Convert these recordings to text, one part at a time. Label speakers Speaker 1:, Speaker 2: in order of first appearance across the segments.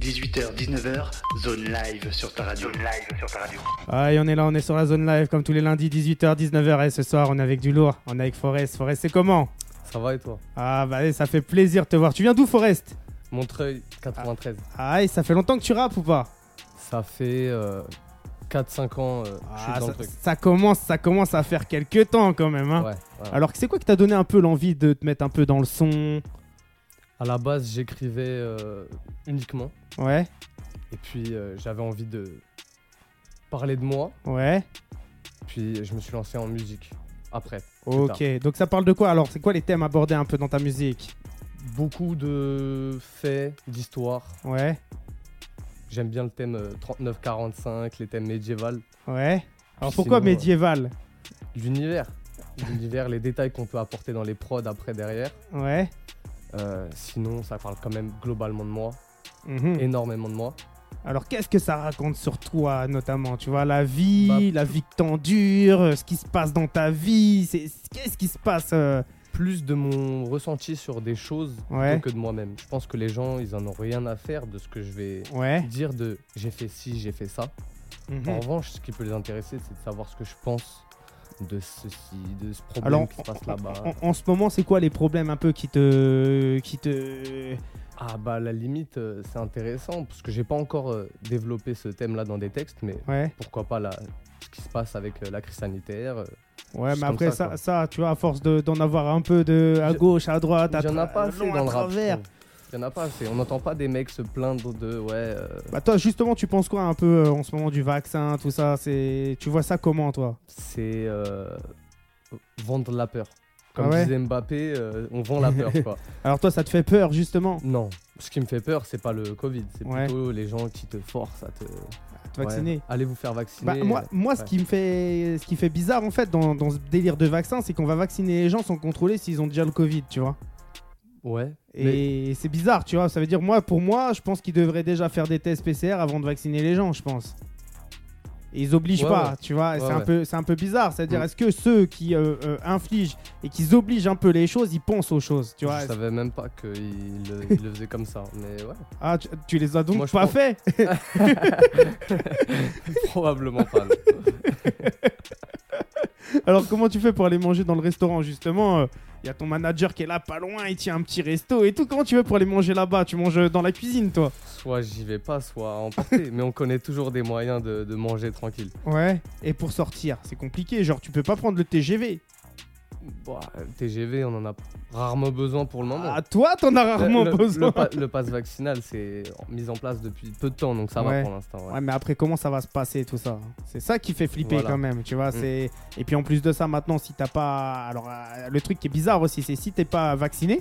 Speaker 1: 18h, 19h, zone live sur ta radio. live sur ta radio.
Speaker 2: Ah, et on est là, on est sur la zone live comme tous les lundis, 18h, 19h. Et ce soir, on est avec du lourd. On est avec Forest. Forest, c'est comment
Speaker 3: Ça va et toi
Speaker 2: Ah, bah, allez, ça fait plaisir de te voir. Tu viens d'où, Forest
Speaker 3: Montreuil 93.
Speaker 2: Ah, et ça fait longtemps que tu rappes ou pas
Speaker 3: Ça fait euh, 4-5 ans euh, je suis
Speaker 2: Ah,
Speaker 3: dans
Speaker 2: ça,
Speaker 3: le truc.
Speaker 2: ça commence, ça commence à faire quelques temps quand même. hein.
Speaker 3: Ouais, ouais.
Speaker 2: Alors, c'est quoi qui t'a donné un peu l'envie de te mettre un peu dans le son
Speaker 3: À la base, j'écrivais euh, uniquement.
Speaker 2: Ouais,
Speaker 3: Et puis, euh, j'avais envie de parler de moi.
Speaker 2: ouais.
Speaker 3: Puis, je me suis lancé en musique après.
Speaker 2: Ok, donc ça parle de quoi Alors, c'est quoi les thèmes abordés un peu dans ta musique
Speaker 3: Beaucoup de faits, d'histoires.
Speaker 2: Ouais,
Speaker 3: J'aime bien le thème euh, 39-45, les thèmes médiévals.
Speaker 2: ouais. Alors,
Speaker 3: Puis
Speaker 2: pourquoi
Speaker 3: sinon, euh,
Speaker 2: médiéval
Speaker 3: L'univers. L'univers, les détails qu'on peut apporter dans les prods après derrière.
Speaker 2: Ouais.
Speaker 3: Euh, sinon, ça parle quand même globalement de moi,
Speaker 2: Mhm.
Speaker 3: énormément de moi.
Speaker 2: Alors qu'est-ce que ça raconte sur toi notamment Tu vois, la vie,
Speaker 3: Bah,
Speaker 2: la vie que t'endures, euh, ce qui se passe dans ta vie, c'est qu'est-ce qui se passe euh,
Speaker 3: plus de mon ressenti sur des choses
Speaker 2: Ouais.
Speaker 3: plutôt que de moi-même. Je pense que les gens, ils en ont rien à faire de ce que je vais
Speaker 2: Ouais.
Speaker 3: dire de j'ai fait ci, j'ai fait ça.
Speaker 2: Mhm.
Speaker 3: En revanche, ce qui peut les intéresser, c'est de savoir ce que je pense de ceci, de ce problème
Speaker 2: Alors,
Speaker 3: qui se passe
Speaker 2: en,
Speaker 3: là-bas.
Speaker 2: en- en ce moment, c'est quoi les problèmes un peu qui te, qui te,
Speaker 3: Ah bah à la limite, euh, c'est intéressant parce que j'ai pas encore euh, développé ce thème-là dans des textes, mais
Speaker 2: ouais,
Speaker 3: pourquoi pas la, ce qui se passe avec euh, la crise sanitaire. euh,
Speaker 2: ouais,
Speaker 3: C'est
Speaker 2: mais
Speaker 3: comme
Speaker 2: après
Speaker 3: ça,
Speaker 2: ça, ça,
Speaker 3: quoi.
Speaker 2: tu vois, à force de- d'en avoir un peu de à
Speaker 3: Je-
Speaker 2: gauche, à droite, à
Speaker 3: Il y en a
Speaker 2: Ah, tra-
Speaker 3: pas
Speaker 2: long,
Speaker 3: assez
Speaker 2: à
Speaker 3: dans le rap.
Speaker 2: travers.
Speaker 3: Il y en a pas assez. On n'entend pas des mecs se plaindre de ouais. euh,
Speaker 2: Bah toi, justement, tu penses quoi un peu euh, en ce moment du vaccin, tout ça C'est, tu vois ça comment toi
Speaker 3: c'est euh, vendre la peur. Comme
Speaker 2: Ah ouais
Speaker 3: disait Mbappé, euh, on vend la peur. quoi.
Speaker 2: Alors toi, ça te fait peur justement
Speaker 3: Non, ce qui me fait peur, c'est pas le Covid, c'est
Speaker 2: Ouais.
Speaker 3: plutôt les gens qui te forcent à te
Speaker 2: à te vacciner
Speaker 3: Ouais, allez vous faire vacciner.
Speaker 2: Bah, moi, moi ce,
Speaker 3: ouais.
Speaker 2: qui me fait, ce qui fait bizarre en fait dans, dans ce délire de vaccin, c'est qu'on va vacciner les gens sans contrôler s'ils ont déjà le Covid, tu vois.
Speaker 3: Euh, Ouais. Mais
Speaker 2: Et c'est bizarre, tu vois. Ça veut dire, moi, pour moi, je pense qu'ils devraient déjà faire des tests PCR avant de vacciner les gens, je pense. Et ils obligent
Speaker 3: Ouais,
Speaker 2: pas,
Speaker 3: ouais.
Speaker 2: tu vois.
Speaker 3: Ouais,
Speaker 2: c'est, un
Speaker 3: ouais.
Speaker 2: peu, c'est un peu bizarre. C'est-à-dire,
Speaker 3: Mm.
Speaker 2: est-ce que ceux qui euh, euh, infligent et qui obligent un peu les choses, ils pensent aux choses, tu vois.
Speaker 3: je savais même pas qu'il le, il le faisait comme ça. Mais ouais,
Speaker 2: Ah, tu, tu les as donc
Speaker 3: Moi, je
Speaker 2: pas
Speaker 3: pense-
Speaker 2: fait
Speaker 3: probablement pas. non.
Speaker 2: Alors comment tu fais pour aller manger dans le restaurant justement Il y a ton manager qui est là pas loin, il tient un petit resto et tout. Comment tu fais pour aller manger là-bas Tu manges euh, dans la cuisine toi
Speaker 3: Soit j'y vais pas, soit à emporter. mais on connaît toujours des moyens de, de manger tranquille.
Speaker 2: Ouais. Et pour sortir, c'est compliqué. Genre tu peux pas prendre le TGV.
Speaker 3: Bah, TGV, on en a rarement besoin pour le moment.
Speaker 2: Ah toi t'en as
Speaker 3: Le-
Speaker 2: rarement
Speaker 3: le,
Speaker 2: besoin.
Speaker 3: le pa- le pass vaccinal, c'est mis en place depuis peu de temps, donc ça
Speaker 2: Ouais.
Speaker 3: va pour l'instant. ouais.
Speaker 2: Ouais mais après comment ça va se passer tout ça C'est ça qui fait flipper
Speaker 3: Voilà. Mm.
Speaker 2: quand même, tu vois. C'est et puis en plus de ça maintenant si t'as pas alors euh, le truc qui est bizarre aussi c'est si t'es pas vacciné.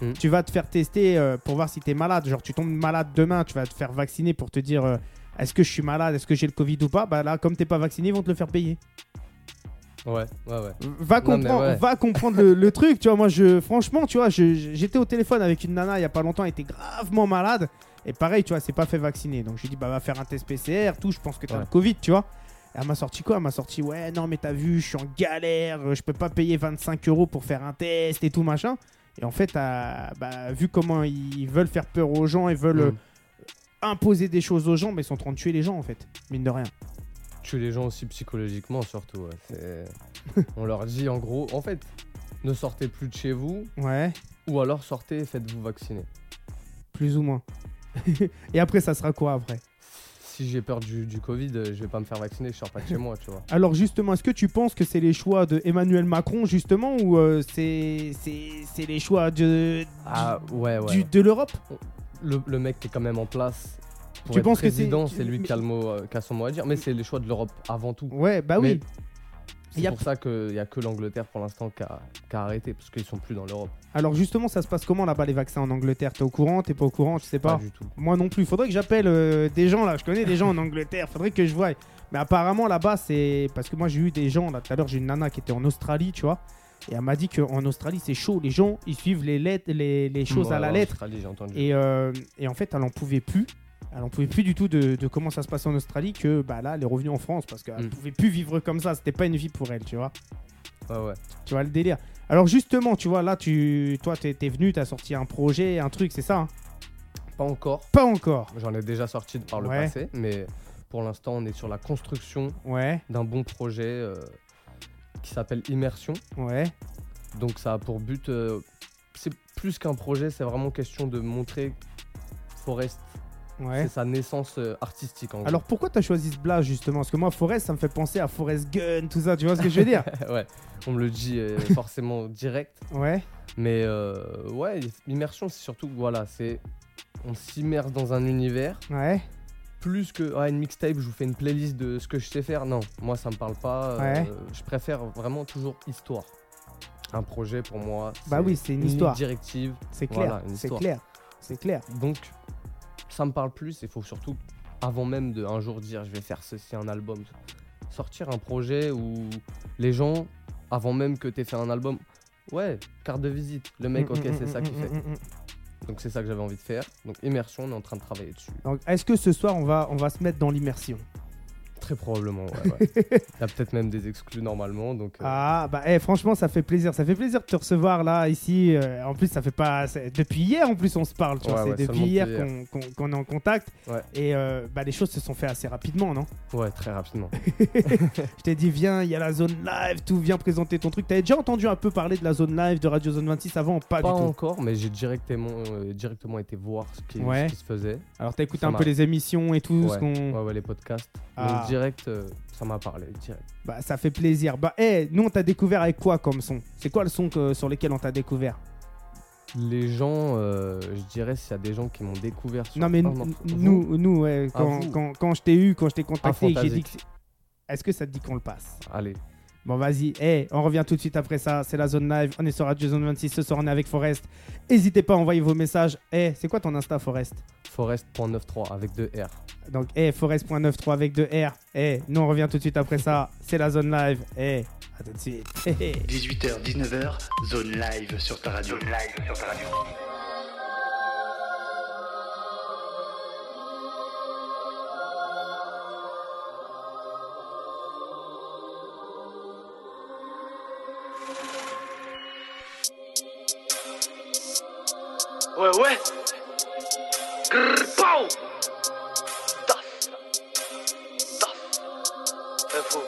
Speaker 3: Mm.
Speaker 2: Tu vas te faire tester euh, pour voir si t'es malade. Genre, tu tombes malade demain, tu vas te faire vacciner pour te dire euh, est-ce que je suis malade, est-ce que j'ai le Covid ou pas. Bah là, comme t'es pas vacciné, ils vont te le faire payer.
Speaker 3: Ouais, ouais, ouais.
Speaker 2: Va
Speaker 3: Non, mais
Speaker 2: comprendre,
Speaker 3: ouais.
Speaker 2: va comprendre le, le truc, tu vois. Moi, je, franchement, tu vois, je- je- j'étais au téléphone avec une nana il y a pas longtemps, elle était gravement malade. Et pareil, tu vois, elle s'est pas fait vacciner. Donc, je lui dis, bah, va faire un test PCR, tout, je pense que t'as
Speaker 3: Ouais.
Speaker 2: le Covid, tu vois. Et elle m'a sorti quoi Elle m'a sorti, ouais, non, mais t'as vu, je suis en galère, euh, je peux pas payer 25 euros pour faire un test et tout, machin. Et en fait, euh, bah, vu comment ils veulent faire peur aux gens, ils veulent euh,
Speaker 3: Mm.
Speaker 2: imposer des choses aux gens, mais ils sont en train de tuer les gens, en fait, mine de rien.
Speaker 3: Tuer les gens aussi psychologiquement, surtout. ouais. C'est- On leur dit en gros, en fait, ne sortez plus de chez vous,
Speaker 2: Ouais.
Speaker 3: ou alors sortez et faites-vous vacciner.
Speaker 2: Plus ou moins. et après, ça sera quoi après
Speaker 3: Si j'ai peur du, du Covid, euh, je vais pas me faire vacciner, je sors pas de chez moi, tu vois.
Speaker 2: Alors justement, est-ce que tu penses que c'est les choix de Emmanuel Macron justement ou euh, c'est c'est c'est les choix de du-
Speaker 3: Ah ouais, ouais.
Speaker 2: du- de l'Europe
Speaker 3: Le, le mec qui est quand même en place pour
Speaker 2: Tu
Speaker 3: être
Speaker 2: penses que c'est-
Speaker 3: président, c'est lui
Speaker 2: mais-
Speaker 3: qui a, le mot, euh, qui a son mot à dire, mais c'est les choix de l'Europe avant tout.
Speaker 2: Ouais, bah oui.
Speaker 3: Mais
Speaker 2: Y
Speaker 3: C'est
Speaker 2: a-
Speaker 3: pour ça qu'il y a que l'Angleterre pour l'instant qui a, qui a arrêté, parce qu'ils sont plus dans l'Europe.
Speaker 2: Alors justement, ça se passe comment là-bas les vaccins en Angleterre T'es au courant T'es pas au courant Tu sais
Speaker 3: Pas
Speaker 2: pas
Speaker 3: du tout.
Speaker 2: Moi non plus. Faudrait que j'appelle euh, des gens là. Je connais des gens en Angleterre. Faudrait que je voie. Mais apparemment là-bas, c'est parce que moi j'ai eu des gens là. Tout à l'heure, j'ai une nana qui était en Australie, tu vois. Et elle m'a dit qu'en Australie, c'est chaud. Les gens, ils suivent les lettres, les, les choses
Speaker 3: Ouais,
Speaker 2: à la
Speaker 3: ouais,
Speaker 2: lettre.
Speaker 3: Bah, Australie, j'ai entendu.
Speaker 2: Et, euh, et en fait, elle en pouvait plus. Elle en pouvait plus du tout de, de comment ça se passe en Australie que bah là, elle est revenue en France parce qu'elle
Speaker 3: Mm.
Speaker 2: pouvait plus vivre comme ça. C'était pas une vie pour elle, tu vois.
Speaker 3: Ouais, ouais.
Speaker 2: Tu vois le délire. Alors justement, tu vois, là, tu, toi, t'es t'es venu, t'as sorti un projet, un truc, c'est ça hein
Speaker 3: Pas encore.
Speaker 2: Pas encore.
Speaker 3: J'en ai déjà sorti de par le
Speaker 2: Ouais.
Speaker 3: passé, mais pour l'instant, on est sur la construction
Speaker 2: Ouais,
Speaker 3: d'un bon projet euh, qui s'appelle Immersion.
Speaker 2: ouais.
Speaker 3: Donc ça a pour but, euh, c'est plus qu'un projet, c'est vraiment question de montrer Forest,
Speaker 2: Ouais.
Speaker 3: c'est sa naissance euh, artistique en
Speaker 2: Alors pourquoi t'as choisi ce blast justement Parce que moi Forest ça me fait penser à Forest Gun, tout ça, tu vois ce que je veux dire
Speaker 3: gros. ouais, on me le dit euh, forcément direct,
Speaker 2: Ouais,
Speaker 3: mais euh, ouais, immersion c'est surtout voilà, c'est on s'immerse dans un univers
Speaker 2: ouais,
Speaker 3: plus que ah, une mixtape, je vous fais une playlist de ce que je sais faire. Non, moi ça me parle pas. euh,
Speaker 2: Ouais.
Speaker 3: Je préfère vraiment toujours histoire. Un projet pour moi.
Speaker 2: Bah oui, c'est une
Speaker 3: ligne
Speaker 2: histoire.
Speaker 3: Directive.
Speaker 2: c'est clair,
Speaker 3: Voilà, une
Speaker 2: c'est
Speaker 3: histoire.
Speaker 2: clair, c'est clair.
Speaker 3: Donc, ça me parle plus. Il faut surtout, avant même de un jour dire je vais faire ceci, un album, sortir un projet où les gens, avant même que t'aies fait un album, ouais, carte de visite. Le mec,
Speaker 2: Mm,
Speaker 3: ok,
Speaker 2: mm,
Speaker 3: c'est
Speaker 2: mm,
Speaker 3: ça
Speaker 2: mm,
Speaker 3: qu'il
Speaker 2: mm,
Speaker 3: fait.
Speaker 2: mm, mm.
Speaker 3: Donc, c'est ça que j'avais envie de faire. Donc, immersion, on est en train de travailler dessus.
Speaker 2: Donc est-ce que ce soir on va, on va se mettre dans l'immersion
Speaker 3: Très probablement, ouais. ouais. Il y a peut-être même des exclus normalement. Donc, euh,
Speaker 2: Ah bah eh, franchement ça fait plaisir, ça fait plaisir de te recevoir là ici. Euh, en plus ça fait pas c'est- depuis hier en plus on se parle, tu vois,
Speaker 3: Ouais,
Speaker 2: c'est depuis
Speaker 3: ouais, seulement
Speaker 2: hier
Speaker 3: depuis
Speaker 2: qu'on qu'on- qu'on est en contact
Speaker 3: Ouais.
Speaker 2: et euh, bah les choses se sont fait assez rapidement, non
Speaker 3: ouais, très rapidement.
Speaker 2: Je t'ai dit viens, il y a la zone live, tout viens présenter ton truc. T'avais déjà entendu un peu parler de la zone live de Radio Zone 26 avant pas,
Speaker 3: Pas,
Speaker 2: Ah, du tout.
Speaker 3: encore, mais j'ai directement, euh, directement été voir ce qui,
Speaker 2: Ouais.
Speaker 3: ce qui se faisait.
Speaker 2: Alors t'as écouté
Speaker 3: Ça
Speaker 2: un peu
Speaker 3: m'a-
Speaker 2: les émissions et tout ce qu'on
Speaker 3: Ouais, ouais, les podcasts.
Speaker 2: Ah.
Speaker 3: Mais direct, euh, ça m'a parlé. Direct.
Speaker 2: Bah ça fait plaisir. Bah eh, nous on t'a découvert avec quoi comme son C'est quoi le son que- sur lequel on t'a découvert
Speaker 3: Les gens, euh, je dirais, s'il y a des gens qui m'ont découvert sur
Speaker 2: Non mais
Speaker 3: un
Speaker 2: n-
Speaker 3: morceau- vous,
Speaker 2: nous nous ouais,
Speaker 3: Ah,
Speaker 2: quand,
Speaker 3: vous.
Speaker 2: quand, quand je t'ai eu, quand je t'ai contacté, et que j'ai dit
Speaker 3: Fantasique.
Speaker 2: que Est-ce que ça te dit qu'on le passe
Speaker 3: Allez,
Speaker 2: Bon, vas-y. Eh, on revient tout de suite après ça. C'est la zone live. On est sur Radio Zone 26. Ce soir, on est avec Forest. N'hésitez pas à envoyer vos messages. Eh, c'est quoi ton Insta, Forest
Speaker 3: Forest.93 avec deux R.
Speaker 2: Donc, eh, Forest.93 avec 2 R. Eh, nous, on revient tout de suite après ça. C'est la zone live. Eh, à tout de suite. Eh, eh.
Speaker 1: 18h, 19h, zone live sur ta radio. live sur ta radio.
Speaker 4: Ouais, ouais. Grrr, pow. Das. Das. Info.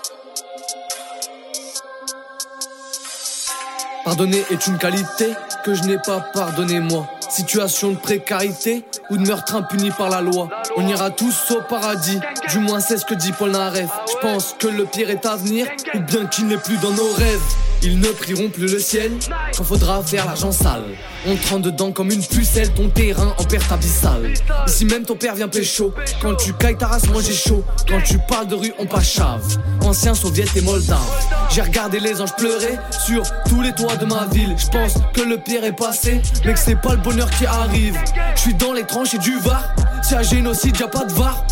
Speaker 5: Pardonner est une qualité que je n'ai pas pardonné moi. Situation de précarité ou de meurtre impuni par la loi. On ira tous au paradis, du moins c'est ce que dit Paul Naref. Je pense que le pire est à venir, ou bien qu'il n'est plus dans nos rêves. Ils ne prieront plus le ciel quand faudra faire l'argent sale. On te rend dedans comme une pucelle, ton terrain en perte abyssale. Ici même ton père vient pécho. Quand tu cailles ta race, moi j'ai chaud. Quand tu parles de rue, on pas chave. Ancien soviet et moldave. J'ai regardé les anges pleurer sur tous les toits de ma ville. Je pense que le pire est passé, mais que c'est pas le bonheur qui arrive. Je suis dans les tranches et du var. Si un génocide, y a pas de var.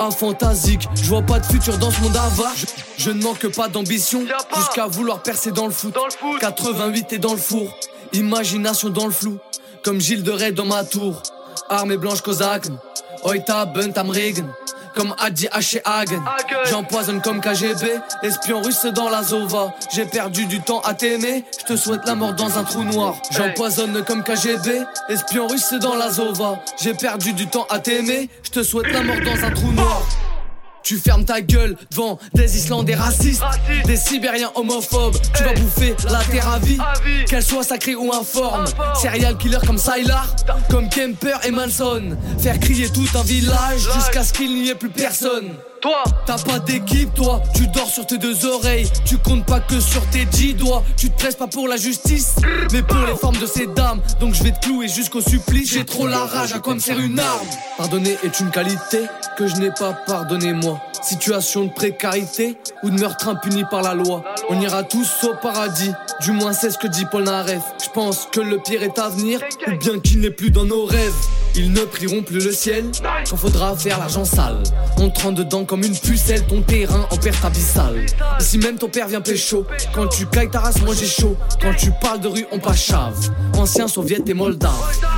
Speaker 5: Un fantasique, je vois pas de futur dans ce monde avare. Je, je ne manque pas d'ambition jusqu'à vouloir percer dans le foot.
Speaker 4: Dans le foot.
Speaker 5: 88 est dans le four, imagination dans le flou, comme Gilles de Rais dans ma tour. Armée blanche cosaque, Oita Bunt am Regen, comme Adi Hagen.
Speaker 4: Hagen.
Speaker 5: J'empoisonne comme KGB, espion russe dans la Zova. J'ai perdu du temps à t'aimer, je te souhaite la mort dans un trou noir. J'empoisonne comme KGB, espion russe dans la Zova. J'ai perdu du temps à t'aimer, je te souhaite la mort dans un trou noir. Tu fermes ta gueule devant des Islandais racistes,
Speaker 4: Racistes.
Speaker 5: des Sibériens homophobes. Tu vas
Speaker 4: Hey.
Speaker 5: bouffer la terre à vie,
Speaker 4: À vie.
Speaker 5: qu'elle soit sacrée ou informe.
Speaker 4: Informe.
Speaker 5: Serial killer comme Sylar, comme Kemper et Manson. Faire crier tout un village jusqu'à ce qu'il n'y ait plus personne.
Speaker 4: Toi.
Speaker 5: T'as pas d'équipe, toi, tu dors sur tes deux oreilles. Tu comptes pas que sur tes dix doigts. Tu te presses pas pour la justice, mais pour les formes de ces dames. Donc je vais te clouer jusqu'au supplice. J'ai trop la rage à quoi me sert une arme. Pardonner est une qualité que je n'ai pas pardonné moi. Situation de précarité ou de meurtre impuni par la loi. On ira tous au paradis, du moins c'est ce que dit Paul Naref. Je pense que le pire est à venir, ou bien qu'il n'est plus dans nos rêves. Ils ne prieront plus le ciel quand faudra faire l'argent sale. On te rend dedans comme une pucelle, ton terrain en perte abyssale. Ici même ton père vient pécho. Quand tu cailles ta race, moi j'ai chaud. Quand tu parles de rue, on pas chave. Ancien soviet et moldave.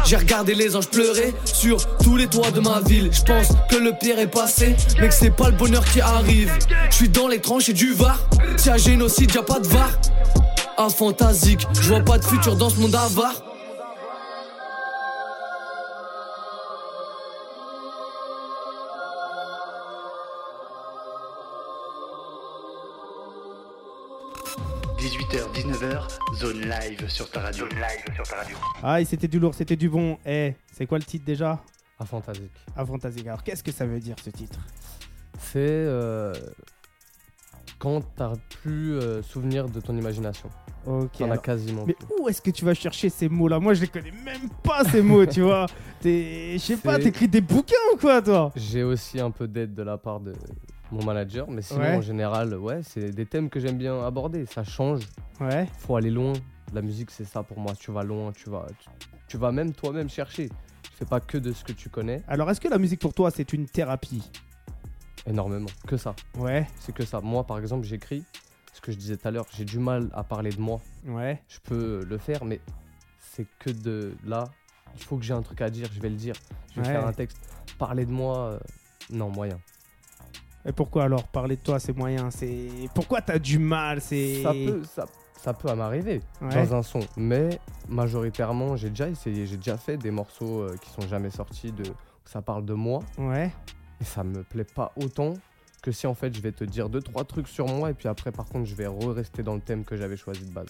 Speaker 5: J'ai regardé les anges pleurer sur tous les toits de ma ville. Je pense que le pire est passé, mais que c'est pas le bonheur qui arrive. Je suis dans les tranches et du var. Si un génocide, y a pas de var. Un fantasique, je vois pas de futur dans ce monde avare.
Speaker 1: 18h, 19h, zone live sur ta radio. live sur ta radio.
Speaker 2: Ah, et c'était du lourd, c'était du bon. Eh, c'est quoi le titre déjà
Speaker 3: à Fantasique.
Speaker 2: Avantasé. Alors, qu'est-ce que ça veut dire ce titre
Speaker 3: C'est euh, quand t'as plus euh, souvenir de ton imagination.
Speaker 2: Ok.
Speaker 3: T'en as
Speaker 2: alors-
Speaker 3: quasiment
Speaker 2: Mais
Speaker 3: plus.
Speaker 2: où est-ce que tu vas chercher ces mots-là Moi, je les connais même pas ces mots, tu vois. T'es, je sais pas,
Speaker 3: C'est-
Speaker 2: t'écris des bouquins ou quoi, toi
Speaker 3: J'ai aussi un peu d'aide de la part de mon manager, mais sinon
Speaker 2: Ouais.
Speaker 3: en général, ouais, c'est des thèmes que j'aime bien aborder. Ça change,
Speaker 2: Ouais.
Speaker 3: faut aller loin. La musique, c'est ça pour moi. Tu vas loin, tu vas, tu, tu vas même toi-même chercher. Tu fais pas que de ce que tu connais,
Speaker 2: Alors, est-ce que la musique pour toi, c'est une thérapie
Speaker 3: énormément. Que ça,
Speaker 2: Ouais,
Speaker 3: c'est que ça. Moi, par exemple, j'écris. Ce que je disais tout à l'heure, j'ai du mal à parler de moi.
Speaker 2: ouais.
Speaker 3: je peux le faire, mais c'est que de là, il faut que j'ai un truc à dire, je vais le dire. Je vais
Speaker 2: Ouais.
Speaker 3: faire un texte. Parler de moi, euh, non, moyen.
Speaker 2: Et pourquoi alors parler de toi, c'est moyen C'est pourquoi t'as du mal C'est
Speaker 3: Ça peut, ça, ça peut m'arriver
Speaker 2: Ouais.
Speaker 3: dans un son, mais majoritairement, j'ai déjà essayé, j'ai déjà fait des morceaux euh, qui sont jamais sortis, de, où ça parle de moi,
Speaker 2: Ouais.
Speaker 3: et ça me plaît pas autant que si en fait je vais te dire deux, trois trucs sur moi, et puis après, par contre, je vais re-rester dans le thème que j'avais choisi de base.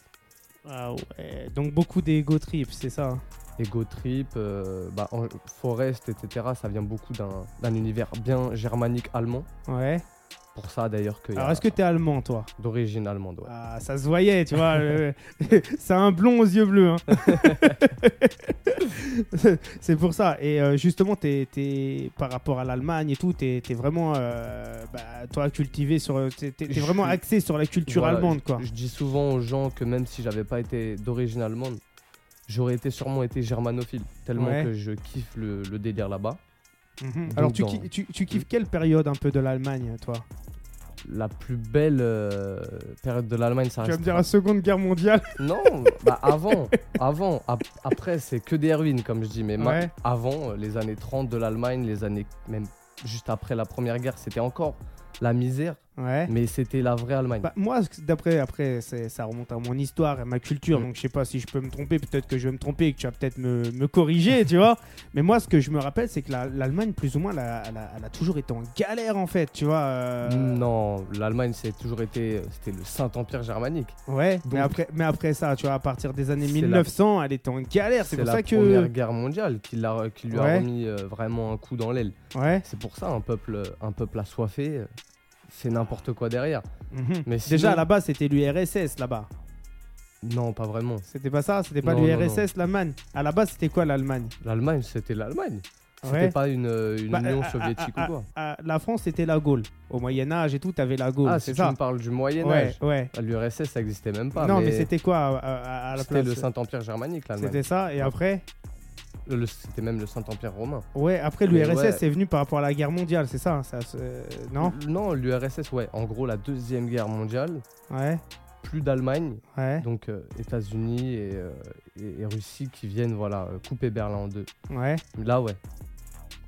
Speaker 2: Ah ouais. Donc beaucoup d'ego trip, c'est ça. hein.
Speaker 3: Ego Trip, euh, bah, en- Forest, etc. Ça vient beaucoup d'un d'un univers bien germanique-allemand.
Speaker 2: Ouais.
Speaker 3: Pour ça d'ailleurs que. y a-
Speaker 2: Alors est-ce que t'es allemand, toi
Speaker 3: D'origine allemande, ouais.
Speaker 2: Ah, ça se voyait, tu vois. le- c'est un blond aux yeux bleus. hein. c'est pour ça. Et euh, justement, t'es- t'es- par rapport à l'Allemagne et tout, t'es es vraiment, euh, bah, toi, cultivé sur. T'es t'es- t'es vraiment
Speaker 3: Je-
Speaker 2: axé sur la culture
Speaker 3: Voilà,
Speaker 2: allemande,
Speaker 3: je-
Speaker 2: quoi.
Speaker 3: Je dis souvent aux gens que même si j'avais pas été d'origine allemande, j'aurais été sûrement été germanophile. Tellement
Speaker 2: Ouais.
Speaker 3: que je kiffe le, le délire là-bas.
Speaker 2: Mhm. Alors, tu,
Speaker 3: dans-
Speaker 2: ki- tu- tu kiffes quelle période un peu de l'Allemagne, toi
Speaker 3: La plus belle euh, période de l'Allemagne, ça
Speaker 2: Tu vas
Speaker 3: reste.
Speaker 2: me dire la Seconde Guerre mondiale
Speaker 3: Non, bah avant, avant, ap- après c'est que des Erwin comme je dis, mais ma-
Speaker 2: Ouais.
Speaker 3: avant euh, les années 30 de l'Allemagne, les années même juste après la première guerre, c'était encore la misère,
Speaker 2: Ouais.
Speaker 3: mais c'était la vraie Allemagne.
Speaker 2: Bah, moi, ce que- d'après, après, c'est- ça remonte à mon histoire, à ma culture,
Speaker 3: Mm.
Speaker 2: donc je sais pas si je peux me tromper, peut-être que je vais me tromper et que tu vas peut-être me, me corriger, tu vois. Mais moi, ce que je me rappelle, c'est que la- l'Allemagne, plus ou moins, elle a, elle a- elle a toujours été en galère, en fait, tu vois. euh,
Speaker 3: Non, l'Allemagne c'est toujours été euh, c'était le Saint Empire germanique.
Speaker 2: Ouais, mais,
Speaker 3: Donc-
Speaker 2: après, mais après ça, tu vois, à partir des années
Speaker 3: C'est
Speaker 2: 1900, elle était en galère, c'est
Speaker 3: C'est
Speaker 2: pour
Speaker 3: la
Speaker 2: ça
Speaker 3: première
Speaker 2: que.
Speaker 3: guerre mondiale qui, l'a- qui lui
Speaker 2: Ouais.
Speaker 3: a remis euh, vraiment un coup dans l'aile.
Speaker 2: Ouais.
Speaker 3: C'est pour ça un peuple un peuple assoiffé, euh, c'est n'importe quoi derrière.
Speaker 2: mhm.
Speaker 3: Mais
Speaker 2: Déjà,
Speaker 3: sinon-
Speaker 2: à la base, c'était l'URSS, là-bas.
Speaker 3: Non, pas vraiment.
Speaker 2: C'était pas ça, c'était pas
Speaker 3: Non, non,
Speaker 2: l'URSS, l'Allemagne. À la base, c'était quoi l'Allemagne
Speaker 3: L'Allemagne, c'était l'Allemagne. C'était
Speaker 2: Ouais.
Speaker 3: pas une, euh, une
Speaker 2: Bah,
Speaker 3: union
Speaker 2: ah, ah,
Speaker 3: soviétique
Speaker 2: ah,
Speaker 3: ou quoi.
Speaker 2: ah, La France, c'était la Gaule. Au Moyen-Âge et tout, t'avais la Gaule.
Speaker 3: Ah, si
Speaker 2: c'est
Speaker 3: tu
Speaker 2: ça
Speaker 3: me parles du Moyen
Speaker 2: Ouais,
Speaker 3: Âge.
Speaker 2: ouais.
Speaker 3: L'URSS, ça existait même pas.
Speaker 2: non, mais, c'était quoi à, à- à la
Speaker 3: c'était
Speaker 2: place
Speaker 3: le Saint Empire germanique, l'Allemagne. Euh,
Speaker 2: C'était ça, et après
Speaker 3: Le- le- C'était même le Saint Empire romain.
Speaker 2: Ouais, après
Speaker 3: Mais
Speaker 2: l'URSS
Speaker 3: ouais.
Speaker 2: c'est venu par rapport à la guerre mondiale, c'est ça, ça se- euh, Non
Speaker 3: L- Non, l'URSS, ouais. En gros, la deuxième guerre mondiale,
Speaker 2: Ouais,
Speaker 3: plus d'Allemagne,
Speaker 2: ouais,
Speaker 3: donc euh, États-Unis et, euh, et- et Russie qui viennent, voilà, euh, couper Berlin en deux.
Speaker 2: ouais.
Speaker 3: Là, ouais.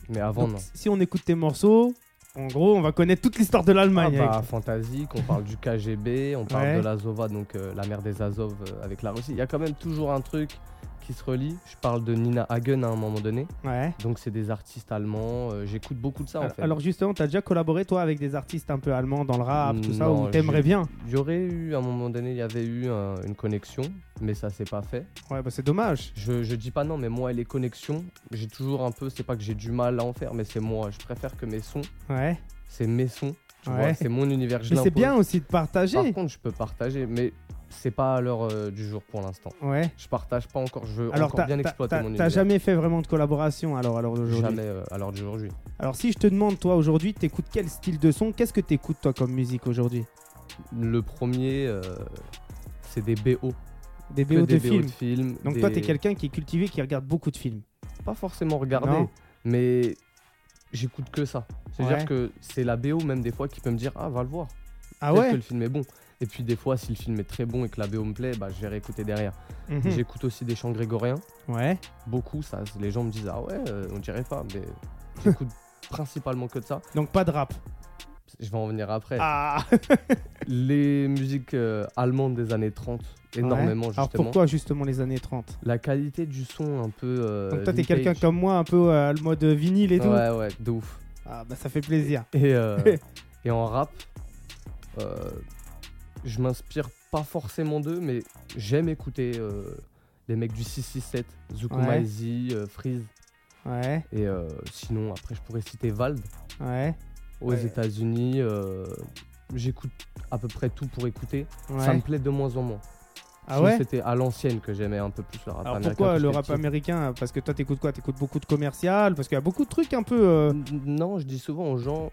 Speaker 3: Mais avant,
Speaker 2: Donc,
Speaker 3: non.
Speaker 2: si on écoute tes morceaux, en gros, on va connaître toute l'histoire de
Speaker 3: Ah
Speaker 2: l'Allemagne.
Speaker 3: bah, fantasique, on parle du KGB, on parle
Speaker 2: Ouais.
Speaker 3: de l'Azova, donc euh, la mer des Azov euh, avec la Russie. Il y a quand même toujours un truc qui se relie. Je parle de Nina Hagen à un moment donné.
Speaker 2: avec- Ouais.
Speaker 3: Donc c'est des artistes allemands. euh, J'écoute beaucoup de ça en
Speaker 2: Alors,
Speaker 3: fait.
Speaker 2: alors justement, t'as déjà collaboré toi avec des artistes un peu allemands dans le rap, tout ça,
Speaker 3: Non,
Speaker 2: ou t'aimerais
Speaker 3: j'ai-
Speaker 2: bien
Speaker 3: il y aurait eu à un moment donné, il y avait eu un- une connexion, mais ça s'est pas fait.
Speaker 2: Ouais, bah c'est dommage.
Speaker 3: Je, je dis pas non, mais moi et les connexions, j'ai toujours un peu. C'est pas que j'ai du mal à en faire, mais c'est moi. Je préfère que mes sons,
Speaker 2: Ouais.
Speaker 3: c'est mes sons. Tu
Speaker 2: Ouais.
Speaker 3: vois, c'est mon univers. Je
Speaker 2: Mais c'est
Speaker 3: l'impose.
Speaker 2: bien aussi de partager.
Speaker 3: Par contre, je peux partager, mais c'est pas à l'heure euh, du jour pour l'instant.
Speaker 2: ouais.
Speaker 3: Je partage pas encore. Je veux
Speaker 2: Alors,
Speaker 3: encore
Speaker 2: t'as
Speaker 3: bien
Speaker 2: t'as-
Speaker 3: exploiter
Speaker 2: t'as- t'as
Speaker 3: mon univers.
Speaker 2: jamais fait vraiment de collaboration alors, alors aujourd'hui
Speaker 3: Jamais euh, à l'heure d'aujourd'hui.
Speaker 2: Alors si je te demande toi aujourd'hui, t'écoutes quel style de son Qu'est-ce que t'écoutes toi comme musique aujourd'hui
Speaker 3: Le premier, euh, c'est des BO.
Speaker 2: Des BO de
Speaker 3: que des BO de
Speaker 2: films.
Speaker 3: films.
Speaker 2: Donc toi
Speaker 3: des-
Speaker 2: t'es quelqu'un qui est cultivé, qui regarde beaucoup de films.
Speaker 3: pas forcément regarder,
Speaker 2: Non.
Speaker 3: mais j'écoute que ça. C'est-à-dire
Speaker 2: Ouais.
Speaker 3: que c'est la BO même des fois qui peut me dire ah va le voir.
Speaker 2: Ah
Speaker 3: Peut-être
Speaker 2: ouais
Speaker 3: que le film est bon. Et puis des fois si le film est très bon et que la BO me plaît, bah je vais réécouter derrière.
Speaker 2: Mhm.
Speaker 3: J'écoute aussi des chants grégoriens.
Speaker 2: Ouais.
Speaker 3: Beaucoup ça, les gens me disent ah ouais euh, on dirait pas, mais j'écoute principalement que de ça.
Speaker 2: Donc pas de rap.
Speaker 3: Je vais en venir après.
Speaker 2: Ah
Speaker 3: Les musiques euh, allemandes des années 30, énormément
Speaker 2: Ouais. Alors
Speaker 3: justement.
Speaker 2: pourquoi justement les années 30
Speaker 3: la qualité du son un peu. euh,
Speaker 2: Donc toi t'es
Speaker 3: vintage.
Speaker 2: quelqu'un comme moi, un peu euh, le mode vinyle et tout
Speaker 3: Ouais ouais, de ouf.
Speaker 2: Ah bah ça fait plaisir.
Speaker 3: Et, euh, et en rap, euh, je m'inspire pas forcément d'eux, mais j'aime écouter euh, les mecs du 667, Zuko
Speaker 2: Ouais.
Speaker 3: Maizi, euh, Freeze.
Speaker 2: Ouais,
Speaker 3: Et euh, sinon, après, je pourrais citer Vald
Speaker 2: ouais.
Speaker 3: aux
Speaker 2: Ouais.
Speaker 3: États-Unis. euh, J'écoute à peu près tout pour écouter. Ça me
Speaker 2: ouais.
Speaker 3: plaît de moins en moins. Je
Speaker 2: Ah
Speaker 3: trouve que
Speaker 2: ouais
Speaker 3: C'était à l'ancienne que j'aimais un peu plus le rap
Speaker 2: Alors
Speaker 3: américain.
Speaker 2: pourquoi
Speaker 3: quand
Speaker 2: le
Speaker 3: j'étais
Speaker 2: rap
Speaker 3: petit.
Speaker 2: américain Parce que toi, t'écoutes quoi T'écoutes beaucoup de commercial Parce qu'il y a beaucoup de trucs un peu. euh,
Speaker 3: N- Non, je dis souvent aux gens,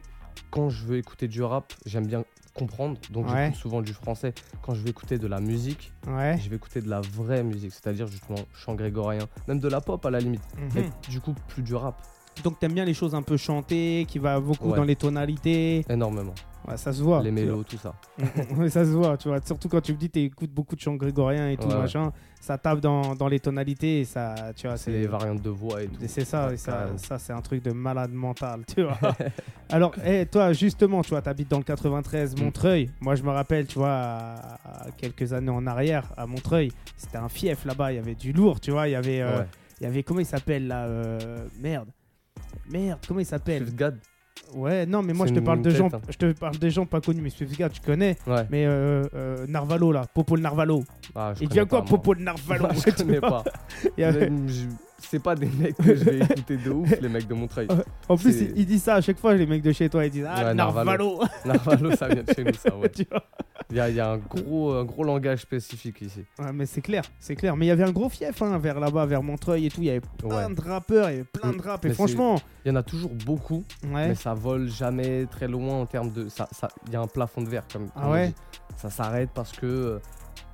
Speaker 3: quand je veux écouter du rap, j'aime bien comprendre, donc
Speaker 2: Ouais.
Speaker 3: j'écoute souvent du français. Quand je veux écouter de la musique,
Speaker 2: Ouais.
Speaker 3: je vais écouter de la vraie musique, c'est-à-dire justement chant grégorien, même de la pop à la limite, mais
Speaker 2: Mhm.
Speaker 3: du coup plus du rap,
Speaker 2: Donc t'aimes bien les choses un peu chantées, qui va beaucoup
Speaker 3: Ouais.
Speaker 2: dans les tonalités.
Speaker 3: énormément.
Speaker 2: Ouais, ça se voit.
Speaker 3: Les mélos, tout ça.
Speaker 2: Ouais, ça se voit, tu vois. Surtout quand tu me dis t'écoutes beaucoup de chants grégoriens et tout
Speaker 3: Ouais, ouais.
Speaker 2: machin, ça tape dans, dans les tonalités et ça, tu vois,
Speaker 3: C'est les variantes de voix et tout.
Speaker 2: Et euh, C'est ça,
Speaker 3: Ouais,
Speaker 2: et ça,
Speaker 3: carrément.
Speaker 2: ça c'est un truc de malade mental, tu vois. Alors, eh, toi, justement, tu vois, t'habites dans le 93,
Speaker 3: Mm.
Speaker 2: Montreuil. Moi, je me rappelle, tu vois, à- à quelques années en arrière, à Montreuil, c'était un fief là-bas, il y avait du lourd, tu vois, il y avait, euh,
Speaker 3: Ouais.
Speaker 2: il y avait comment il s'appelle là euh, Merde. Merde, comment il s'appelle
Speaker 3: Swiftgad,
Speaker 2: Ouais, non, mais moi,
Speaker 3: C'est
Speaker 2: je te
Speaker 3: une
Speaker 2: parle de
Speaker 3: tête,
Speaker 2: gens,
Speaker 3: hein.
Speaker 2: je te parle de gens pas connus, mais Swiftgard, tu connais.
Speaker 3: ouais.
Speaker 2: Mais euh, euh, Narvalo là, Popol Narvalo.
Speaker 3: Ah, je
Speaker 2: Il
Speaker 3: connais
Speaker 2: devient
Speaker 3: pas,
Speaker 2: quoi
Speaker 3: moi.
Speaker 2: Popol Narvalo
Speaker 3: Ah,
Speaker 2: Tu
Speaker 3: Je connais
Speaker 2: vois
Speaker 3: pas.
Speaker 2: Il y a-
Speaker 3: Même, je- C'est pas des mecs que je vais écouter de ouf, les mecs de Montreuil.
Speaker 2: En plus,
Speaker 3: C'est-
Speaker 2: il, il dit ça à chaque fois, les mecs de chez toi, ils disent Ah,
Speaker 3: Ouais,
Speaker 2: Narvalo,
Speaker 3: Narvalo. Narvalo, ça vient de chez nous, ça, ouais.
Speaker 2: Tu vois
Speaker 3: Il y a, il y a un, gros, un gros langage spécifique ici.
Speaker 2: Ouais, mais c'est clair, c'est clair. Mais il y avait un gros fief hein, vers là-bas, vers Montreuil et tout. Il y avait plein
Speaker 3: Ouais.
Speaker 2: de rappeurs, il y avait plein
Speaker 3: Mm.
Speaker 2: de rap. Et
Speaker 3: Mais c'est-
Speaker 2: franchement,
Speaker 3: Il y en a toujours beaucoup,
Speaker 2: ouais.
Speaker 3: mais ça vole jamais très loin en termes de. ça- ça- Il y a un plafond de verre, comme.
Speaker 2: Ah
Speaker 3: comme on
Speaker 2: ouais
Speaker 3: dit. Ça s'arrête parce que euh,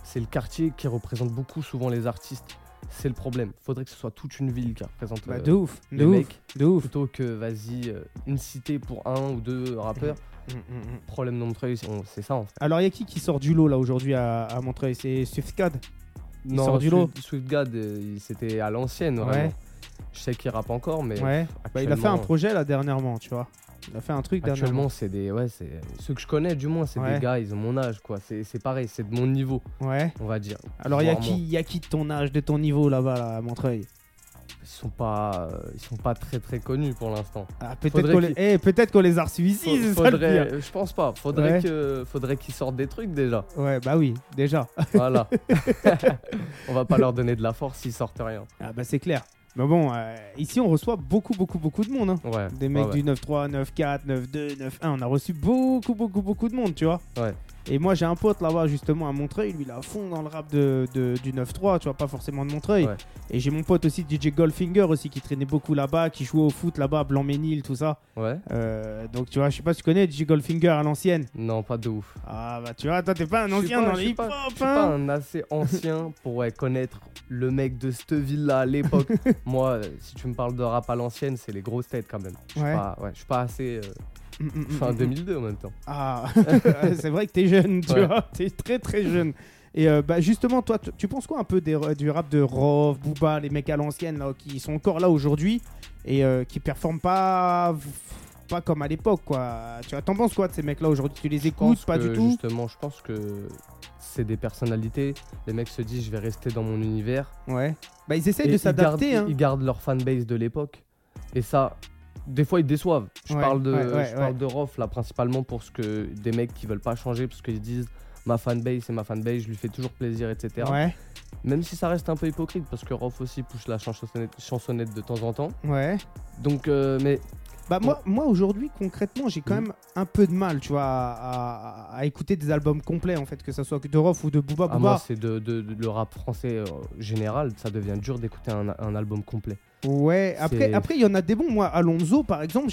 Speaker 3: c'est le quartier qui représente beaucoup souvent les artistes. C'est le problème. Faudrait que ce soit toute une ville qui représente
Speaker 2: Bah,
Speaker 3: euh,
Speaker 2: de ouf,
Speaker 3: les
Speaker 2: de ouf,
Speaker 3: mecs.
Speaker 2: de ouf.
Speaker 3: Plutôt que, vas-y, euh, une cité pour un ou deux rappeurs.
Speaker 2: Mm, mm, mm.
Speaker 3: Problème de Montreuil, on- c'est ça en fait.
Speaker 2: Alors, il y a qui qui sort du lot là aujourd'hui à, à Montreuil C'est Sufcad.
Speaker 3: Non,
Speaker 2: sort du lot.
Speaker 3: Swift- Swiftgad, euh, il- c'était à l'ancienne, vraiment.
Speaker 2: Ouais.
Speaker 3: Je sais qu'il rappe encore, mais.
Speaker 2: Ouais. Bah, il a fait un
Speaker 3: actuellement-
Speaker 2: projet là dernièrement, tu vois. Il a fait un truc dernièrement.
Speaker 3: Actuellement, c'est des. Ouais, c'est. Ceux que je connais, du moins, c'est
Speaker 2: Ouais.
Speaker 3: des gars, ils ont mon âge, quoi. C'est c'est pareil, c'est de mon niveau,
Speaker 2: Ouais.
Speaker 3: on va dire.
Speaker 2: Alors, il y a
Speaker 3: Voire
Speaker 2: qui,
Speaker 3: moins.
Speaker 2: il y a qui de ton âge, de ton niveau là-bas là, à Montreuil
Speaker 3: Ils sont pas. euh, Ils sont pas très très connus pour l'instant.
Speaker 2: Ah, peut-être
Speaker 3: Faudrait
Speaker 2: qu'on les...
Speaker 3: qu'il-
Speaker 2: eh, peut-être qu'on les a reçus ici,
Speaker 3: Faut-
Speaker 2: c'est ça le
Speaker 3: faudrait-
Speaker 2: pire.
Speaker 3: Je pense pas. Faudrait
Speaker 2: Ouais.
Speaker 3: que. Faudrait qu'ils sortent des trucs déjà.
Speaker 2: Ouais, bah oui, déjà.
Speaker 3: Voilà. on va pas leur donner de la force s'ils sortent rien.
Speaker 2: Ah bah c'est clair. Mais bon, euh, ici on reçoit beaucoup, beaucoup, beaucoup de monde. hein.
Speaker 3: Ouais.
Speaker 2: Des mecs
Speaker 3: ouais,
Speaker 2: du 9-3, 9-4, 9-2, 9-1. On a reçu beaucoup, beaucoup, beaucoup de monde, tu vois.
Speaker 3: Ouais.
Speaker 2: Et moi, j'ai un pote là-bas, justement, à Montreuil. Lui, il est à fond dans le rap de, de- du 9-3, tu vois, pas forcément de Montreuil.
Speaker 3: Ouais.
Speaker 2: Et j'ai mon pote aussi, DJ Goldfinger, aussi, qui traînait beaucoup là-bas, qui jouait au foot là-bas, Blanc-Ménil, tout ça.
Speaker 3: ouais. Ouais.
Speaker 2: Euh, donc, tu vois, je sais pas si tu connais DJ Goldfinger à l'ancienne.
Speaker 3: Non, pas de ouf.
Speaker 2: Ah bah, tu vois, toi, t'es pas un
Speaker 3: Je suis
Speaker 2: ancien
Speaker 3: pas-
Speaker 2: dans
Speaker 3: je
Speaker 2: les
Speaker 3: suis
Speaker 2: hip-hop,
Speaker 3: pas- Je suis
Speaker 2: hein.
Speaker 3: pas un assez ancien pour ouais, connaître le mec de cette ville-là à l'époque. Moi, euh, si tu me parles de rap à l'ancienne, c'est les grosses têtes quand même. Je suis
Speaker 2: Ouais.
Speaker 3: pas, ouais, je suis pas assez. euh,
Speaker 2: Mm, mm,
Speaker 3: je suis en
Speaker 2: mm, mm.
Speaker 3: 2002 en même temps.
Speaker 2: Ah, c'est vrai que t'es jeune, tu
Speaker 3: Ouais.
Speaker 2: vois, t'es très très jeune. Et euh, bah, justement, toi, tu tu penses quoi un peu des, du rap de Rov, Booba, les mecs à l'ancienne là, qui sont encore là aujourd'hui et euh, qui performent pas pas comme à l'époque, quoi. Tu vois, t'en penses quoi de ces mecs-là aujourd'hui Tu les
Speaker 3: Je pense
Speaker 2: écoutes pas
Speaker 3: que,
Speaker 2: du tout
Speaker 3: Justement, je pense que c'est des personnalités. Les mecs se disent, je vais rester dans mon univers.
Speaker 2: Ouais. Bah, ils essayent
Speaker 3: Et
Speaker 2: de
Speaker 3: ils
Speaker 2: s'adapter. Hein.
Speaker 3: gardent- Ils gardent leur fanbase de l'époque. Et ça, des fois, ils déçoivent. Je
Speaker 2: Ouais,
Speaker 3: parle de,
Speaker 2: ouais, ouais,
Speaker 3: je parle
Speaker 2: ouais.
Speaker 3: de Rof, là, principalement pour ce que des mecs qui veulent pas changer parce qu'ils se disent ma fanbase, c'est ma fanbase, je lui fais toujours plaisir, etc.
Speaker 2: Ouais,
Speaker 3: Même si ça reste un peu hypocrite parce que Rof aussi pousse la chansonnette, chansonnette de temps en temps.
Speaker 2: ouais.
Speaker 3: Donc, euh, mais
Speaker 2: Bah moi, moi aujourd'hui concrètement j'ai quand
Speaker 3: Mhm.
Speaker 2: même un peu de mal tu vois à, à- à écouter des albums complets en fait que ça soit de Rof ou de Booba.
Speaker 3: à
Speaker 2: Booba
Speaker 3: Ah, moi, c'est de, de- de- le rap français euh, général, ça devient dur d'écouter un, un album complet.
Speaker 2: Ouais, après
Speaker 3: C'est-
Speaker 2: après il y en a des bons moi Alonso par exemple,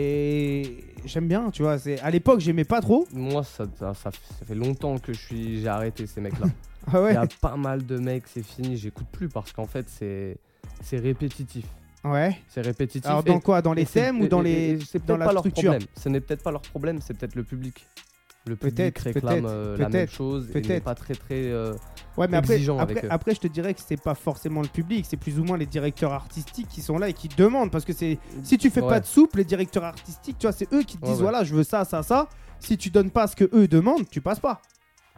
Speaker 2: j'ai j'aime bien, tu vois, c'est à l'époque j'aimais pas trop.
Speaker 3: Moi, ça, ça, ça- ça fait longtemps que je suis, j'ai arrêté ces mecs-là.
Speaker 2: Ah
Speaker 3: Il
Speaker 2: ouais.
Speaker 3: y a pas mal de mecs, c'est fini, j'écoute plus parce qu'en fait, c'est c'est répétitif.
Speaker 2: Ouais.
Speaker 3: Ah, C'est répétitif.
Speaker 2: Alors
Speaker 3: et-
Speaker 2: dans quoi Dans
Speaker 3: et
Speaker 2: les
Speaker 3: c'est-
Speaker 2: thèmes
Speaker 3: et-
Speaker 2: ou dans
Speaker 3: et- et-
Speaker 2: les
Speaker 3: et C'est
Speaker 2: dans
Speaker 3: peut-être
Speaker 2: la
Speaker 3: pas leur
Speaker 2: structure
Speaker 3: problème. Ce n'est peut-être pas leur problème, c'est peut-être le public. Le public
Speaker 2: Peut-être,
Speaker 3: réclame
Speaker 2: peut-être,
Speaker 3: euh, la même
Speaker 2: peut-être,
Speaker 3: chose et il n'est
Speaker 2: peut-être.
Speaker 3: pas très très. euh,
Speaker 2: Ouais, mais après
Speaker 3: exigeant avec
Speaker 2: après,
Speaker 3: eux.
Speaker 2: après, je te dirais que c'est pas forcément le public, c'est plus ou moins les directeurs artistiques qui sont là et qui demandent parce que c'est si tu fais
Speaker 3: Ouais.
Speaker 2: pas de soupe, les directeurs artistiques, tu vois, c'est eux qui te
Speaker 3: Ouais,
Speaker 2: disent
Speaker 3: ouais.
Speaker 2: voilà, je veux ça ça ça. Si tu donnes pas ce que eux demandent, tu passes pas.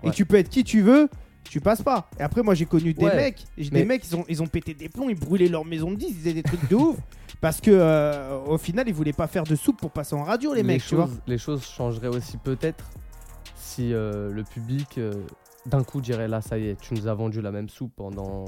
Speaker 2: Et
Speaker 3: Ouais.
Speaker 2: tu peux être qui tu veux. Tu passes pas. Et après, moi, j'ai connu des
Speaker 3: Ouais,
Speaker 2: mecs. j'ai Des
Speaker 3: mais-
Speaker 2: mecs, ils ont, ils ont pété des plombs, ils brûlaient leur maison de 10, ils faisaient des trucs de ouf. Parce que, euh, au final, ils voulaient pas faire de soupe pour passer en radio, les, mecs,
Speaker 3: choses,
Speaker 2: tu vois.
Speaker 3: les choses changeraient aussi peut-être si euh, le public euh, d'un coup dirait là, ça y est, tu nous as vendu la même soupe pendant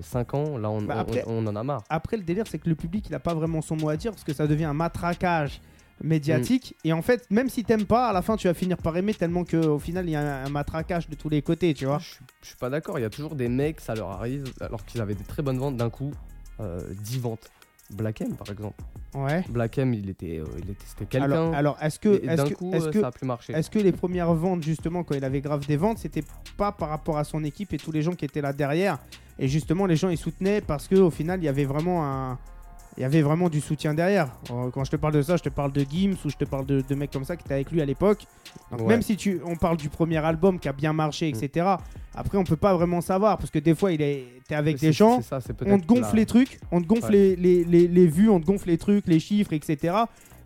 Speaker 3: 5 ans, là on,
Speaker 2: Bah,
Speaker 3: on-
Speaker 2: après-
Speaker 3: on- on en a marre.
Speaker 2: Après, le délire, c'est que le public, il n'a pas vraiment son mot à dire parce que ça devient un matraquage médiatique.
Speaker 3: Mm.
Speaker 2: Et en fait, même si t'aimes pas, à la fin, tu vas finir par aimer tellement qu'au final, il y a un, un matraquage de tous les côtés, tu vois.
Speaker 3: Je suis- je suis pas d'accord, il y a toujours des mecs, ça leur arrive, alors qu'ils avaient des très bonnes ventes, d'un coup, euh, 10 ventes. Black M par exemple.
Speaker 2: Ouais.
Speaker 3: Black M, il était, euh, il était, c'était
Speaker 2: Alors,
Speaker 3: quelqu'un.
Speaker 2: alors est-ce que,
Speaker 3: et
Speaker 2: est-ce
Speaker 3: D'un
Speaker 2: que-
Speaker 3: coup,
Speaker 2: est-ce
Speaker 3: euh,
Speaker 2: que,
Speaker 3: ça a plus marché.
Speaker 2: est-ce que les premières ventes, justement, quand il avait grave des ventes, c'était pas par rapport à son équipe et tous les gens qui étaient là derrière Et justement, les gens, ils soutenaient parce qu'au final, il y avait vraiment un. Il y avait vraiment du soutien derrière. Euh, Quand je te parle de ça, je te parle de Gims ou je te parle de, de mecs comme ça qui étaient avec lui à l'époque. Donc
Speaker 3: Ouais.
Speaker 2: même si tu, on parle du premier album qui a bien marché, etc. Après, on peut pas vraiment savoir parce que des fois, il est, t'es avec
Speaker 3: Mm. C'est-
Speaker 2: des gens,
Speaker 3: c'est ça, c'est peut-être
Speaker 2: on te gonfle
Speaker 3: la-
Speaker 2: les trucs, on te gonfle les,
Speaker 3: Ouais.
Speaker 2: les- les- les vues, on te gonfle les trucs, les chiffres, etc.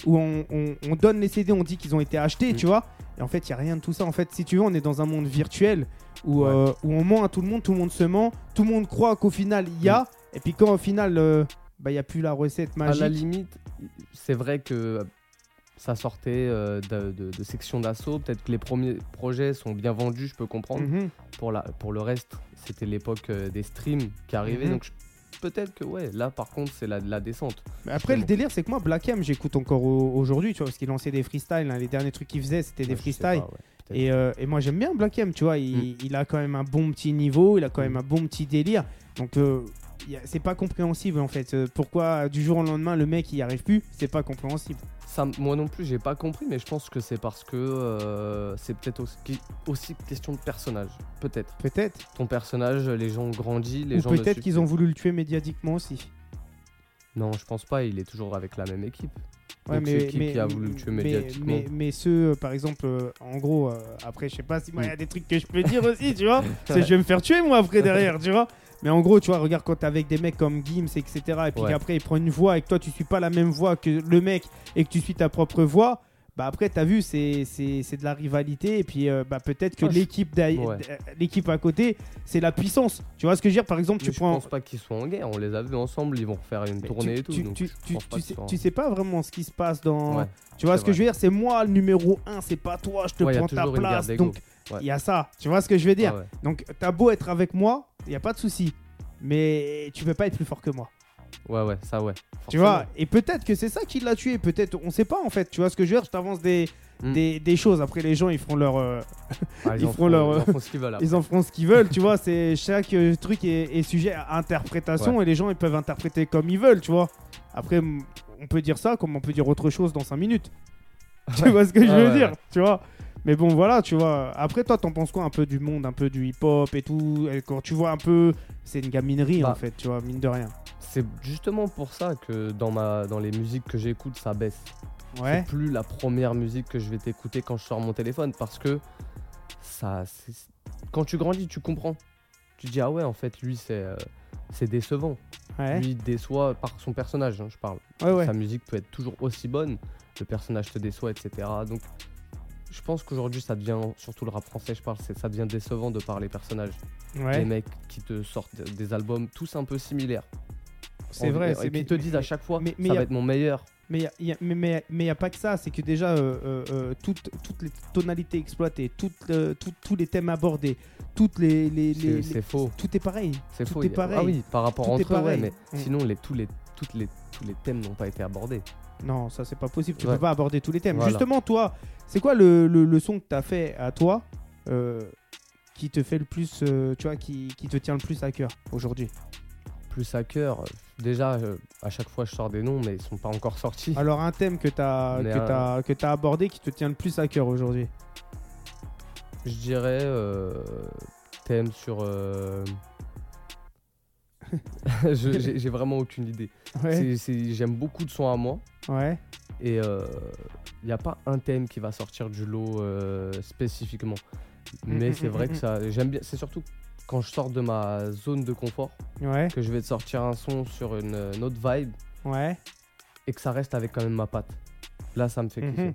Speaker 2: Où on, on- on donne les CD, on dit qu'ils ont été achetés,
Speaker 3: Mm.
Speaker 2: tu vois. Et en fait, il n'y a rien de tout ça. En fait, si tu veux, on est dans un monde virtuel où, euh, où on ment à tout le monde, tout le monde se ment, tout le monde croit qu'au final, il y a. Et puis quand au final, euh, bah, il n'y a plus la recette
Speaker 3: Mm. À la
Speaker 2: magique.
Speaker 3: limite, c'est vrai que euh, ça sortait euh, de, de- de sections d'assaut. Peut-être que les premiers projets sont bien vendus, je peux comprendre.
Speaker 2: Mhm.
Speaker 3: Pour, la, pour le reste, c'était l'époque euh, des streams qui arrivaient.
Speaker 2: Mhm.
Speaker 3: Donc je- peut-être que, ouais, là par contre, c'est la, la descente.
Speaker 2: Mais après, le
Speaker 3: Justement.
Speaker 2: délire, c'est que moi, Black M, j'écoute encore au- aujourd'hui, tu vois, parce qu'il lançait des freestyles. hein. Les derniers trucs qu'il faisait, c'était des
Speaker 3: Ouais, je sais pas,
Speaker 2: freestyles.
Speaker 3: ouais. peut-être.
Speaker 2: Et, euh, et moi j'aime bien Black M, tu vois, il, il a quand même un bon petit niveau, il a quand même un bon petit délire. Donc euh, y a- c'est pas compréhensible en fait. Euh, Pourquoi du jour au lendemain le mec il y arrive plus, c'est pas compréhensible.
Speaker 3: Ça, moi non plus, j'ai pas compris, mais je pense que c'est parce que euh, c'est peut-être aussi, aussi question de personnage. Peut-être.
Speaker 2: Peut-être.
Speaker 3: Ton personnage, les gens ont grandi, les
Speaker 2: Ou
Speaker 3: gens. ne
Speaker 2: peut-être
Speaker 3: suivent
Speaker 2: qu'ils ont voulu le tuer médiatiquement aussi.
Speaker 3: plus. Non, je pense pas. Il est toujours avec la même équipe.
Speaker 2: Ouais,
Speaker 3: Donc, c'est qui qui a voulu le tuer
Speaker 2: mais-
Speaker 3: médiatiquement
Speaker 2: mais, mais ceux, euh, par exemple, euh, en gros, euh, après, je sais pas si moi, il
Speaker 3: Mm.
Speaker 2: y a des trucs que je peux dire aussi, tu vois. Parce que je vais me faire tuer, moi, après, derrière, tu vois. Mais en gros, tu vois, regarde quand t'es avec des mecs comme Gims, etc., et puis
Speaker 3: Ouais.
Speaker 2: qu'après, il prend une voix et que toi, tu suis pas la même voix que le mec et que tu suis ta propre voix. Bah après, t'as vu, c'est c'est- c'est de la rivalité. Et puis, euh, bah, peut-être que
Speaker 3: Ah, je-
Speaker 2: l'équipe d'aille-
Speaker 3: Ouais.
Speaker 2: l'équipe à côté, c'est la puissance. Tu vois ce que je veux dire Par exemple,
Speaker 3: Mais
Speaker 2: tu
Speaker 3: je
Speaker 2: prends.
Speaker 3: pense pas qu'ils soient en guerre, on les a vus ensemble, ils vont refaire une
Speaker 2: Mais
Speaker 3: tournée
Speaker 2: tu-
Speaker 3: et tout.
Speaker 2: tu,
Speaker 3: donc
Speaker 2: tu-
Speaker 3: je
Speaker 2: tu-
Speaker 3: pense pas
Speaker 2: tu
Speaker 3: qu'ils
Speaker 2: sais,
Speaker 3: soient en-
Speaker 2: tu sais pas vraiment ce qui se passe dans,
Speaker 3: Ouais.
Speaker 2: tu vois
Speaker 3: C'est
Speaker 2: ce que
Speaker 3: vrai.
Speaker 2: je veux dire C'est moi le numéro 1, c'est pas toi, je te
Speaker 3: Ouais, y a
Speaker 2: prends ta
Speaker 3: toujours une guerre
Speaker 2: place.
Speaker 3: d'ego.
Speaker 2: Donc il
Speaker 3: Ouais.
Speaker 2: y a ça, tu vois ce que je veux dire
Speaker 3: Ah ouais.
Speaker 2: Donc t'as beau être avec moi, il y a pas de souci, mais tu peux pas être plus fort que moi.
Speaker 3: ouais, ouais, ça ouais.
Speaker 2: Tu vois Et peut-être que c'est ça qui l'a tué, peut-être, on sait pas en fait, tu vois ce que je veux dire Je t'avance des,
Speaker 3: Mm.
Speaker 2: des, des choses, après les gens ils feront leur... euh,
Speaker 3: Ah,
Speaker 2: ils
Speaker 3: en
Speaker 2: feront leur- euh,
Speaker 3: Ils en font ce qu'ils veulent. après.
Speaker 2: ils en feront ce qu'ils veulent, tu vois, c'est chaque euh, truc est, est sujet à interprétation et les gens ils peuvent interpréter comme ils veulent, tu vois. Après m- on peut dire ça comme on peut dire autre chose dans 5 minutes. tu vois ce que je
Speaker 3: Ah
Speaker 2: veux
Speaker 3: ouais,
Speaker 2: dire,
Speaker 3: ouais.
Speaker 2: tu vois. Mais bon voilà, tu vois. Après toi t'en penses quoi un peu du monde, un peu du hip-hop et tout et Quand tu vois un peu, c'est une gaminerie
Speaker 3: Bah.
Speaker 2: en fait, tu vois, mine de rien.
Speaker 3: C'est justement pour ça que dans, ma... dans les musiques que j'écoute, ça baisse.
Speaker 2: Ouais.
Speaker 3: C'est plus la première musique que je vais t'écouter quand je sors mon téléphone parce que ça. c'est- Quand tu grandis, tu comprends. Tu te dis, ah ouais, en fait, lui, c'est. euh, C'est décevant.
Speaker 2: Ouais.
Speaker 3: Lui il déçoit par son personnage, hein, je parle.
Speaker 2: Ouais, ouais.
Speaker 3: sa musique peut être toujours aussi bonne, le personnage te déçoit, etc. Donc je pense qu'aujourd'hui ça devient, surtout le rap français je parle, c'est- ça devient décevant de par les personnages. Les
Speaker 2: Ouais.
Speaker 3: mecs qui te sortent des albums tous un peu similaires.
Speaker 2: C'est
Speaker 3: En-
Speaker 2: vrai.
Speaker 3: et-
Speaker 2: c'est-
Speaker 3: et qui
Speaker 2: mais-
Speaker 3: te disent à
Speaker 2: mais-
Speaker 3: chaque fois,
Speaker 2: mais- mais
Speaker 3: ça
Speaker 2: y a-
Speaker 3: va être mon meilleur.
Speaker 2: Mais il n'y a, mais- mais- mais y a pas que ça, c'est que déjà, euh, euh, euh, toutes, toutes les tonalités exploitées, toutes, euh, tout- tous les thèmes abordés, toutes les. les-
Speaker 3: C'est-
Speaker 2: les-
Speaker 3: c'est
Speaker 2: les-
Speaker 3: faux.
Speaker 2: Tout est pareil.
Speaker 3: C'est
Speaker 2: Tout
Speaker 3: faux.
Speaker 2: est
Speaker 3: il y a-
Speaker 2: pareil.
Speaker 3: Ah oui, par rapport
Speaker 2: Tout est
Speaker 3: entre eux, ouais,
Speaker 2: pareil.
Speaker 3: mais
Speaker 2: Mm.
Speaker 3: sinon les, tous, les, toutes les, tous les thèmes n'ont pas été abordés.
Speaker 2: Non, ça, c'est pas possible. Tu
Speaker 3: Ouais.
Speaker 2: peux pas aborder tous les thèmes.
Speaker 3: Voilà.
Speaker 2: Justement, toi, c'est quoi le, le- le son que tu as fait à toi euh, qui te fait le plus. euh, tu vois, qui, qui te tient le plus à cœur aujourd'hui
Speaker 3: Plus à cœur, euh, déjà euh, à chaque fois je sors des noms mais ils sont pas encore sortis.
Speaker 2: Alors, un thème que tu as,
Speaker 3: Mais euh,
Speaker 2: que
Speaker 3: un-
Speaker 2: t'as- que t'as abordé qui te tient le plus à cœur aujourd'hui
Speaker 3: Je dirais euh, thème sur. euh, Je- J'ai j'ai vraiment aucune idée.
Speaker 2: Ouais.
Speaker 3: C'est- c'est- J'aime beaucoup de sons à moi
Speaker 2: Ouais.
Speaker 3: et il n'y a pas un thème qui va sortir du lot euh, spécifiquement. Mais
Speaker 2: Mm,
Speaker 3: c'est
Speaker 2: mm,
Speaker 3: vrai
Speaker 2: mm,
Speaker 3: que
Speaker 2: mm.
Speaker 3: ça. J'aime bien. C'est surtout quand je sors de ma zone de confort
Speaker 2: Ouais.
Speaker 3: que je vais te sortir un son sur une, une autre vibe
Speaker 2: Ouais.
Speaker 3: et que ça reste avec quand même ma patte. Là, ça me fait
Speaker 2: Mhm.
Speaker 3: kiffer.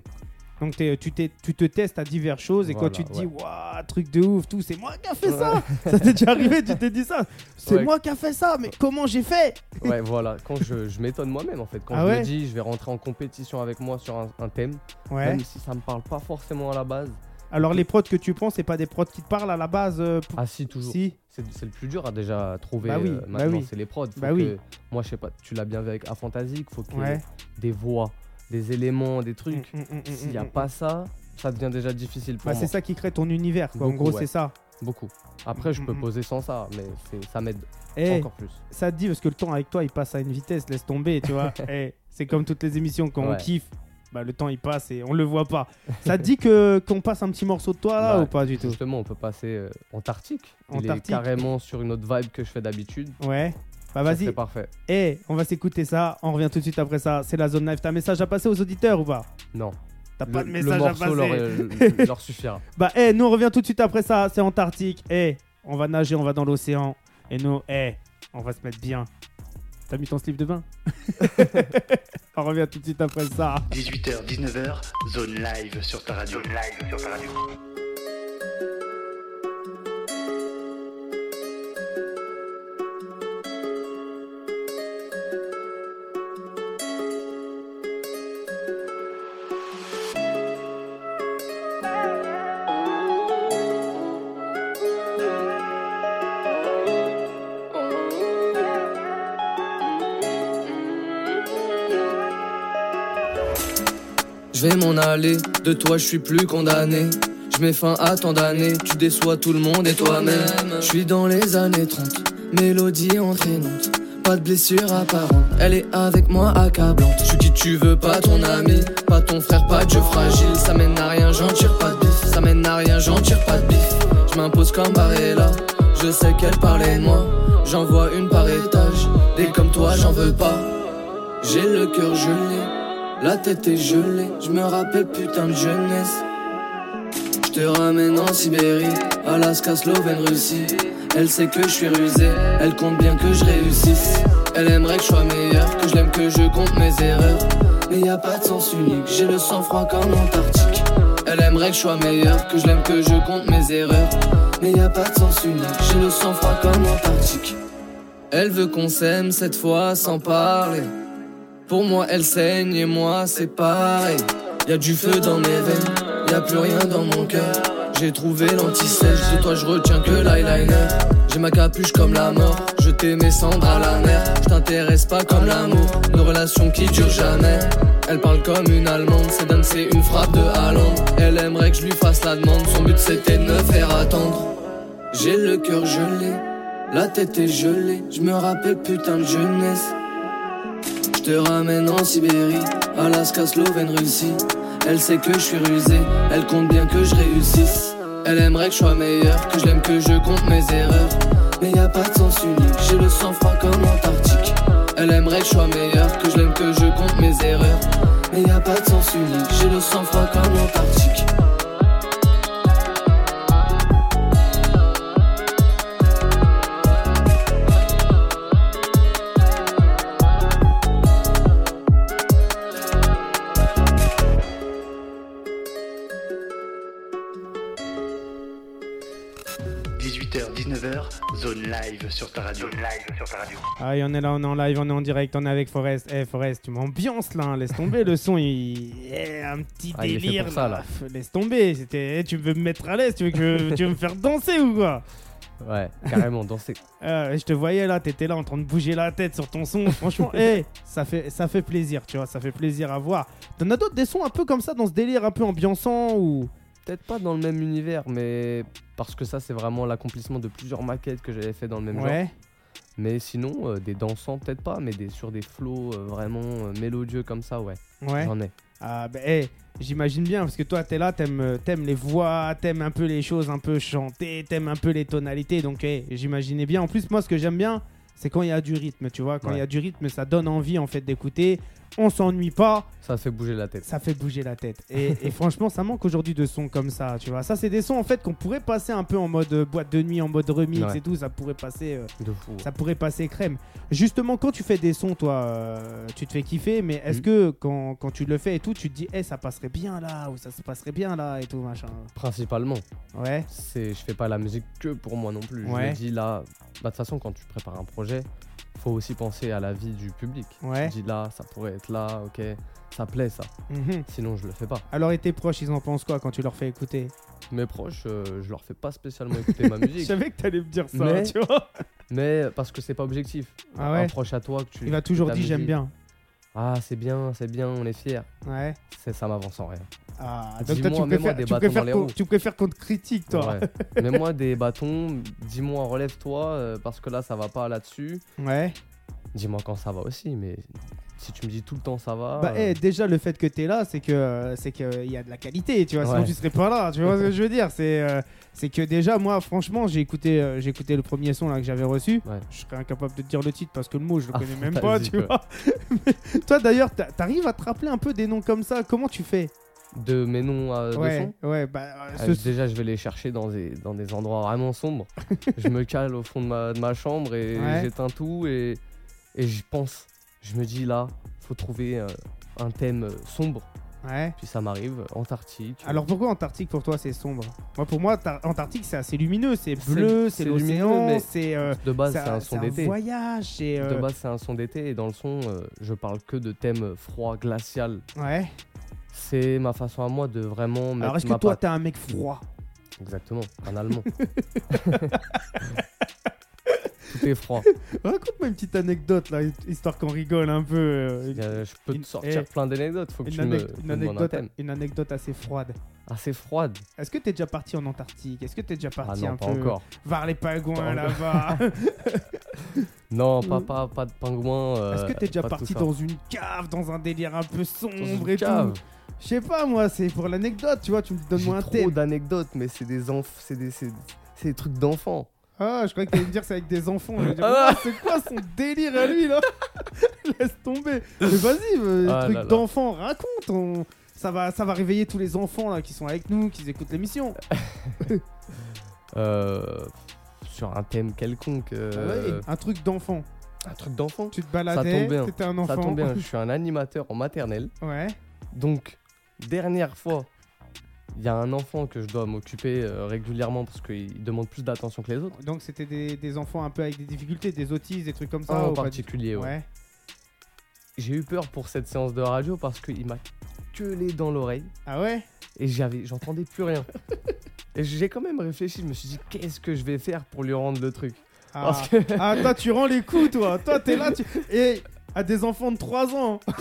Speaker 2: Donc t'es- tu, t'es- tu te testes à diverses choses et
Speaker 3: Voilà,
Speaker 2: quand tu te dis
Speaker 3: ouais.
Speaker 2: waouh truc de ouf tout c'est moi qui a fait ça ça t'est déjà arrivé tu t'es dit ça c'est
Speaker 3: Ouais.
Speaker 2: moi qui a fait ça mais comment j'ai fait
Speaker 3: Ouais, voilà. Quand je, je m'étonne moi-même en fait. Quand
Speaker 2: Ah
Speaker 3: je
Speaker 2: ouais
Speaker 3: me dis, je vais rentrer en compétition avec moi sur un- un thème.
Speaker 2: ouais
Speaker 3: même si ça me parle pas forcément à la base,
Speaker 2: Alors les prods que tu prends, c'est pas des prods qui te parlent à la base euh, p-
Speaker 3: Ah si, toujours.
Speaker 2: Si,
Speaker 3: C'est c'est le plus dur à déjà trouver
Speaker 2: Bah oui,
Speaker 3: euh,
Speaker 2: bah
Speaker 3: maintenant,
Speaker 2: oui.
Speaker 3: c'est les prods. Faut
Speaker 2: Bah oui.
Speaker 3: que- Moi, je sais pas, tu l'as bien vu avec Afantasique, faut qu'il y ait
Speaker 2: ouais.
Speaker 3: des voix, des éléments, des trucs.
Speaker 2: Mm, mm, mm, mm,
Speaker 3: S'il n'y a
Speaker 2: mm,
Speaker 3: pas ça, ça devient déjà difficile pour
Speaker 2: Bah,
Speaker 3: moi.
Speaker 2: c'est ça qui crée ton univers, quoi. en
Speaker 3: Beaucoup,
Speaker 2: gros,
Speaker 3: ouais.
Speaker 2: c'est ça.
Speaker 3: Beaucoup. Après, je peux
Speaker 2: Mm, mm.
Speaker 3: poser sans ça, mais c'est- ça m'aide
Speaker 2: Eh,
Speaker 3: encore plus.
Speaker 2: ça te dit parce que le temps avec toi il passe à une vitesse, laisse tomber, tu vois. Eh, c'est comme toutes les émissions quand on
Speaker 3: Ouais.
Speaker 2: kiffe, bah le temps il passe et on le voit pas. Ça te dit que qu'on passe un petit morceau de toi là
Speaker 3: Bah,
Speaker 2: ou pas du tout
Speaker 3: Justement, on peut passer euh, Antarctique. Il est
Speaker 2: Antarctique.
Speaker 3: carrément sur une autre vibe que je fais d'habitude.
Speaker 2: Ouais. Bah
Speaker 3: Ça,
Speaker 2: vas-y,
Speaker 3: C'est parfait.
Speaker 2: eh, on va s'écouter ça, on revient tout de suite après ça. C'est la zone live. T'as un message à passer aux auditeurs ou pas
Speaker 3: Non.
Speaker 2: T'as
Speaker 3: Le-
Speaker 2: pas de message
Speaker 3: le
Speaker 2: à
Speaker 3: morceau
Speaker 2: passer.
Speaker 3: leur, euh, leur suffira.
Speaker 2: Bah, eh, nous on revient tout de suite après ça, c'est Antarctique. Eh, on va nager, on va dans l'océan. Et nous, eh, on va se mettre bien. T'as mis ton slip de bain On revient tout de suite après ça.
Speaker 1: 18h, 19h, zone live sur ta radio. Zone live sur ta radio.
Speaker 5: Je vais m'en aller, de toi je suis plus condamné. Je mets fin à tant d'années, tu déçois tout le monde et toi-même. Je suis dans les années 30, mélodie entraînante, pas de blessure apparente. Elle est avec moi accablante. Je suis qui tu veux, pas ton ami, pas ton frère, pas Dieu fragile. Ça mène à rien, j'en tire pas de bif. Ça mène à rien, j'en tire pas de bif. Je m'impose comme Barella, je sais qu'elle parlait de moi. J'envoie une par étage, des comme toi j'en veux pas. J'ai le cœur gelé, la tête est gelée, je me rappelle putain de jeunesse. Je te ramène en Sibérie, Alaska, Slovène, Russie. Elle sait que je suis rusé, elle compte bien que je réussisse. Elle aimerait que je sois meilleur, que je l'aime, que je compte mes erreurs. Mais y a pas de sens unique, j'ai le sang froid comme l'Antarctique. Elle aimerait que je sois meilleur, que je l'aime, que je compte mes erreurs. Mais y a pas de sens unique, j'ai le sang froid comme l'Antarctique. Elle veut qu'on s'aime cette fois sans parler. Pour moi elle saigne et moi c'est pareil Y a du feu dans mes veines, y a plus rien dans mon cœur J'ai trouvé l'antisèche, de toi je retiens que l'eyeliner J'ai ma capuche comme la mort, je t'aimais cendre à la mer Je t'intéresse pas comme l'amour, nos relations qui durent jamais Elle parle comme une allemande, c'est dingue c'est une frappe de Hollande Elle aimerait que je lui fasse la demande, son but c'était de me faire attendre J'ai le cœur gelé, la tête est gelée, je me rappelle putain de jeunesse je te ramène en Sibérie, Alaska, Slovène, Russie. Elle sait que je suis rusé, elle compte bien que je réussisse. Elle aimerait que je sois meilleur, que je l'aime, que je compte mes erreurs. Mais y a pas de sens unique, j'ai le sang froid comme l'Antarctique. Elle aimerait que je sois meilleur, que je l'aime, que je compte mes erreurs. Mais y a pas de sens unique, j'ai le sang froid comme l'Antarctique.
Speaker 1: Zone live. 18h, 19h, zone live sur ta radio. Zone live sur ta radio.
Speaker 2: Ah, et on est là, on est en live, on est en direct, on est avec Forest. Eh, Forest, tu m'ambiances là, hein, laisse tomber le son, il. Eh, un petit
Speaker 3: Ah, il est fait
Speaker 2: délire
Speaker 3: pour ça, là.
Speaker 2: Pff, Laisse tomber, c'était. eh, tu veux me mettre à l'aise, tu veux, que... tu veux me faire danser ou quoi
Speaker 3: Ouais, carrément, danser.
Speaker 2: Euh, Je te voyais là, t'étais là en train de bouger la tête sur ton son. Franchement, eh, ça, fait, ça fait plaisir, tu vois, ça fait plaisir à voir. T'en as d'autres des sons un peu comme ça, dans ce délire un peu ambiançant ou.
Speaker 3: Peut-être pas dans le même univers, mais parce que ça, c'est vraiment l'accomplissement de plusieurs maquettes que j'avais fait dans le même genre.
Speaker 2: Ouais.
Speaker 3: Mais sinon, euh, des dansants, peut-être pas, mais des, sur des flots euh, vraiment euh, mélodieux comme ça, ouais.
Speaker 2: Ouais.
Speaker 3: J'en ai.
Speaker 2: Ah bah, eh, j'imagine bien, parce que toi, t'es là, t'aimes, euh, t'aimes les voix, t'aimes un peu les choses un peu chantées, t'aimes un peu les tonalités, donc eh, j'imaginais bien. En plus, moi, ce que j'aime bien, c'est quand il y a du rythme, tu vois, quand il y a du rythme, ça donne envie, en fait, d'écouter, on s'ennuie pas,
Speaker 3: Ça fait bouger la tête.
Speaker 2: ça fait bouger la tête. Et, et franchement, ça manque aujourd'hui de sons comme ça, tu vois. Ça, c'est des sons, en fait, qu'on pourrait passer un peu en mode euh, boîte de nuit, en mode remix
Speaker 3: Ouais.
Speaker 2: et tout, ça pourrait passer... euh,
Speaker 3: De fou.
Speaker 2: ça pourrait passer crème. Justement, quand tu fais des sons, toi, euh, tu te fais kiffer, mais est-ce
Speaker 3: Mhm.
Speaker 2: que quand, quand tu le fais et tout, tu te dis, eh, ça passerait bien là, ou ça se passerait bien là, et tout, machin.
Speaker 3: Principalement.
Speaker 2: Ouais,
Speaker 3: c'est je fais pas la musique que pour moi non plus. Je
Speaker 2: Ouais.
Speaker 3: me dis là, bah, de toute façon quand tu prépares un projet, faut aussi penser à la vie du public.
Speaker 2: ouais.
Speaker 3: Je dis là, ça pourrait être là, ok, ça plaît ça.
Speaker 2: Mhm.
Speaker 3: Sinon je le fais pas.
Speaker 2: Alors, et tes proches, ils en pensent quoi quand tu leur fais écouter
Speaker 3: Mes proches, euh, je leur fais pas spécialement écouter ma
Speaker 2: Je
Speaker 3: musique.
Speaker 2: savais que t'allais me dire ça,
Speaker 3: Mais-
Speaker 2: tu vois.
Speaker 3: Mais parce que c'est pas objectif.
Speaker 2: Ah ouais
Speaker 3: Un proche à toi que tu.
Speaker 2: Il m'a toujours
Speaker 3: ta
Speaker 2: dit j'aime
Speaker 3: musique.
Speaker 2: bien.
Speaker 3: Ah, c'est bien, c'est bien, on est fiers.
Speaker 2: Ouais.
Speaker 3: C'est- Ça m'avance en rien.
Speaker 2: Ah, donc toi,
Speaker 3: Dis-moi,
Speaker 2: tu
Speaker 3: mets-moi
Speaker 2: préfères,
Speaker 3: des
Speaker 2: tu
Speaker 3: bâtons
Speaker 2: préfères
Speaker 3: dans les
Speaker 2: qu'on-
Speaker 3: roues.
Speaker 2: tu préfères qu'on te critique, toi.
Speaker 3: Ouais. Mets-moi des bâtons, dis-moi relève-toi euh, parce que là ça va pas là-dessus.
Speaker 2: ouais.
Speaker 3: Dis-moi quand ça va aussi, mais si tu me dis tout le temps ça va.
Speaker 2: Bah,
Speaker 3: euh,
Speaker 2: eh, déjà, le fait que t'es là, c'est que c'est qu'il y a de la qualité, tu vois. Sinon,
Speaker 3: Ouais.
Speaker 2: tu serais pas là, tu vois ce que je veux dire. C'est euh, c'est que déjà, moi, franchement, j'ai écouté, euh, j'ai écouté le premier son là, que j'avais reçu.
Speaker 3: Ouais.
Speaker 2: Je serais incapable de te dire le titre parce que le mot, je le
Speaker 3: Ah,
Speaker 2: connais même pas,
Speaker 3: vas-y,
Speaker 2: tu
Speaker 3: quoi.
Speaker 2: vois. Mais toi, d'ailleurs, t'a- t'arrives à te rappeler un peu des noms comme ça. Comment tu fais
Speaker 3: de mes noms à de
Speaker 2: Ouais,
Speaker 3: sons.
Speaker 2: ouais, bah,
Speaker 3: Ah,
Speaker 2: ce-
Speaker 3: déjà, je vais les chercher dans des, dans des endroits vraiment sombres. je me cale au fond de ma, de ma chambre et
Speaker 2: Ouais.
Speaker 3: j'éteins tout et, et j'y pense. Je me dis là, faut trouver euh, un thème euh, sombre.
Speaker 2: ouais.
Speaker 3: Puis ça m'arrive, Antarctique.
Speaker 2: Alors pourquoi Antarctique pour toi c'est sombre Moi pour moi Tar- Antarctique c'est assez lumineux, c'est
Speaker 3: C'est-
Speaker 2: bleu, c'est
Speaker 3: c'est lumineux,
Speaker 2: l'océan,
Speaker 3: mais-
Speaker 2: c'est euh,
Speaker 3: de base,
Speaker 2: c'est
Speaker 3: c'est un son d'été.
Speaker 2: voyage, c'est euh,
Speaker 3: De base, c'est un son d'été et dans le son, euh, je parle que de thèmes euh, froids, glacial.
Speaker 2: ouais.
Speaker 3: C'est ma façon à moi de vraiment mettre
Speaker 2: Alors est-ce que
Speaker 3: ma
Speaker 2: toi
Speaker 3: patte.
Speaker 2: t'es un mec froid
Speaker 3: Exactement, un Allemand. Tout est froid.
Speaker 2: Raconte-moi une petite anecdote là, histoire qu'on rigole un peu. euh,
Speaker 3: Euh, je peux
Speaker 2: Une-
Speaker 3: te sortir
Speaker 2: eh,
Speaker 3: plein d'anecdotes. Faut que
Speaker 2: une,
Speaker 3: tu me,
Speaker 2: anec-
Speaker 3: tu
Speaker 2: une
Speaker 3: me demandes un
Speaker 2: anecdote,
Speaker 3: thème.
Speaker 2: une anecdote assez froide.
Speaker 3: Assez froide.
Speaker 2: Est-ce que t'es déjà parti en Antarctique Est-ce que t'es déjà
Speaker 3: Ah
Speaker 2: parti
Speaker 3: non,
Speaker 2: un
Speaker 3: pas
Speaker 2: peu
Speaker 3: encore.
Speaker 2: vers les pingouins
Speaker 3: Pas
Speaker 2: là-bas
Speaker 3: Non,
Speaker 2: Mm.
Speaker 3: pas, pas, pas de pingouin. euh,
Speaker 2: Est-ce que t'es déjà
Speaker 3: pas de tout
Speaker 2: parti
Speaker 3: ça.
Speaker 2: dans une cave, dans un délire un peu
Speaker 3: Dans une
Speaker 2: sombre et
Speaker 3: cave.
Speaker 2: tout Je sais pas moi, c'est pour l'anecdote, tu vois, tu me dis
Speaker 3: J'ai
Speaker 2: donne-moi un
Speaker 3: trop
Speaker 2: thème.
Speaker 3: d'anecdotes, mais c'est des enf- c'est des, c'est- c'est des trucs d'enfants.
Speaker 2: Ah, je croyais que t'allais me dire c'est avec des enfants. Je vais dire,
Speaker 3: Ah.
Speaker 2: Ouah, c'est quoi son délire à lui là Laisse tomber. Mais vas-y, euh,
Speaker 3: Ah là
Speaker 2: truc
Speaker 3: là.
Speaker 2: d'enfant, raconte. on- Ça, va, ça va réveiller tous les enfants là qui sont avec nous, qui écoutent l'émission.
Speaker 3: Euh, sur un thème quelconque. euh,
Speaker 2: Ah Ouais, un truc d'enfant.
Speaker 3: Un truc d'enfant.
Speaker 2: Tu te
Speaker 3: Ça
Speaker 2: baladais,
Speaker 3: tombe bien.
Speaker 2: t'étais un
Speaker 3: Ça
Speaker 2: enfant.
Speaker 3: tombe bien, je suis un animateur en maternelle.
Speaker 2: Ouais.
Speaker 3: Donc, dernière fois, il y a un enfant que je dois m'occuper euh, régulièrement parce qu'il demande plus d'attention que les autres.
Speaker 2: Donc c'était des, des enfants un peu avec des difficultés, des autistes, des trucs comme ça.
Speaker 3: Un
Speaker 2: Ah, ou
Speaker 3: en
Speaker 2: pas du-
Speaker 3: Oh, particulier, ouais.
Speaker 2: Ouais.
Speaker 3: J'ai eu peur pour cette séance de radio parce qu'il m'a gueulé dans l'oreille
Speaker 2: Ah ouais
Speaker 3: et j'avais, j'entendais plus rien. et j'ai quand même réfléchi, je me suis dit qu'est-ce que je vais faire pour lui rendre le truc.
Speaker 2: ah.
Speaker 3: Parce que
Speaker 2: Ah, toi tu rends les coups toi. Toi t'es là, tu. Et à des enfants de 3 ans. hein.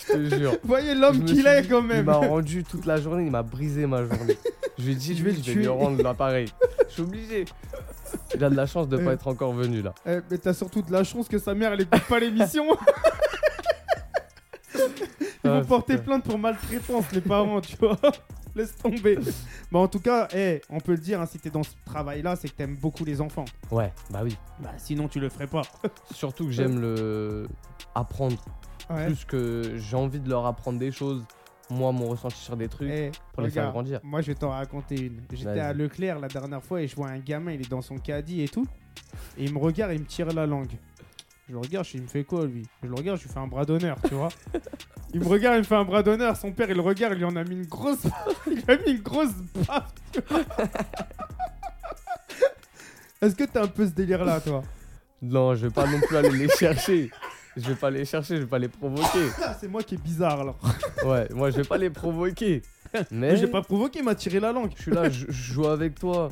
Speaker 3: je te jure,
Speaker 2: Voyez
Speaker 3: Je
Speaker 2: l'homme
Speaker 3: me
Speaker 2: qu'il
Speaker 3: suis
Speaker 2: est
Speaker 3: dit,
Speaker 2: quand
Speaker 3: il
Speaker 2: même.
Speaker 3: m'a rendu toute la journée, il m'a brisé ma journée. Je lui ai dit,
Speaker 2: Je
Speaker 3: je
Speaker 2: vais
Speaker 3: vais,
Speaker 2: le
Speaker 3: je vais
Speaker 2: tuer.
Speaker 3: lui rendre l'appareil. Je suis obligé. Il a de la chance de
Speaker 2: Euh.
Speaker 3: pas être encore venu là.
Speaker 2: Eh, mais t'as surtout de la chance que sa mère elle écoute pas l'émission. Ils vont
Speaker 3: Ah,
Speaker 2: porter
Speaker 3: putain.
Speaker 2: plainte pour maltraitance les parents, tu vois. Laisse tomber. Bah en tout cas, eh, on peut le dire, hein, si t'es dans ce travail-là, c'est que t'aimes beaucoup les enfants.
Speaker 3: Ouais, bah oui.
Speaker 2: Bah sinon tu le ferais pas.
Speaker 3: Surtout que j'aime le apprendre
Speaker 2: Ouais.
Speaker 3: plus que j'ai envie de leur apprendre des choses. Moi, mon ressenti sur des trucs
Speaker 2: Eh,
Speaker 3: pour les faire
Speaker 2: regarde,
Speaker 3: grandir.
Speaker 2: Moi, je vais t'en raconter une. J'étais
Speaker 3: Vas-y.
Speaker 2: à Leclerc la dernière fois et je vois un gamin, il est dans son caddie et tout. Et il me regarde, il me tire la langue. Je le regarde, je fais, il me fait quoi lui Je le regarde, je lui fais un bras d'honneur, tu vois. Il me regarde, il me fait un bras d'honneur. Son père, il le regarde, il lui en a mis une grosse. il lui a mis une grosse baffe, tu vois. Est-ce que t'as un peu ce délire là, toi
Speaker 3: Non, je vais pas non plus aller les chercher. Je vais pas les chercher, je vais pas les provoquer.
Speaker 2: Ah, C'est moi qui est bizarre alors.
Speaker 3: Ouais, moi je vais pas les provoquer. Mais
Speaker 2: Mais j'ai pas provoqué, il m'a tiré la langue.
Speaker 3: je suis là, je, je joue avec toi.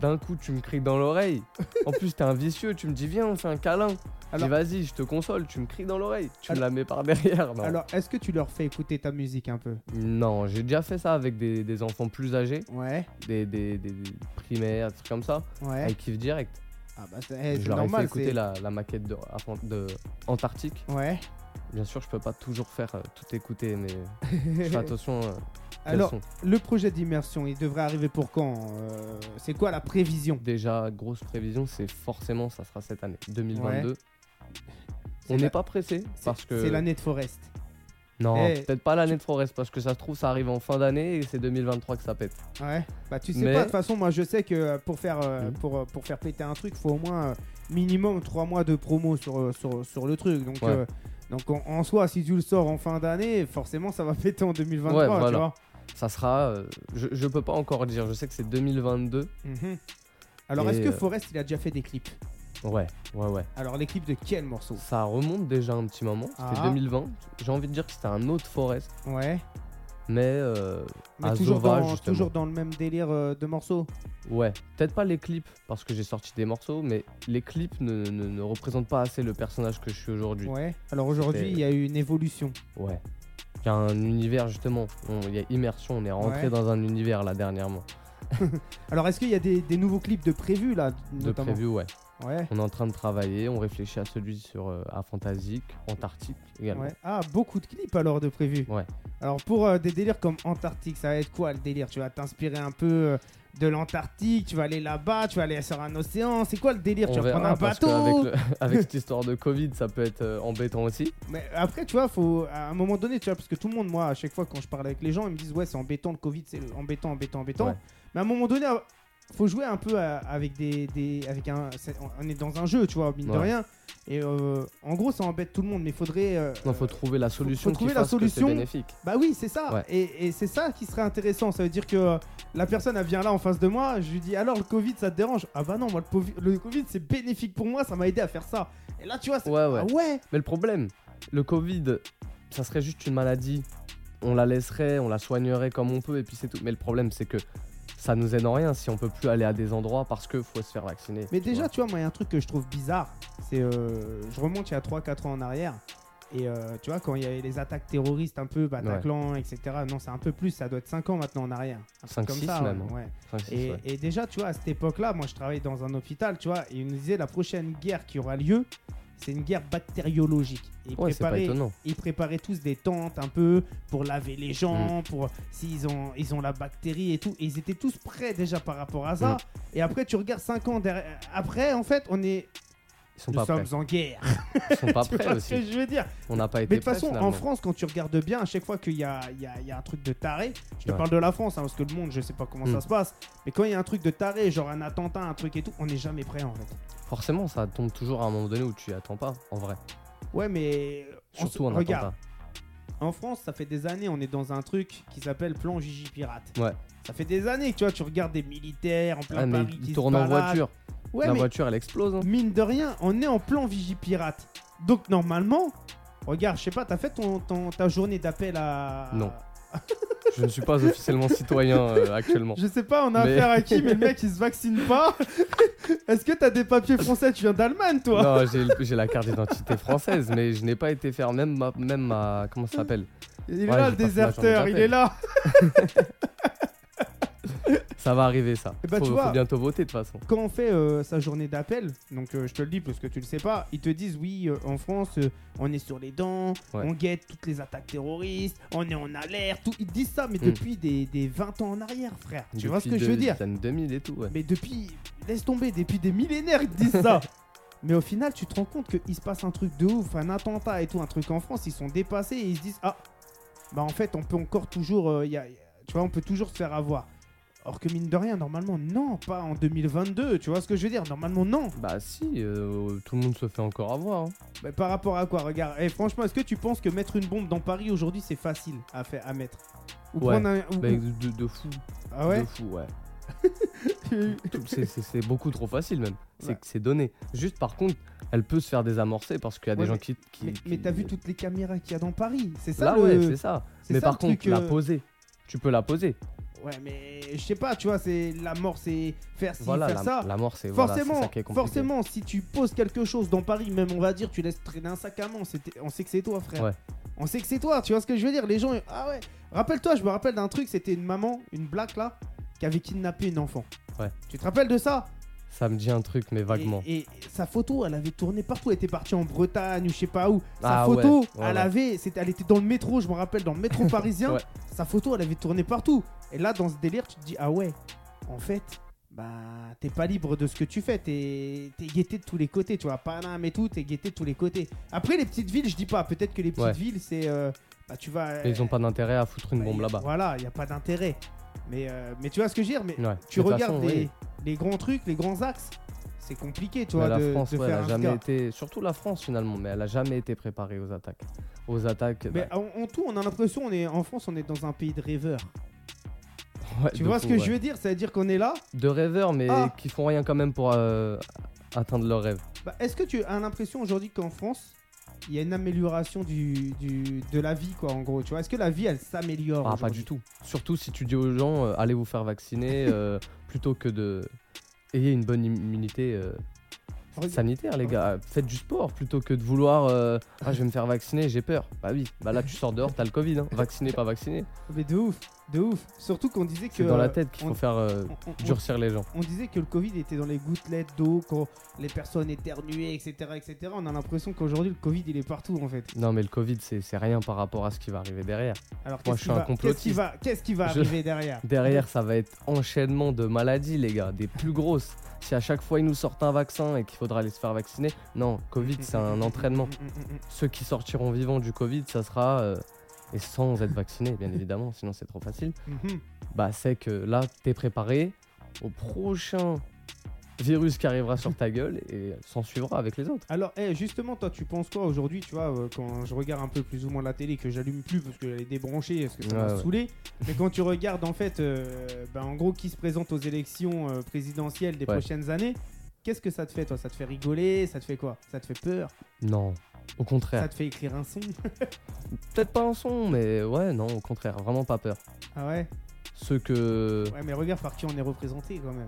Speaker 3: D'un coup, tu me cries dans l'oreille. En plus, t'es un vicieux, tu me dis viens, on fait un câlin. Je dis,
Speaker 2: Alors-
Speaker 3: vas-y, je te console, tu me cries dans l'oreille. Tu me
Speaker 2: Alors-
Speaker 3: la mets par derrière. Non,
Speaker 2: Alors, est-ce que tu leur fais écouter ta musique un peu
Speaker 3: non j'ai déjà fait ça avec des, des enfants plus âgés,
Speaker 2: Ouais,
Speaker 3: des, des, des- des primaires, des trucs comme ça.
Speaker 2: ouais.
Speaker 3: Avec Kiff Direct.
Speaker 2: Ah bah c'est eh, c'est
Speaker 3: je leur ai fait
Speaker 2: normal.
Speaker 3: écouter
Speaker 2: c'est-
Speaker 3: la, la maquette de, avant- de Antarctique.
Speaker 2: Ouais.
Speaker 3: Bien sûr, je peux pas toujours faire euh, tout écouter, mais je fais attention. euh, quels
Speaker 2: Alors,
Speaker 3: sont.
Speaker 2: le projet d'immersion, il devrait arriver pour quand Euh, C'est quoi la prévision
Speaker 3: déjà, grosse prévision, c'est forcément, ça sera cette année, 2022.
Speaker 2: C'est
Speaker 3: On n'est
Speaker 2: la-
Speaker 3: pas pressé
Speaker 2: c'est-
Speaker 3: parce que.
Speaker 2: C'est l'année de Forest.
Speaker 3: Non,
Speaker 2: Eh,
Speaker 3: peut-être pas l'année de Forest parce que ça se trouve, ça arrive en fin d'année et c'est 2023 que ça pète.
Speaker 2: Ouais. Bah tu sais
Speaker 3: Mais-
Speaker 2: pas, de toute façon, moi je sais que euh, pour faire, euh,
Speaker 3: Mhm.
Speaker 2: pour, euh, pour faire péter un truc, faut au moins euh, minimum 3 mois de promo sur, euh, sur, sur le truc. Donc,
Speaker 3: Ouais.
Speaker 2: euh, donc en, en soi, si tu le sors en fin d'année, forcément ça va péter en 2023,
Speaker 3: Ouais,
Speaker 2: tu
Speaker 3: voilà.
Speaker 2: vois.
Speaker 3: Ça sera. euh, je, je peux pas encore dire, je sais que c'est 2022.
Speaker 2: Mhm. Alors
Speaker 3: Et,
Speaker 2: est-ce que
Speaker 3: euh,
Speaker 2: Forest, il a déjà fait des clips
Speaker 3: Ouais, ouais, ouais.
Speaker 2: Alors les clips de quel morceau
Speaker 3: Ça remonte déjà un petit moment, c'était
Speaker 2: Ah.
Speaker 3: 2020. J'ai envie de dire que c'était un autre Forest
Speaker 2: Ouais.
Speaker 3: mais, euh,
Speaker 2: Mais
Speaker 3: à
Speaker 2: toujours
Speaker 3: Zova,
Speaker 2: dans,
Speaker 3: justement.
Speaker 2: toujours dans le même délire euh, de morceaux.
Speaker 3: Ouais, peut-être pas les clips parce que j'ai sorti des morceaux, mais les clips ne, ne- ne représentent pas assez le personnage que je suis aujourd'hui. Ouais.
Speaker 2: Ouais. Alors aujourd'hui,
Speaker 3: C'était-
Speaker 2: il y a eu une évolution.
Speaker 3: Il y a un univers justement, on- il y a immersion, on est rentré
Speaker 2: Ouais.
Speaker 3: dans un univers là dernièrement.
Speaker 2: Alors est-ce qu'il y a des, des nouveaux clips de prévus là notamment
Speaker 3: De prévu, ouais.
Speaker 2: Ouais.
Speaker 3: On est en train de travailler, on réfléchit à celui sur euh, à Fantasique, Antarctique également.
Speaker 2: Ouais. Ah, beaucoup de clips alors de prévus.
Speaker 3: Ouais.
Speaker 2: Alors pour euh, des délires comme Antarctique, ça va être quoi le délire Tu vas t'inspirer un peu euh, de l'Antarctique, tu vas aller là-bas, tu vas aller sur un océan. C'est quoi le délire
Speaker 3: On
Speaker 2: Tu vas prendre
Speaker 3: verra,
Speaker 2: un
Speaker 3: parce
Speaker 2: bateau
Speaker 3: qu'avec le- avec cette histoire de Covid, ça peut être euh, embêtant aussi.
Speaker 2: Mais après, tu vois, faut à un moment donné, tu vois, parce que tout le monde, moi, à chaque fois quand je parle avec les gens, ils me disent ouais, c'est embêtant le Covid, c'est embêtant, embêtant, embêtant.
Speaker 3: Ouais.
Speaker 2: Mais à un moment donné, ah, faut jouer un peu à- avec des, des- avec un, c'est- on est dans un jeu, tu vois, mine de
Speaker 3: Ouais.
Speaker 2: rien. Et euh, en gros, ça embête tout le monde, mais faudrait. euh,
Speaker 3: Il faut trouver la solution
Speaker 2: trouver
Speaker 3: qui
Speaker 2: la
Speaker 3: fasse que c'est
Speaker 2: solution.
Speaker 3: bénéfique.
Speaker 2: Bah oui, c'est ça.
Speaker 3: Ouais.
Speaker 2: Et, et c'est ça qui serait intéressant. Ça veut dire que euh, la personne, elle vient là en face de moi, je lui dis alors le Covid, ça te dérange Ah bah non, moi le, povi- le Covid, c'est bénéfique pour moi, ça m'a aidé à faire ça. Et là, tu vois, c'est.
Speaker 3: Ouais, ouais.
Speaker 2: Ah ouais
Speaker 3: Mais le problème, le Covid, ça serait juste une maladie. On la laisserait, on la soignerait comme on peut, et puis c'est tout. Mais le problème, c'est que ça nous aide en rien si on peut plus aller à des endroits parce que faut se faire vacciner.
Speaker 2: Mais
Speaker 3: tu
Speaker 2: déjà,
Speaker 3: vois.
Speaker 2: tu vois, moi, il y a un truc que je trouve bizarre. C'est. euh, je remonte il y a 3-4 ans en arrière. Et euh, tu vois, quand il y avait les attaques terroristes un peu, Bataclan, etc. Non, c'est un peu plus, ça doit être 5 ans maintenant en arrière. Un truc
Speaker 3: Cinq,
Speaker 2: comme
Speaker 3: six
Speaker 2: ça, ouais,
Speaker 3: même, hein.
Speaker 2: ouais.
Speaker 3: Enfin, c'est-
Speaker 2: Et,
Speaker 3: ouais.
Speaker 2: et déjà, tu vois, à cette époque-là, moi je travaillais dans un hôpital, tu vois, et ils nous disaient la prochaine guerre qui aura lieu, c'est une guerre bactériologique. Et ils,
Speaker 3: Ouais, c'est pas
Speaker 2: préparaient,
Speaker 3: étonnant.
Speaker 2: ils préparaient tous des tentes un peu pour laver les
Speaker 3: Mm.
Speaker 2: gens, pour s'ils ont, ils ont la bactérie et tout. Et ils étaient tous prêts déjà par rapport à ça.
Speaker 3: Mm.
Speaker 2: Et après, tu regardes 5 ans derrière. Après, en fait, on est.
Speaker 3: Ils sont
Speaker 2: nous
Speaker 3: pas
Speaker 2: sommes
Speaker 3: prêts.
Speaker 2: en guerre.
Speaker 3: Ils sont pas
Speaker 2: tu
Speaker 3: prêts
Speaker 2: vois ce que
Speaker 3: aussi.
Speaker 2: je veux dire
Speaker 3: On n'a pas été
Speaker 2: mais de toute
Speaker 3: prêts,
Speaker 2: façon, en
Speaker 3: finalement.
Speaker 2: France, quand tu regardes bien, à chaque fois qu'il y a, il y a- il y a un truc de taré, je te
Speaker 3: Ouais.
Speaker 2: parle de la France, hein, parce que le monde, je sais pas comment
Speaker 3: Mm.
Speaker 2: ça se passe, mais quand il y a un truc de taré, genre un attentat, un truc et tout, on n'est jamais prêt en fait.
Speaker 3: Forcément, ça tombe toujours à un moment donné où tu y attends pas, en vrai.
Speaker 2: Ouais, mais. on se-
Speaker 3: Surtout en
Speaker 2: Regarde,
Speaker 3: attentat.
Speaker 2: en France, ça fait des années, on est dans un truc qui s'appelle Plan Gigi Pirate.
Speaker 3: Ouais.
Speaker 2: Ça fait des années que tu vois, tu regardes des militaires en plein
Speaker 3: Ah, mais
Speaker 2: Paris qui
Speaker 3: ils
Speaker 2: se
Speaker 3: tournent en
Speaker 2: baladent.
Speaker 3: voiture.
Speaker 2: Ouais,
Speaker 3: La
Speaker 2: mais
Speaker 3: voiture, elle explose. hein.
Speaker 2: mine de rien, on est en plan Vigipirate. Donc normalement, regarde, je sais pas, t'as fait ton, ton- ta journée d'appel à.
Speaker 3: Non. Je ne suis pas officiellement citoyen euh, actuellement.
Speaker 2: Je sais pas, on a
Speaker 3: Mais-
Speaker 2: affaire à qui, mais le mec il se vaccine pas. Est-ce que t'as des papiers français Tu viens d'Allemagne, toi
Speaker 3: Non, j'ai le- j'ai la carte d'identité française, mais je n'ai pas été faire même ma, même ma comment ça s'appelle
Speaker 2: Il est
Speaker 3: Ouais,
Speaker 2: là le
Speaker 3: j'ai pas fait ma
Speaker 2: déserteur,
Speaker 3: journée
Speaker 2: il est là.
Speaker 3: Ça va arriver ça.
Speaker 2: Eh ben,
Speaker 3: faut,
Speaker 2: tu vois.
Speaker 3: faut bientôt voter de toute façon.
Speaker 2: Quand on fait euh, sa journée d'appel, donc euh, je te le dis parce que tu le sais pas, ils te disent oui, euh, en France, euh, on est sur les dents,
Speaker 3: Ouais.
Speaker 2: on guette toutes les attaques terroristes, on est en alerte, tout. ils te disent ça, mais
Speaker 3: Mm.
Speaker 2: depuis des, des 20 ans en arrière, frère. Tu vois ce que
Speaker 3: Depuis
Speaker 2: je veux
Speaker 3: deux-
Speaker 2: dire
Speaker 3: des années 2000 et tout. Ouais.
Speaker 2: Mais depuis, laisse tomber, depuis des millénaires, ils te disent ça. Mais au final, tu te rends compte qu'il se passe un truc de ouf, un attentat et tout, un truc en France, ils sont dépassés et ils se disent Ah, bah en fait, on peut encore toujours. euh, y a- y a- tu vois, on peut toujours se faire avoir. Or que mine de rien, normalement, non, pas en 2022, tu vois ce que je veux dire Normalement, non.
Speaker 3: Bah si, euh, tout le monde se fait encore avoir. hein.
Speaker 2: Mais par rapport à quoi Regarde, et franchement, est-ce que tu penses que mettre une bombe dans Paris aujourd'hui, c'est facile à, faire, à mettre Ou
Speaker 3: Ouais. Bah,
Speaker 2: prendre un. ou-
Speaker 3: Mais de, de- de fou,
Speaker 2: ah ouais
Speaker 3: de fou, ouais. Tout- c'est- C'est c'est beaucoup trop facile même. C'est
Speaker 2: Ouais.
Speaker 3: que c'est donné. Juste par contre, elle peut se faire désamorcer parce qu'il y a des
Speaker 2: Ouais,
Speaker 3: gens
Speaker 2: mais-
Speaker 3: qui. qui-
Speaker 2: Mais, mais
Speaker 3: qui-
Speaker 2: t'as vu toutes les caméras qu'il y a dans Paris C'est ça
Speaker 3: Là
Speaker 2: le.
Speaker 3: ouais, c'est ça.
Speaker 2: c'est
Speaker 3: Mais
Speaker 2: ça
Speaker 3: par
Speaker 2: le
Speaker 3: contre,
Speaker 2: truc,
Speaker 3: la
Speaker 2: euh,
Speaker 3: poser. Tu peux la poser.
Speaker 2: Ouais, mais je sais pas, tu vois, c'est la mort, c'est faire ci,
Speaker 3: Voilà,
Speaker 2: faire
Speaker 3: la,
Speaker 2: ça.
Speaker 3: la mort, c'est voilà, c'est
Speaker 2: forcément,
Speaker 3: ça qui est compliqué.
Speaker 2: forcément, si tu poses quelque chose dans Paris, même on va dire, tu laisses traîner un sac à main, c'était- on sait que c'est toi, frère.
Speaker 3: Ouais.
Speaker 2: On sait que c'est toi, tu vois ce que je veux dire Les gens, ah ouais. Rappelle-toi, je me rappelle d'un truc, c'était une maman, une black là, qui avait kidnappé une enfant.
Speaker 3: Ouais.
Speaker 2: Tu te rappelles de ça
Speaker 3: Ça me dit un truc, mais vaguement.
Speaker 2: et, et sa photo, elle avait tourné partout. Elle était partie en Bretagne ou je sais pas où. Sa
Speaker 3: Ah
Speaker 2: photo,
Speaker 3: ouais, ouais,
Speaker 2: elle
Speaker 3: ouais.
Speaker 2: avait, c'était, elle était dans le métro, je me rappelle, dans le métro parisien.
Speaker 3: Ouais.
Speaker 2: Sa photo, elle avait tourné partout. Et là, dans ce délire, tu te dis ah ouais, en fait, bah t'es pas libre de ce que tu fais. T'es, t'es guetté de tous les côtés, tu vois, Paname et tout, t'es guetté de tous les côtés. Après les petites villes, je dis pas. Peut-être que les petites
Speaker 3: Ouais.
Speaker 2: villes, c'est, euh, bah tu vas.
Speaker 3: Ils ont pas d'intérêt à foutre une
Speaker 2: bah,
Speaker 3: bombe
Speaker 2: y a-
Speaker 3: là-bas.
Speaker 2: Voilà, il y a pas d'intérêt. Mais, euh, mais tu vois ce que je veux dire mais
Speaker 3: Ouais.
Speaker 2: tu
Speaker 3: De toute
Speaker 2: regardes
Speaker 3: façon,
Speaker 2: les,
Speaker 3: oui.
Speaker 2: les grands trucs, les grands axes, c'est compliqué, tu
Speaker 3: Mais
Speaker 2: vois,
Speaker 3: la
Speaker 2: de,
Speaker 3: France,
Speaker 2: de
Speaker 3: ouais, elle
Speaker 2: faire
Speaker 3: a
Speaker 2: un
Speaker 3: jamais
Speaker 2: score.
Speaker 3: été, surtout la France finalement, mais elle a jamais été préparée aux attaques. Aux attaques.
Speaker 2: Mais
Speaker 3: bah,
Speaker 2: en, en tout, on a l'impression, on est en France, on est dans un pays de rêveurs.
Speaker 3: bah, ouais,
Speaker 2: Tu
Speaker 3: de
Speaker 2: vois
Speaker 3: fou,
Speaker 2: ce que
Speaker 3: ouais.
Speaker 2: je veux dire C'est-à-dire qu'on est là.
Speaker 3: De rêveurs, mais
Speaker 2: Ah.
Speaker 3: qui font rien quand même pour euh, atteindre leurs rêves.
Speaker 2: Bah, Est-ce que tu as l'impression aujourd'hui qu'en France, il y a une amélioration du, du- de la vie, quoi, en gros. Tu vois, est-ce que la vie, elle s'améliore
Speaker 3: Ah, pas
Speaker 2: aujourd'hui
Speaker 3: du tout. Surtout si tu dis aux gens, euh, allez vous faire vacciner euh, plutôt que de. Ayez une bonne immunité euh,
Speaker 2: Regarde-
Speaker 3: sanitaire, les gars. Euh, Faites du sport plutôt que de vouloir. euh, ah, je vais me faire vacciner, j'ai peur. Bah oui, bah là, tu sors dehors, t'as le Covid. hein. Vacciné, pas vacciné.
Speaker 2: Mais de ouf, de ouf. Surtout qu'on disait que.
Speaker 3: C'est dans la
Speaker 2: euh,
Speaker 3: tête qu'il
Speaker 2: on-
Speaker 3: faut faire euh,
Speaker 2: on- on-
Speaker 3: durcir les gens.
Speaker 2: on disait que le Covid était dans les gouttelettes d'eau, quand les personnes éternuaient, etc. etc. On a l'impression qu'aujourd'hui, le Covid, il est partout, en fait.
Speaker 3: Non, mais le Covid, c'est c'est rien par rapport à ce qui va arriver derrière.
Speaker 2: Alors, qu'est-ce
Speaker 3: Moi, je
Speaker 2: qui
Speaker 3: suis un
Speaker 2: va- qu'est-ce qui
Speaker 3: complotiste.
Speaker 2: va, qu'est-ce qui va
Speaker 3: Je-
Speaker 2: arriver derrière
Speaker 3: Derrière, ça va être enchaînement de maladies, les gars, des plus grosses. Si à chaque fois ils nous sortent un vaccin et qu'il faudra aller se faire vacciner, non, Covid, c'est un entraînement.
Speaker 2: Mm,
Speaker 3: Ceux qui sortiront vivants du Covid, ça sera. euh, et sans être vaccinés, bien évidemment, sinon c'est trop facile.
Speaker 2: Mhm.
Speaker 3: Bah, c'est que là, t'es préparé au prochain virus qui arrivera sur ta gueule et s'en suivra avec les autres.
Speaker 2: Alors, eh, justement, toi, tu penses quoi aujourd'hui Tu vois, euh, quand je regarde un peu plus ou moins la télé, que j'allume plus parce que j'allais débrancher, parce que ça m'a
Speaker 3: Ouais, ouais.
Speaker 2: saoulé. Mais quand tu regardes, en fait, euh, ben, en gros, qui se présente aux élections euh, présidentielles des
Speaker 3: Ouais.
Speaker 2: prochaines années, qu'est-ce que ça te fait, toi Ça te fait rigoler Ça te fait quoi Ça te fait peur
Speaker 3: Non, au contraire.
Speaker 2: Ça te fait écrire un son
Speaker 3: Peut-être pas un son, mais ouais, non, au contraire, vraiment pas peur.
Speaker 2: Ah ouais
Speaker 3: Ceux que.
Speaker 2: Ouais, mais regarde par qui on est représenté quand même.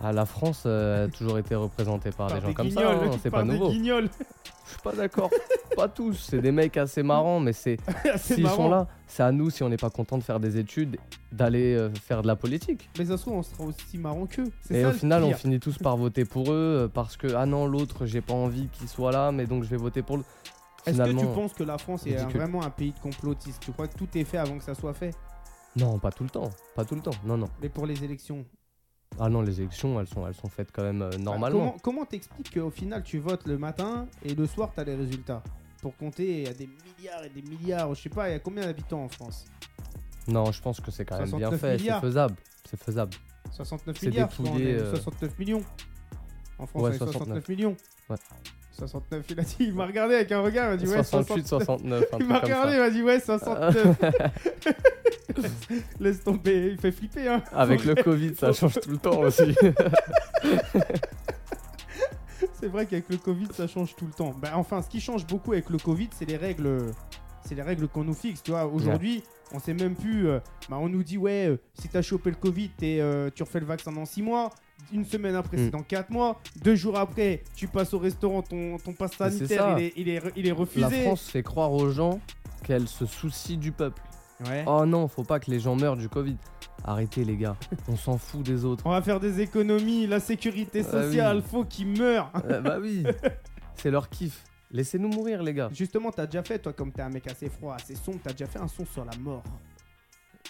Speaker 3: Ah, la France euh, a toujours été représentée par, des gens comme ça,
Speaker 2: guignols,
Speaker 3: hein, c'est
Speaker 2: par
Speaker 3: pas
Speaker 2: des
Speaker 3: nouveau.
Speaker 2: guignols.
Speaker 3: Je suis pas d'accord, pas tous, c'est des mecs assez marrants, mais c'est
Speaker 2: Ah, C'est
Speaker 3: s'ils sont
Speaker 2: marrant.
Speaker 3: là, c'est à nous, si on n'est pas content de faire des études, d'aller euh, faire de la politique.
Speaker 2: Mais ça se trouve, on sera aussi marrant qu'eux. C'est
Speaker 3: Et
Speaker 2: ça,
Speaker 3: au
Speaker 2: le
Speaker 3: final, on
Speaker 2: pire.
Speaker 3: finit tous par voter pour eux euh, parce que, ah non, l'autre, j'ai pas envie qu'il soit là, mais donc je vais voter pour le.
Speaker 2: Est-ce que tu
Speaker 3: Finalement,
Speaker 2: penses que la France est un-
Speaker 3: ridicule.
Speaker 2: vraiment un pays de complotistes Tu crois que tout est fait avant que ça soit fait
Speaker 3: Non, pas tout le temps, pas tout le temps, non, non.
Speaker 2: Mais pour les élections
Speaker 3: Ah non, les élections, elles sont, elles sont faites quand même euh, normalement.
Speaker 2: Bah, Comment- Comment t'expliques qu'au final tu votes le matin et le soir t'as les résultats Pour compter, il y a des milliards et des milliards. Je sais pas, il y a combien d'habitants en France
Speaker 3: Non, je pense que c'est quand même bien
Speaker 2: 69
Speaker 3: fait, c'est
Speaker 2: milliards.
Speaker 3: faisable, c'est faisable.
Speaker 2: 69
Speaker 3: C'est
Speaker 2: milliards, je crois,
Speaker 3: dépouillé,
Speaker 2: on est-
Speaker 3: euh,
Speaker 2: 69 millions. En France,
Speaker 3: Ouais,
Speaker 2: on est 69.
Speaker 3: 69
Speaker 2: millions.
Speaker 3: Ouais.
Speaker 2: 69, il a dit, il m'a regardé avec un regard, il m'a dit ouais,
Speaker 3: 68,
Speaker 2: 69.
Speaker 3: 69, un
Speaker 2: Il
Speaker 3: truc
Speaker 2: m'a
Speaker 3: comme ça. Euh.
Speaker 2: regardé, il m'a dit ouais, 69. Laisse tomber, il fait flipper. Hein.
Speaker 3: Avec le Covid, ça change tout le temps aussi.
Speaker 2: C'est vrai qu'avec le Covid, ça change tout le temps. Bah, enfin, ce qui change beaucoup avec le Covid, c'est les règles. C'est les règles qu'on nous fixe, tu vois. Aujourd'hui, on sait même plus. euh, bah, on nous dit, ouais, euh, si t'as chopé le Covid, t'es, euh, tu refais le vaccin dans 6 mois. Une semaine après,
Speaker 3: Mm.
Speaker 2: c'est dans 4 mois. Deux jours après, tu passes au restaurant, ton, ton passe
Speaker 3: Mais c'est
Speaker 2: sanitaire,
Speaker 3: ça.
Speaker 2: il est, il, est, il est
Speaker 3: La
Speaker 2: refusé.
Speaker 3: France fait croire aux gens qu'elle se soucie du peuple.
Speaker 2: Ouais.
Speaker 3: Oh non, faut pas que les gens meurent du Covid. Arrêtez les gars, on s'en fout des autres.
Speaker 2: On va faire des économies, la sécurité
Speaker 3: Ah oui.
Speaker 2: sociale, faut qu'ils meurent.
Speaker 3: Euh, bah oui, c'est leur kiff. Laissez-nous mourir les gars.
Speaker 2: Justement, t'as déjà fait, toi, comme t'es un mec assez froid, assez sombre, t'as déjà fait un son sur la mort.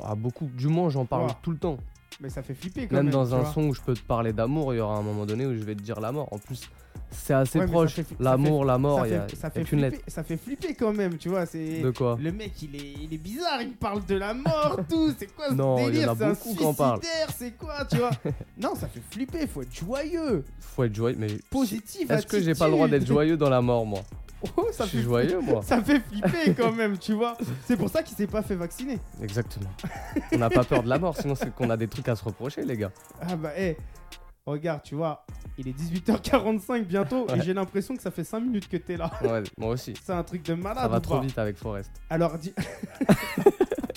Speaker 3: Ah, beaucoup, du moins j'en parle
Speaker 2: Ouah.
Speaker 3: tout le temps.
Speaker 2: Mais ça fait flipper quand
Speaker 3: Même,
Speaker 2: même. tu
Speaker 3: dans un
Speaker 2: vois.
Speaker 3: son où je peux te parler d'amour, il y aura un moment donné où je vais te dire la mort. En plus, c'est assez
Speaker 2: Ouais, mais ça
Speaker 3: proche.
Speaker 2: fait fli- ça
Speaker 3: L'amour, la
Speaker 2: ça
Speaker 3: mort, il y
Speaker 2: fait,
Speaker 3: a,
Speaker 2: ça
Speaker 3: y a
Speaker 2: fait
Speaker 3: qu'une
Speaker 2: flipper,
Speaker 3: lettre.
Speaker 2: ça fait flipper quand même, tu vois. C'est
Speaker 3: De quoi
Speaker 2: le mec, il est, il est bizarre, il parle de la mort, tout. C'est quoi ce
Speaker 3: Non, il y en
Speaker 2: délire
Speaker 3: a
Speaker 2: C'est un
Speaker 3: beaucoup qui en parlent.
Speaker 2: suicidaire, c'est quoi, tu vois Non, ça fait flipper. Faut être joyeux,
Speaker 3: Faut être joyeux, mais
Speaker 2: positif.
Speaker 3: est-ce que j'ai pas le droit d'être
Speaker 2: attitude.
Speaker 3: joyeux dans la mort moi
Speaker 2: Oh, ça
Speaker 3: Je suis
Speaker 2: fait-
Speaker 3: joyeux moi.
Speaker 2: Ça fait flipper quand même, tu vois. C'est pour ça qu'il s'est pas fait vacciner.
Speaker 3: Exactement. On n'a pas peur de la mort, sinon c'est qu'on a des trucs à se reprocher, les gars.
Speaker 2: Ah bah, hé, regarde, tu vois, il est 18h45 bientôt et
Speaker 3: Ouais.
Speaker 2: j'ai l'impression que ça fait 5 minutes que t'es là.
Speaker 3: Ouais, moi aussi.
Speaker 2: C'est un truc de malade.
Speaker 3: Ça va
Speaker 2: ou
Speaker 3: trop
Speaker 2: pas
Speaker 3: vite avec Forest.
Speaker 2: Alors, dis,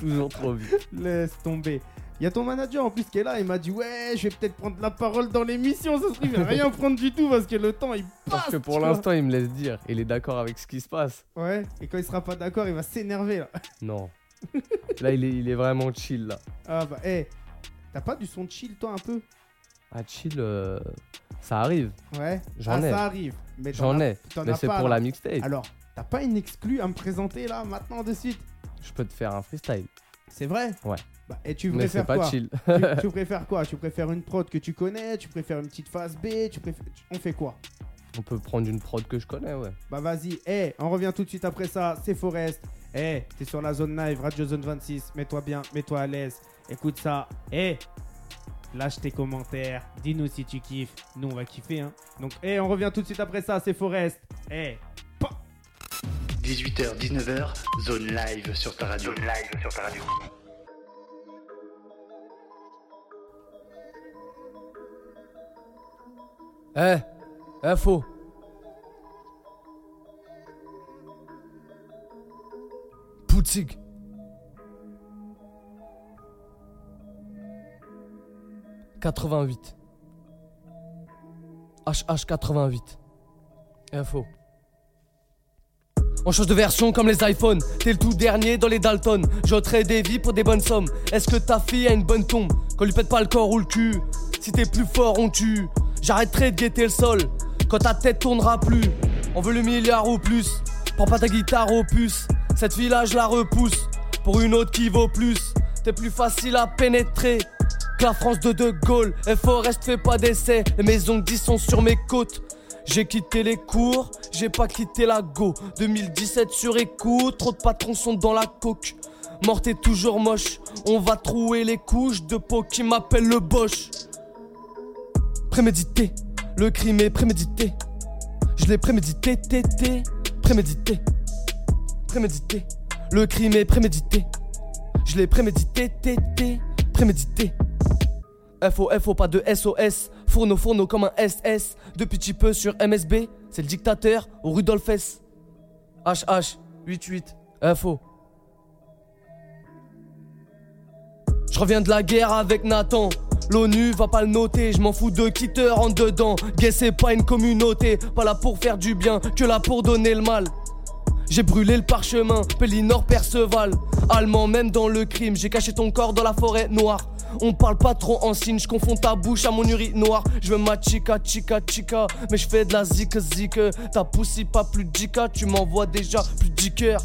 Speaker 3: Toujours trop vite.
Speaker 2: Laisse tomber. Il y a ton manager en plus qui est là, il m'a dit ouais, je vais peut-être prendre la parole dans l'émission, ça se trouve, il va rien prendre du tout parce que le temps il passe.
Speaker 3: Parce que
Speaker 2: tu
Speaker 3: pour
Speaker 2: vois.
Speaker 3: l'instant, il me laisse dire. Il est d'accord avec ce qui se passe.
Speaker 2: Ouais, et quand il sera pas d'accord, il va s'énerver là.
Speaker 3: Non. Là, il est, il est vraiment chill, là.
Speaker 2: Ah bah, hé, t'as pas du son de chill toi un peu
Speaker 3: Ah, chill, euh, ça arrive.
Speaker 2: Ouais,
Speaker 3: J'en
Speaker 2: Ah,
Speaker 3: ai.
Speaker 2: ça arrive. Mais t'en
Speaker 3: J'en
Speaker 2: as-
Speaker 3: ai.
Speaker 2: t'en
Speaker 3: Mais
Speaker 2: as
Speaker 3: c'est
Speaker 2: pas,
Speaker 3: pour
Speaker 2: là.
Speaker 3: la mixtape.
Speaker 2: Alors, Ah. t'as pas une exclue à me présenter là, maintenant, de suite
Speaker 3: Je peux te faire un freestyle.
Speaker 2: C'est vrai
Speaker 3: Ouais.
Speaker 2: Bah, et tu
Speaker 3: Mais c'est
Speaker 2: préfères quoi
Speaker 3: pas chill.
Speaker 2: tu, tu préfères quoi Tu préfères une prod que tu connais Tu préfères une petite phase B tu préfères... tu- On fait quoi
Speaker 3: On peut prendre une prod que je connais, ouais.
Speaker 2: Bah vas-y, eh, on revient tout de suite après ça, c'est Forest. Eh, t'es sur la zone live, Radio Zone 26, mets-toi bien, mets-toi à l'aise, écoute ça. Eh, lâche tes commentaires, dis-nous si tu kiffes, nous on va kiffer, hein. Donc, eh, on revient tout de suite après ça, c'est Forest. Eh,
Speaker 1: 18h, 19h, zone live sur ta radio. Zone live sur ta radio.
Speaker 3: Eh, eh, faux.
Speaker 4: boutique. « 88 ». HH88. Info. On change de version comme les iPhones. T'es le tout dernier dans les Dalton. J'ôterai des vies pour des bonnes sommes. Est-ce que ta fille a une bonne tombe Qu'on lui pète pas le corps ou le cul. Si t'es plus fort, on tue. J'arrêterai de guetter le sol. Quand ta tête tournera plus. On veut le milliard ou plus. Prends pas ta guitare aux puces. Cette fille-là, je la repousse. Pour une autre qui vaut plus. T'es plus facile à pénétrer que la France de De Gaulle. Et Forest fait pas d'essai. Les maisons de 10 sont sur mes côtes. J'ai quitté les cours, j'ai pas quitté la go. 2017 sur écoute, trop de patrons sont dans la coque. Morte est toujours moche, on va trouer les couches de peau qui m'appelle le Bosch. Prémédité, le crime est prémédité. Je l'ai prémédité, tété, prémédité. Prémédité, le crime est prémédité. Je l'ai prémédité, tété, prémédité. FO, FO, pas de SOS. Fourneau, fourneau comme un SS. Depuis petit peu sur MSB, c'est le dictateur au Rudolf S. HH, 88, FO. Je reviens de la guerre avec Nathan. L'ONU va pas le noter, je m'en fous de qui te rentre dedans. Gay, c'est pas une communauté, pas là pour faire du bien, que là pour donner le mal. J'ai brûlé le parchemin, Pélinor Perceval. Allemand, même dans le crime, j'ai caché ton corps dans la forêt noire. On parle pas trop en signe, je confonds ta bouche à mon urinoir. Je veux ma chica, chica, chica, mais je fais de la zik, zik. Ta poussi pas plus dica, tu m'envoies déjà plus dicker.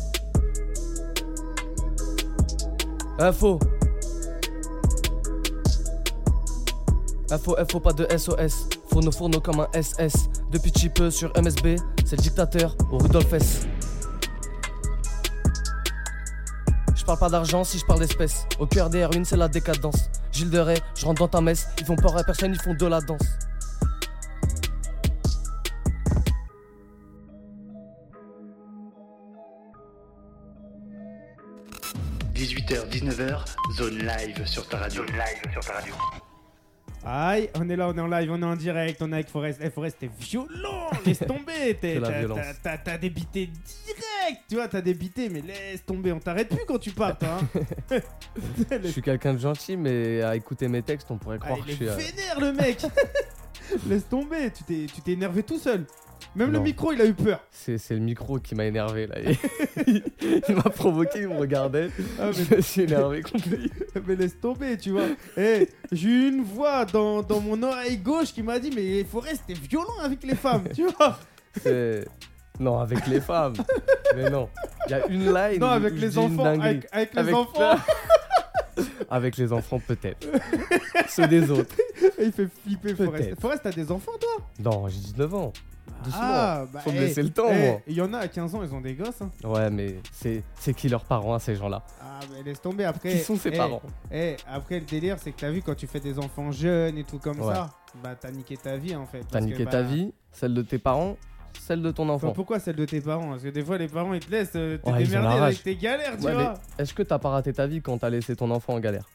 Speaker 4: Info. Info, info, pas de SOS. Fourneau, fourneau comme un SS. Depuis petit peu sur MSB, c'est le dictateur au Rudolf S. Je parle pas d'argent si je parle d'espèces. Au cœur des ruines, c'est la décadence. Gilles de Rais, je rentre dans ta messe. Ils font peur à personne, ils font de la danse.
Speaker 1: h 19h, zone live sur ta radio. live sur ta radio.
Speaker 2: Aïe, on est là, on est en live, on est en direct, on est avec Forest. Eh, Forest, t'es violent, laisse tomber. t'es-
Speaker 3: Que la
Speaker 2: t'as-
Speaker 3: violence.
Speaker 2: t'as- T'as t'as débité direct, tu vois, t'as débité, mais laisse tomber, on t'arrête plus quand tu parles, toi. hein.
Speaker 3: Je suis quelqu'un de gentil, mais à écouter mes textes, on pourrait
Speaker 2: Ah,
Speaker 3: croire que
Speaker 2: il
Speaker 3: je
Speaker 2: est
Speaker 3: suis. euh,
Speaker 2: vénère, le mec. laisse tomber, tu t'es tu t'es énervé tout seul. Même le
Speaker 3: Non.
Speaker 2: micro, il a eu peur.
Speaker 3: C'est c'est le micro qui m'a énervé là. Il, il m'a provoqué, il me regardait.
Speaker 2: Ah, mais
Speaker 3: Je me suis énervé contre lui.
Speaker 2: Mais laisse tomber, tu vois. Eh, j'ai eu une voix dans, dans mon oreille gauche qui m'a dit Mais Forest, t'es violent avec les femmes, tu vois.
Speaker 3: C'est- Non, avec les femmes. Mais non. Il y a une line.
Speaker 2: Non,
Speaker 3: où-
Speaker 2: avec
Speaker 3: où je
Speaker 2: les
Speaker 3: dis une
Speaker 2: enfants,
Speaker 3: dinguerie.
Speaker 2: avec, avec les
Speaker 3: Avec-
Speaker 2: enfants,
Speaker 3: Avec les enfants, peut-être. Ceux des autres.
Speaker 2: il fait flipper Forest.
Speaker 3: Peut-être.
Speaker 2: Forest, t'as des enfants, toi
Speaker 3: Non, j'ai 19 ans. Doucement.
Speaker 2: bah.
Speaker 3: Faut me
Speaker 2: eh,
Speaker 3: laisser le temps,
Speaker 2: eh,
Speaker 3: moi.
Speaker 2: Il y en a à 15 ans, ils ont des gosses. hein.
Speaker 3: Ouais, mais c'est c'est qui leurs parents à ces gens-là
Speaker 2: Ah, mais laisse tomber après.
Speaker 3: Qui sont ses
Speaker 2: eh,
Speaker 3: parents
Speaker 2: eh, après, le délire, c'est que t'as vu quand tu fais des enfants jeunes et tout comme
Speaker 3: Ouais.
Speaker 2: ça, bah t'as niqué ta vie en fait.
Speaker 3: T'as
Speaker 2: parce que,
Speaker 3: niqué
Speaker 2: bah,
Speaker 3: ta vie, celle de tes parents, celle de ton
Speaker 2: enfin,
Speaker 3: enfant.
Speaker 2: pourquoi celle de tes parents Parce que des fois, les parents ils te laissent euh, te
Speaker 3: Ouais, ils ont
Speaker 2: démerder
Speaker 3: la
Speaker 2: avec
Speaker 3: rage.
Speaker 2: tes galères, tu
Speaker 3: Ouais,
Speaker 2: vois.
Speaker 3: mais est-ce que t'as pas raté ta vie quand t'as laissé ton enfant en galère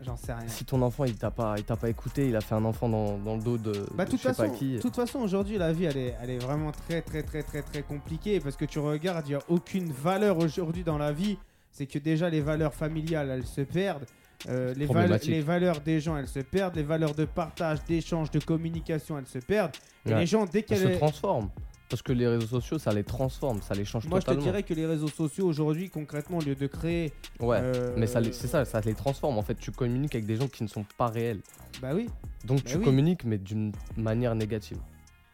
Speaker 2: J'en sais rien.
Speaker 3: Si ton enfant il t'a pas, il t'a pas écouté, il a fait un enfant dans, dans le dos de,
Speaker 2: Bah, de
Speaker 3: de
Speaker 2: toute
Speaker 3: je sais
Speaker 2: façon,
Speaker 3: pas qui.
Speaker 2: de toute façon aujourd'hui, la vie, elle est, elle est vraiment très, très, très, très, très compliquée parce que tu regardes, il n'y a aucune valeur aujourd'hui dans la vie. C'est que déjà, les valeurs familiales, elles se perdent. Euh, les, vale-
Speaker 3: Problématique.
Speaker 2: les valeurs des gens, elles se perdent. Les valeurs de partage, d'échange, de communication, elles se perdent. Et
Speaker 3: Ouais.
Speaker 2: les gens, dès
Speaker 3: Ils
Speaker 2: qu'elles.
Speaker 3: se transforment. Parce que les réseaux sociaux, ça les transforme, ça les change
Speaker 2: Moi, je te
Speaker 3: totalement.
Speaker 2: dirais que les réseaux sociaux aujourd'hui, concrètement, au lieu de créer.
Speaker 3: Ouais.
Speaker 2: euh,
Speaker 3: Mais ça, les- c'est ça, ça les transforme. En fait, tu communiques avec des gens qui ne sont pas réels.
Speaker 2: Bah oui.
Speaker 3: Donc
Speaker 2: Bah
Speaker 3: tu
Speaker 2: oui.
Speaker 3: communiques, mais d'une manière négative.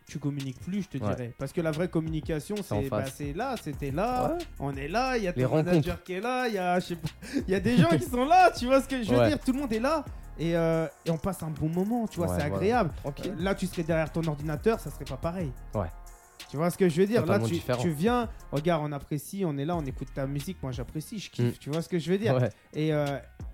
Speaker 2: Tu communiques plus, je te
Speaker 3: Ouais.
Speaker 2: dirais. Parce que la vraie communication,
Speaker 3: en
Speaker 2: c'est bah,
Speaker 3: face.
Speaker 2: c'est là, c'était là.
Speaker 3: Ouais.
Speaker 2: On est là, il y a
Speaker 3: Les
Speaker 2: ton manager
Speaker 3: rencontres.
Speaker 2: qui est là, il y a, je sais pas, il y a des gens qui sont là, tu vois ce que je veux
Speaker 3: Ouais.
Speaker 2: dire, tout le monde est là et, euh, et on passe un bon moment, tu vois,
Speaker 3: Ouais,
Speaker 2: c'est
Speaker 3: voilà.
Speaker 2: agréable.
Speaker 3: Tranquille.
Speaker 2: Euh, Là, tu serais derrière ton ordinateur, ça serait pas pareil.
Speaker 3: Ouais.
Speaker 2: Tu vois ce que je veux dire Là,
Speaker 3: Totalement
Speaker 2: tu,
Speaker 3: différent.
Speaker 2: tu viens, regarde, on apprécie, on est là, on écoute ta musique, moi j'apprécie, je kiffe,
Speaker 3: Mm.
Speaker 2: tu vois ce que je veux dire
Speaker 3: Ouais.
Speaker 2: Et, euh,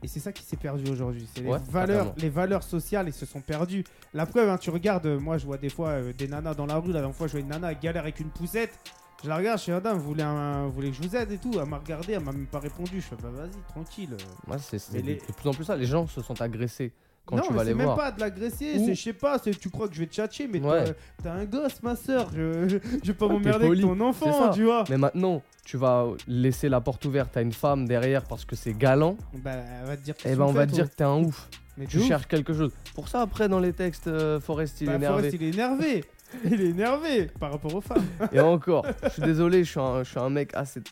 Speaker 2: et c'est ça qui s'est perdu aujourd'hui, c'est les,
Speaker 3: Ouais,
Speaker 2: valeurs,
Speaker 3: totalement.
Speaker 2: les valeurs sociales, ils se sont perdues. La preuve, hein, tu regardes, euh, moi je vois des fois euh, des nanas dans la rue, la dernière fois je vois une nana elle galère avec une poussette. Je la regarde, je suis un vous voulez, un- vous voulez que je vous aide et tout Elle m'a regardé, elle m'a même pas répondu. Je fais, bah vas-y, tranquille.
Speaker 3: Ouais, c'est c'est
Speaker 2: Mais les-
Speaker 3: de plus en plus ça. Les gens se sont agressés quand
Speaker 2: non,
Speaker 3: tu
Speaker 2: mais
Speaker 3: vas
Speaker 2: c'est
Speaker 3: les
Speaker 2: même
Speaker 3: voir.
Speaker 2: pas de l'agresser,
Speaker 3: Ou-
Speaker 2: c'est je sais pas, c'est tu crois que je vais te chatcher, mais
Speaker 3: Ouais.
Speaker 2: t'as- t'as un gosse, ma soeur, je, je- je vais pas
Speaker 3: Ouais,
Speaker 2: m'emmerder
Speaker 3: t'es
Speaker 2: avec
Speaker 3: poli,
Speaker 2: ton
Speaker 3: c'est ça.
Speaker 2: enfant, tu vois.
Speaker 3: Mais maintenant, tu vas laisser la porte ouverte à une femme derrière parce que c'est galant,
Speaker 2: Bah, elle va te dire que
Speaker 3: et ben on va te dire que t'es un ouf.
Speaker 2: mais
Speaker 3: Tu
Speaker 2: de ouf.
Speaker 3: cherches quelque chose. Pour ça, après, dans les textes, euh, Forest, il est
Speaker 2: Bah,
Speaker 3: énervé.
Speaker 2: Forrest, il est énervé. Il est énervé par rapport aux femmes.
Speaker 3: Et encore, je suis désolé, je suis un, je suis un mec assez.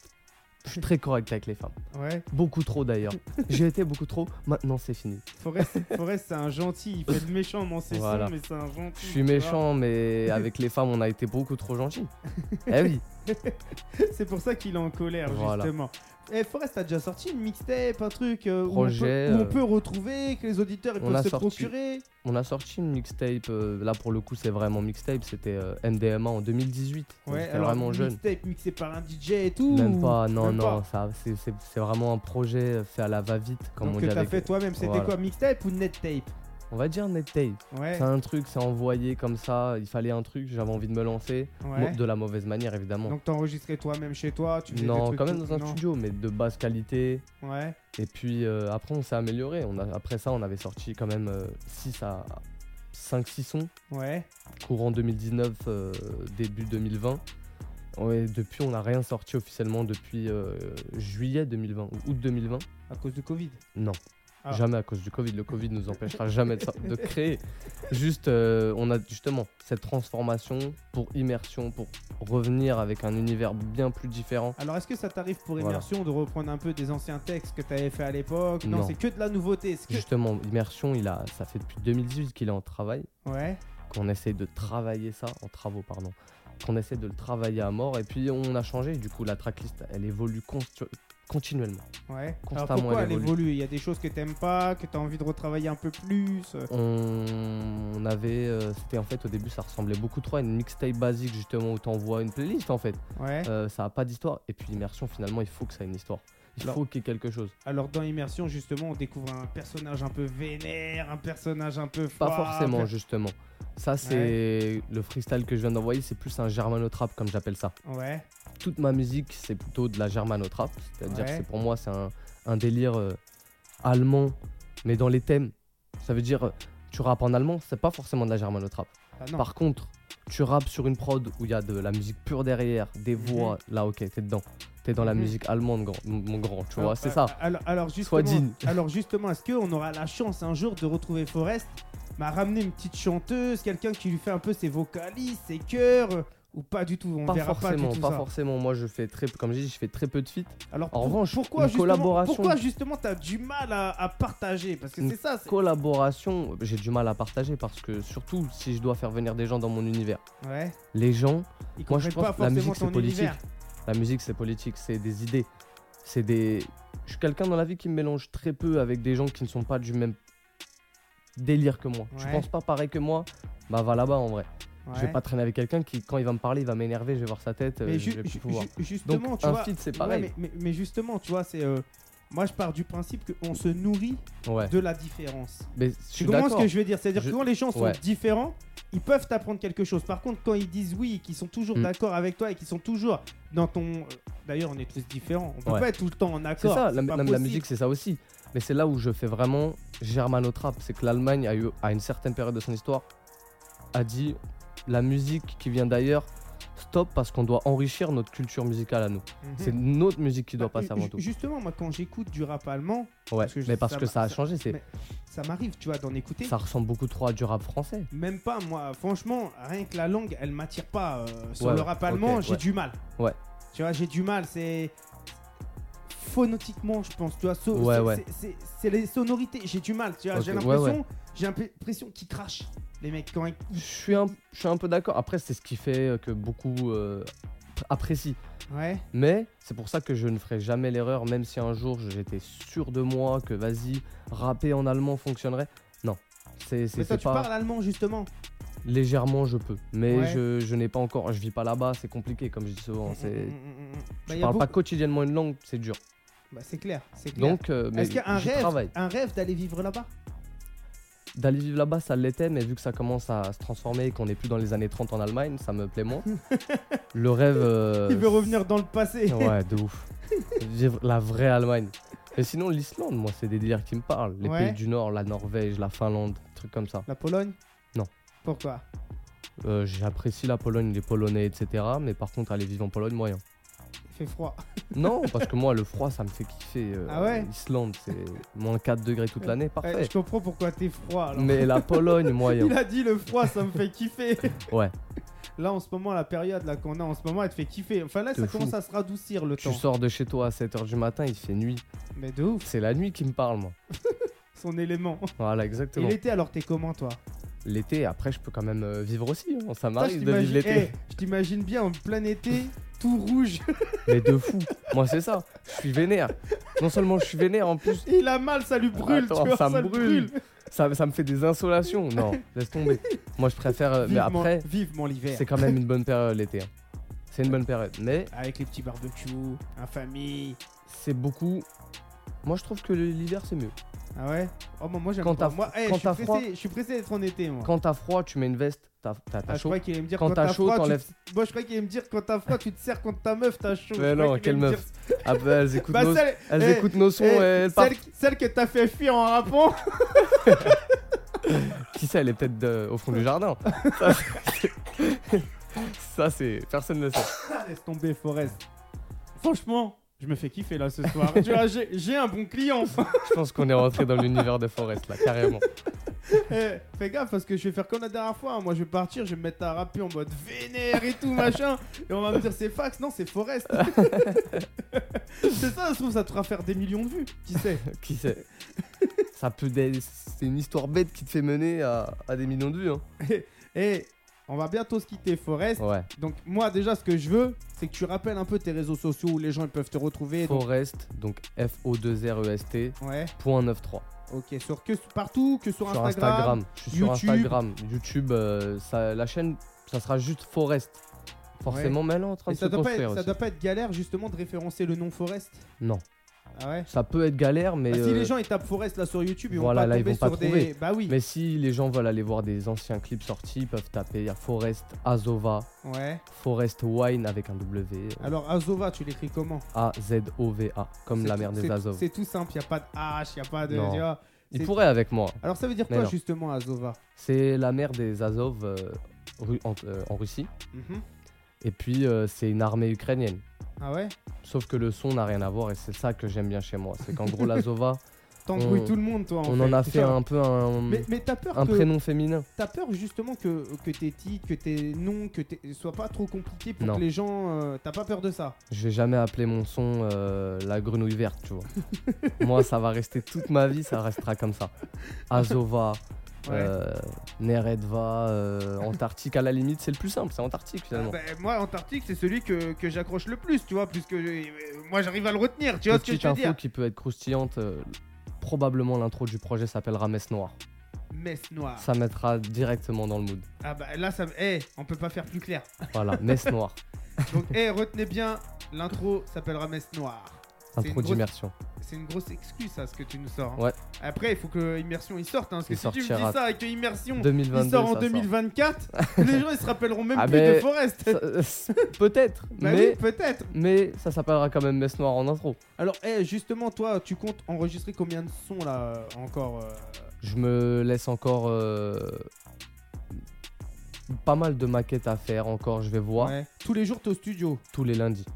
Speaker 3: Je suis très correct avec les femmes.
Speaker 2: Ouais.
Speaker 3: Beaucoup trop d'ailleurs. J'ai été beaucoup trop, maintenant c'est fini.
Speaker 2: Forrest, Forrest, c'est un gentil. Il fait le méchant, mon c'est
Speaker 3: Voilà.
Speaker 2: mais c'est un gentil. tu
Speaker 3: Je suis
Speaker 2: vois.
Speaker 3: méchant, mais avec les femmes, on a été beaucoup trop gentil. Eh oui,
Speaker 2: C'est pour ça qu'il est en colère,
Speaker 3: Voilà.
Speaker 2: justement. Eh, Forrest, t'as déjà sorti une mixtape, un truc euh, où on
Speaker 3: Projet,
Speaker 2: peut- où, on peut,
Speaker 3: euh,
Speaker 2: retrouver, que les auditeurs ils
Speaker 3: on
Speaker 2: peuvent
Speaker 3: a
Speaker 2: se
Speaker 3: sorti.
Speaker 2: procurer.
Speaker 3: on a sorti une mixtape. euh, là, pour le coup, c'est vraiment mixtape. C'était euh, MDMA en 2018.
Speaker 2: Ouais,
Speaker 3: J'étais
Speaker 2: alors,
Speaker 3: vraiment jeune.
Speaker 2: Mixtape mixé par un DJ et tout.
Speaker 3: Même pas, non,
Speaker 2: Mmh. Même
Speaker 3: non,
Speaker 2: pas.
Speaker 3: ça, c'est- c'est c'est vraiment un projet fait à la va-vite, comme
Speaker 2: Donc
Speaker 3: on
Speaker 2: que
Speaker 3: dit
Speaker 2: t'as
Speaker 3: avec.
Speaker 2: fait toi-même, c'était
Speaker 3: Voilà.
Speaker 2: quoi, mixtape ou net tape
Speaker 3: On va dire nettape.
Speaker 2: Ouais,
Speaker 3: C'est un truc, c'est envoyé comme ça. Il fallait un truc, j'avais envie de me lancer. Mo-
Speaker 2: ouais.
Speaker 3: De la mauvaise manière, évidemment.
Speaker 2: Donc t'enregistrais toi-même chez toi, tu faisais des
Speaker 3: non,
Speaker 2: trucs
Speaker 3: quand même
Speaker 2: tout-
Speaker 3: dans un
Speaker 2: non.
Speaker 3: studio, mais de basse qualité.
Speaker 2: Ouais,
Speaker 3: Et puis euh, après, on s'est amélioré. On a, après ça, on avait sorti quand même 6 à 5-6 sons,
Speaker 2: ouais.
Speaker 3: courant 2019, euh, début 2020. Ouais, depuis, on n'a rien sorti officiellement depuis euh, juillet 2020 ou août 2020.
Speaker 2: À cause du Covid.
Speaker 3: Non,
Speaker 2: Ah.
Speaker 3: jamais à cause du Covid. Le Covid nous empêchera jamais de, sor- de créer. Juste, euh, on a justement cette transformation pour immersion, pour revenir avec un univers bien plus différent.
Speaker 2: Alors, est-ce que ça t'arrive pour
Speaker 3: Voilà.
Speaker 2: immersion de reprendre un peu des anciens textes que t'avais fait à l'époque Non,
Speaker 3: Non.
Speaker 2: c'est que de la nouveauté. c'est que-
Speaker 3: Justement, immersion, il a, ça fait depuis 2018 qu'il est en travail.
Speaker 2: Ouais,
Speaker 3: qu'on essaye de travailler ça en travaux pardon qu'on essaie de le travailler à mort et puis on a changé du coup la tracklist elle évolue constu- continuellement
Speaker 2: ouais. Alors
Speaker 3: Constamment,
Speaker 2: pourquoi
Speaker 3: elle
Speaker 2: elle
Speaker 3: évolue.
Speaker 2: évolue Il y a des choses que t'aimes pas, que t'as envie de retravailler un peu plus. euh,
Speaker 3: on, on avait euh, c'était en fait au début ça ressemblait beaucoup trop à une mixtape basique justement où t'envoies une playlist en fait
Speaker 2: Ouais.
Speaker 3: Euh, ça a pas d'histoire et puis l'immersion finalement il faut que ça ait une histoire il
Speaker 2: Alors-
Speaker 3: faut qu'il y ait quelque chose
Speaker 2: Alors, dans immersion, justement, on découvre un personnage un peu vénère, un personnage un peu froid.
Speaker 3: pas forcément justement ça c'est le freestyle que je viens d'envoyer c'est plus un germano trap comme j'appelle ça
Speaker 2: Ouais,
Speaker 3: toute ma musique, c'est plutôt de la germano-trap. C'est-à-dire
Speaker 2: Ouais.
Speaker 3: que c'est- pour moi, c'est un, un délire euh, allemand, mais dans les thèmes. Ça veut dire, euh, tu rappes en allemand, c'est pas forcément de la germano-trap.
Speaker 2: ah non.
Speaker 3: Par contre, tu rappes sur une prod où il y a de la musique pure derrière, des voix, là, ok, t'es dedans. T'es dans la
Speaker 2: Mhm.
Speaker 3: musique allemande, grand- mon grand, tu vois,
Speaker 2: Alors,
Speaker 3: c'est
Speaker 2: euh,
Speaker 3: ça.
Speaker 2: Alors, alors
Speaker 3: Sois
Speaker 2: justement,
Speaker 3: digne.
Speaker 2: alors justement, est-ce qu'on aura la chance un jour de retrouver Forest M'a ramené une petite chanteuse, quelqu'un qui lui fait un peu ses vocalises, ses chœurs, euh, ou pas du tout On
Speaker 3: Pas
Speaker 2: verra pas
Speaker 3: forcément,
Speaker 2: du tout
Speaker 3: pas
Speaker 2: ça.
Speaker 3: forcément. Moi, je fais très, comme je dis, je fais très peu de feats.
Speaker 2: Alors,
Speaker 3: En
Speaker 2: pour-
Speaker 3: revanche,
Speaker 2: pourquoi
Speaker 3: une
Speaker 2: justement,
Speaker 3: collaboration-
Speaker 2: Pourquoi justement t'as du mal à, à partager Parce que
Speaker 3: Une
Speaker 2: c'est ça. c'est-
Speaker 3: Collaboration, j'ai du mal à partager parce que surtout si je dois faire venir des gens dans mon univers,
Speaker 2: Ouais.
Speaker 3: les gens
Speaker 2: Ils
Speaker 3: Moi,
Speaker 2: comprennent pas
Speaker 3: je pense que
Speaker 2: forcément
Speaker 3: la musique,
Speaker 2: ton
Speaker 3: c'est politique.
Speaker 2: univers.
Speaker 3: La musique, c'est politique, c'est des idées. C'est des. Je suis quelqu'un dans la vie qui me mélange très peu avec des gens qui ne sont pas du même délire que moi. Tu
Speaker 2: Ouais.
Speaker 3: penses pas pareil que moi Bah, va là-bas en vrai. Je vais
Speaker 2: Ouais.
Speaker 3: pas traîner avec quelqu'un qui, quand il va me parler, il va m'énerver, je vais voir sa tête, euh,
Speaker 2: Mais ju-
Speaker 3: je vais
Speaker 2: ju-
Speaker 3: plus pouvoir.
Speaker 2: ju- justement,
Speaker 3: Donc,
Speaker 2: tu
Speaker 3: un
Speaker 2: vois.
Speaker 3: feat, c'est
Speaker 2: ouais,
Speaker 3: pareil.
Speaker 2: mais, mais- mais justement, tu vois, c'est. euh, moi, je pars du principe qu'on se nourrit
Speaker 3: Ouais.
Speaker 2: de la différence.
Speaker 3: Mais je suis
Speaker 2: Tu comprends ce
Speaker 3: d'accord.
Speaker 2: que je veux dire C'est-à-dire
Speaker 3: Je-
Speaker 2: que quand les gens sont
Speaker 3: Ouais.
Speaker 2: différents, ils peuvent t'apprendre quelque chose. Par contre, quand ils disent oui, qu'ils sont toujours
Speaker 3: Mm.
Speaker 2: d'accord avec toi et qu'ils sont toujours dans ton. euh, D'ailleurs, on est tous différents. On peut
Speaker 3: Ouais.
Speaker 2: pas être tout le temps en
Speaker 3: C'est
Speaker 2: accord.
Speaker 3: ça, la,
Speaker 2: pas
Speaker 3: la- la
Speaker 2: possible.
Speaker 3: musique, c'est ça aussi. Mais c'est là où je fais vraiment germano-trap. C'est que l'Allemagne, a eu, à une certaine période de son histoire, a dit la musique qui vient d'ailleurs, stop, parce qu'on doit enrichir notre culture musicale à nous.
Speaker 2: Mhm.
Speaker 3: C'est notre musique qui doit passer
Speaker 2: Bah,
Speaker 3: avant
Speaker 2: ju-
Speaker 3: tout.
Speaker 2: Justement, moi, quand j'écoute du rap allemand,
Speaker 3: Ouais,
Speaker 2: parce que je-
Speaker 3: mais parce
Speaker 2: ça
Speaker 3: que
Speaker 2: m'a-
Speaker 3: ça a
Speaker 2: ça-
Speaker 3: changé, c'est
Speaker 2: mais- ça m'arrive, tu vois, d'en écouter.
Speaker 3: ça ressemble beaucoup trop à du rap français.
Speaker 2: Même pas, moi, franchement, rien que la langue, elle m'attire pas. euh, sur
Speaker 3: Ouais,
Speaker 2: le
Speaker 3: ouais,
Speaker 2: rap allemand,
Speaker 3: ok,
Speaker 2: j'ai
Speaker 3: ouais.
Speaker 2: du mal.
Speaker 3: Ouais.
Speaker 2: Tu vois, j'ai du mal, c'est. Phonotiquement, je pense, tu vois, so-
Speaker 3: Ouais,
Speaker 2: c'est-
Speaker 3: ouais.
Speaker 2: c'est- c'est- c'est les sonorités, j'ai du mal, tu vois, j'ai
Speaker 3: Ok, ouais,
Speaker 2: l'impression, j'ai l'impression qu'ils crachent, les mecs, quand ils.
Speaker 3: Je suis un, je suis un peu d'accord. Après, c'est ce qui fait euh, que beaucoup euh, pr- apprécient.
Speaker 2: Ouais,
Speaker 3: Mais c'est pour ça que je ne ferai jamais l'erreur, même si un jour j'étais sûr de moi que vas-y, rapper en allemand fonctionnerait. Non, c'est c'est-
Speaker 2: mais toi,
Speaker 3: c'est
Speaker 2: tu
Speaker 3: pas
Speaker 2: parles allemand, justement.
Speaker 3: légèrement je peux, mais
Speaker 2: Ouais.
Speaker 3: je, je n'ai pas encore, je vis pas là-bas, c'est compliqué comme je dis souvent.
Speaker 2: Mm, mm,
Speaker 3: C'est,
Speaker 2: mm, mm, mm. Bah,
Speaker 3: je
Speaker 2: y a
Speaker 3: parle pas
Speaker 2: beaucoup-
Speaker 3: quotidiennement une langue, c'est dur.
Speaker 2: Bah, c'est clair, c'est clair.
Speaker 3: Donc, euh, mais
Speaker 2: Est-ce qu'il y a un
Speaker 3: j'y
Speaker 2: rêve,
Speaker 3: travaille.
Speaker 2: un rêve d'aller vivre là-bas
Speaker 3: D'aller vivre là-bas, ça l'était, mais vu que ça commence à se transformer et qu'on n'est plus dans les années 30 en Allemagne, ça me plaît moins. le rêve. euh,
Speaker 2: Il veut revenir dans le passé.
Speaker 3: Ouais, de ouf. Vivre la vraie Allemagne. Et sinon, l'Islande, moi, c'est des délires qui me parlent. Les
Speaker 2: Ouais.
Speaker 3: pays du Nord, la Norvège, la Finlande, trucs comme ça.
Speaker 2: La Pologne
Speaker 3: Non.
Speaker 2: Pourquoi
Speaker 3: Euh, J'apprécie la Pologne, les Polonais, etc. Mais par contre, aller vivre en Pologne, moyen.
Speaker 2: Il fait froid. Eh,
Speaker 3: Non, parce que moi, le froid, ça me fait kiffer. Euh,
Speaker 2: Ah ouais
Speaker 3: L'Islande, c'est moins 4 degrés toute l'année,
Speaker 2: Ouais,
Speaker 3: parfait. Mm.
Speaker 2: je comprends pourquoi t'es froid. alors.
Speaker 3: Mais la Pologne, moyen.
Speaker 2: Il a dit le froid, ça me fait kiffer.
Speaker 3: Ouais.
Speaker 2: Là, en ce moment, la période là qu'on a en ce moment, elle te fait kiffer. Enfin, là,
Speaker 3: De
Speaker 2: ça
Speaker 3: fou.
Speaker 2: commence à se radoucir le
Speaker 3: Tu
Speaker 2: temps.
Speaker 3: sors de chez toi à 7h du matin, il fait nuit.
Speaker 2: Mais de ouf,
Speaker 3: C'est la nuit qui me parle, moi.
Speaker 2: son élément.
Speaker 3: Voilà,
Speaker 2: Et
Speaker 3: exactement.
Speaker 2: l'été, alors t'es comment toi
Speaker 3: L'été, après, je peux quand même euh, vivre aussi. hein.
Speaker 2: Toi,
Speaker 3: Ça
Speaker 2: je
Speaker 3: m'arrive de vivre
Speaker 2: t'imagine-
Speaker 3: l'été.
Speaker 2: eh, je t'imagine bien en plein été, tout rouge.
Speaker 3: Mais de fou. Moi, c'est ça. Je suis vénère. Non seulement je suis vénère, en plus,
Speaker 2: Il a mal, ça lui brûle,
Speaker 3: Ah, Attends,
Speaker 2: tu vois,
Speaker 3: ça
Speaker 2: ça,
Speaker 3: me
Speaker 2: le
Speaker 3: brûle.
Speaker 2: brûle.
Speaker 3: ça, ça me fait des insolations. Non, laisse tomber. Moi, je préfère. euh, mais
Speaker 2: Vivement-
Speaker 3: après,
Speaker 2: vivement l'hiver.
Speaker 3: c'est quand même une bonne période l'été. hein. C'est une bonne période. Mais
Speaker 2: Avec les petits barbecues, en famille.
Speaker 3: c'est beaucoup. Moi, je trouve que l'hiver, c'est mieux.
Speaker 2: Ah ouais Oh, moi, moi j'aime
Speaker 3: Quand
Speaker 2: pas.
Speaker 3: t'as-
Speaker 2: Moi, eh, je,
Speaker 3: quand
Speaker 2: suis
Speaker 3: t'as
Speaker 2: pressé,
Speaker 3: froid-
Speaker 2: je suis pressé d'être en été, moi.
Speaker 3: Quand t'as froid, tu mets une veste. T'as t'as- t'as
Speaker 2: Ah, je
Speaker 3: chaud.
Speaker 2: croyais qu'il allait me dire
Speaker 3: Quand
Speaker 2: quand,
Speaker 3: t'as chaud,
Speaker 2: froid, tu
Speaker 3: t'enlèves-
Speaker 2: te- Moi, je croyais qu'il allait me dire quand t'as froid, tu te serres contre ta meuf, t'as chaud.
Speaker 3: Mais
Speaker 2: Je croyais
Speaker 3: non,
Speaker 2: qu'il
Speaker 3: quelle
Speaker 2: allait me
Speaker 3: meuf
Speaker 2: dire-
Speaker 3: Ah, bah, elles écoutent,
Speaker 2: Bah,
Speaker 3: nos...
Speaker 2: celle,
Speaker 3: elles
Speaker 2: eh,
Speaker 3: écoutent nos sons
Speaker 2: eh,
Speaker 3: et elles partent.
Speaker 2: celle, celle que t'as fait fuir en rappant.
Speaker 3: Qui sait, elle est peut-être de- au fond du jardin. Ça, c'est. Personne ne le sait.
Speaker 2: Laisse tomber, Forest. Franchement, je me fais kiffer là ce soir. tu vois, j'ai j'ai un bon client. enfin.
Speaker 3: Je pense qu'on est rentré dans l'univers de Forest, là, carrément.
Speaker 2: Eh, fais gaffe parce que je vais faire comme la dernière fois. hein. Moi, je vais partir, je vais me mettre à rapper en mode vénère et tout machin. Et on va me dire c'est fax. Non, c'est Forest. c'est ça, ça se trouve, ça te fera faire des millions de vues. Qui sait
Speaker 3: Qui sait Ça peut. dé- C'est une histoire bête qui te fait mener à, à des millions de vues. Hein.
Speaker 2: Et Eh, on va bientôt se quitter, Forest.
Speaker 3: Ouais.
Speaker 2: Donc moi déjà ce que je veux, c'est que tu rappelles un peu tes réseaux sociaux où les gens ils peuvent te retrouver. donc-
Speaker 3: Forest, donc F-O-2-R-E-S-T,
Speaker 2: Ouais,
Speaker 3: E point 93.
Speaker 2: ok, sur que partout que sur,
Speaker 3: Sur
Speaker 2: Instagram.
Speaker 3: Instagram. Je suis sur
Speaker 2: YouTube.
Speaker 3: Instagram. YouTube, euh, ça, la chaîne, ça sera juste Forest. Forcément, mais elle est en train
Speaker 2: Et
Speaker 3: de se
Speaker 2: ça doit, pas
Speaker 3: construire
Speaker 2: être, ça
Speaker 3: aussi.
Speaker 2: doit pas être galère justement de référencer le nom Forest.
Speaker 3: Non.
Speaker 2: Ah ouais.
Speaker 3: Ça peut être galère, mais.
Speaker 2: Bah, si
Speaker 3: euh,
Speaker 2: les gens ils tapent Forest là sur YouTube, ils
Speaker 3: voilà,
Speaker 2: vont pas
Speaker 3: là, ils
Speaker 2: tomber
Speaker 3: vont pas
Speaker 2: sur
Speaker 3: trouver.
Speaker 2: des. Bah oui.
Speaker 3: Mais si les gens veulent aller voir des anciens clips sortis, ils peuvent taper il y a Forest Azova,
Speaker 2: Ouais.
Speaker 3: Forest Wine avec un W,
Speaker 2: Alors Azova, tu l'écris comment
Speaker 3: A-Z-O-V-A, comme
Speaker 2: C'est
Speaker 3: la
Speaker 2: tout-
Speaker 3: mer des
Speaker 2: c'est-
Speaker 3: Azov.
Speaker 2: C'est tout simple, y a pas de H, y a pas de.
Speaker 3: Non.
Speaker 2: tu vois.
Speaker 3: Ils
Speaker 2: c'est-
Speaker 3: pourraient avec moi.
Speaker 2: Alors ça veut dire
Speaker 3: Mais
Speaker 2: quoi
Speaker 3: non.
Speaker 2: justement Azova
Speaker 3: C'est la mer des Azov euh, Ru- en, euh, en Russie.
Speaker 2: Mhm.
Speaker 3: Et puis, euh, c'est une armée ukrainienne.
Speaker 2: Ah ouais
Speaker 3: Sauf que le son n'a rien à voir et c'est ça que j'aime bien chez moi. C'est qu'en gros, l'Azova,
Speaker 2: T'embrouilles
Speaker 3: On-
Speaker 2: tout le monde toi.
Speaker 3: on en a fait un peu un,
Speaker 2: Mais, mais t'as peur
Speaker 3: un
Speaker 2: que.
Speaker 3: prénom féminin.
Speaker 2: T'as peur justement que, que tes titres, que tes noms, que tes... soient pas trop compliqués pour
Speaker 3: Non.
Speaker 2: que les gens. euh, T'as pas peur de ça
Speaker 3: Je vais jamais appeler mon son euh, la grenouille verte, tu vois. moi, ça va rester toute ma vie, ça restera comme ça. Azova,
Speaker 2: Ouais.
Speaker 3: euh, Neredva, euh, Antarctique à la limite, c'est le plus simple, c'est Antarctique finalement.
Speaker 2: Bah, moi, Antarctique, c'est celui que, que j'accroche le plus, tu vois, puisque euh, moi j'arrive à le retenir, tu vois ce que
Speaker 3: Petite
Speaker 2: je veux
Speaker 3: info
Speaker 2: dire.
Speaker 3: qui peut être croustillante, euh, probablement l'intro du projet s'appellera Messe Noire.
Speaker 2: Messe noire.
Speaker 3: Ça mettra directement dans le mood.
Speaker 2: Ah bah là, ça. Eh, on peut pas faire plus clair.
Speaker 3: Voilà, Messe Noire,
Speaker 2: Donc, eh, retenez bien, l'intro s'appellera Messe noire. C'est une
Speaker 3: intro
Speaker 2: grosse-
Speaker 3: d'immersion.
Speaker 2: C'est une grosse excuse, ça, ce que tu nous sors. hein.
Speaker 3: Ouais.
Speaker 2: Après, il faut que Immersion il sorte, hein, parce que
Speaker 3: Il
Speaker 2: si tu me
Speaker 3: sortira
Speaker 2: dis ça et que Immersion
Speaker 3: 2022.
Speaker 2: il sort en
Speaker 3: ça
Speaker 2: 2024, les gens ils se rappelleront même
Speaker 3: Ah
Speaker 2: plus
Speaker 3: mais-
Speaker 2: de Forest.
Speaker 3: Ça- euh, Peut-être,
Speaker 2: Bah
Speaker 3: mais,
Speaker 2: oui, peut-être.
Speaker 3: mais ça s'appellera quand même Messe Noire en intro.
Speaker 2: Alors, eh, justement, toi, tu comptes enregistrer combien de sons là euh, encore euh,
Speaker 3: Je me laisse encore euh, pas mal de maquettes à faire encore, je vais voir
Speaker 2: ouais. Tous les jours, t'es au studio.
Speaker 3: tous les lundis.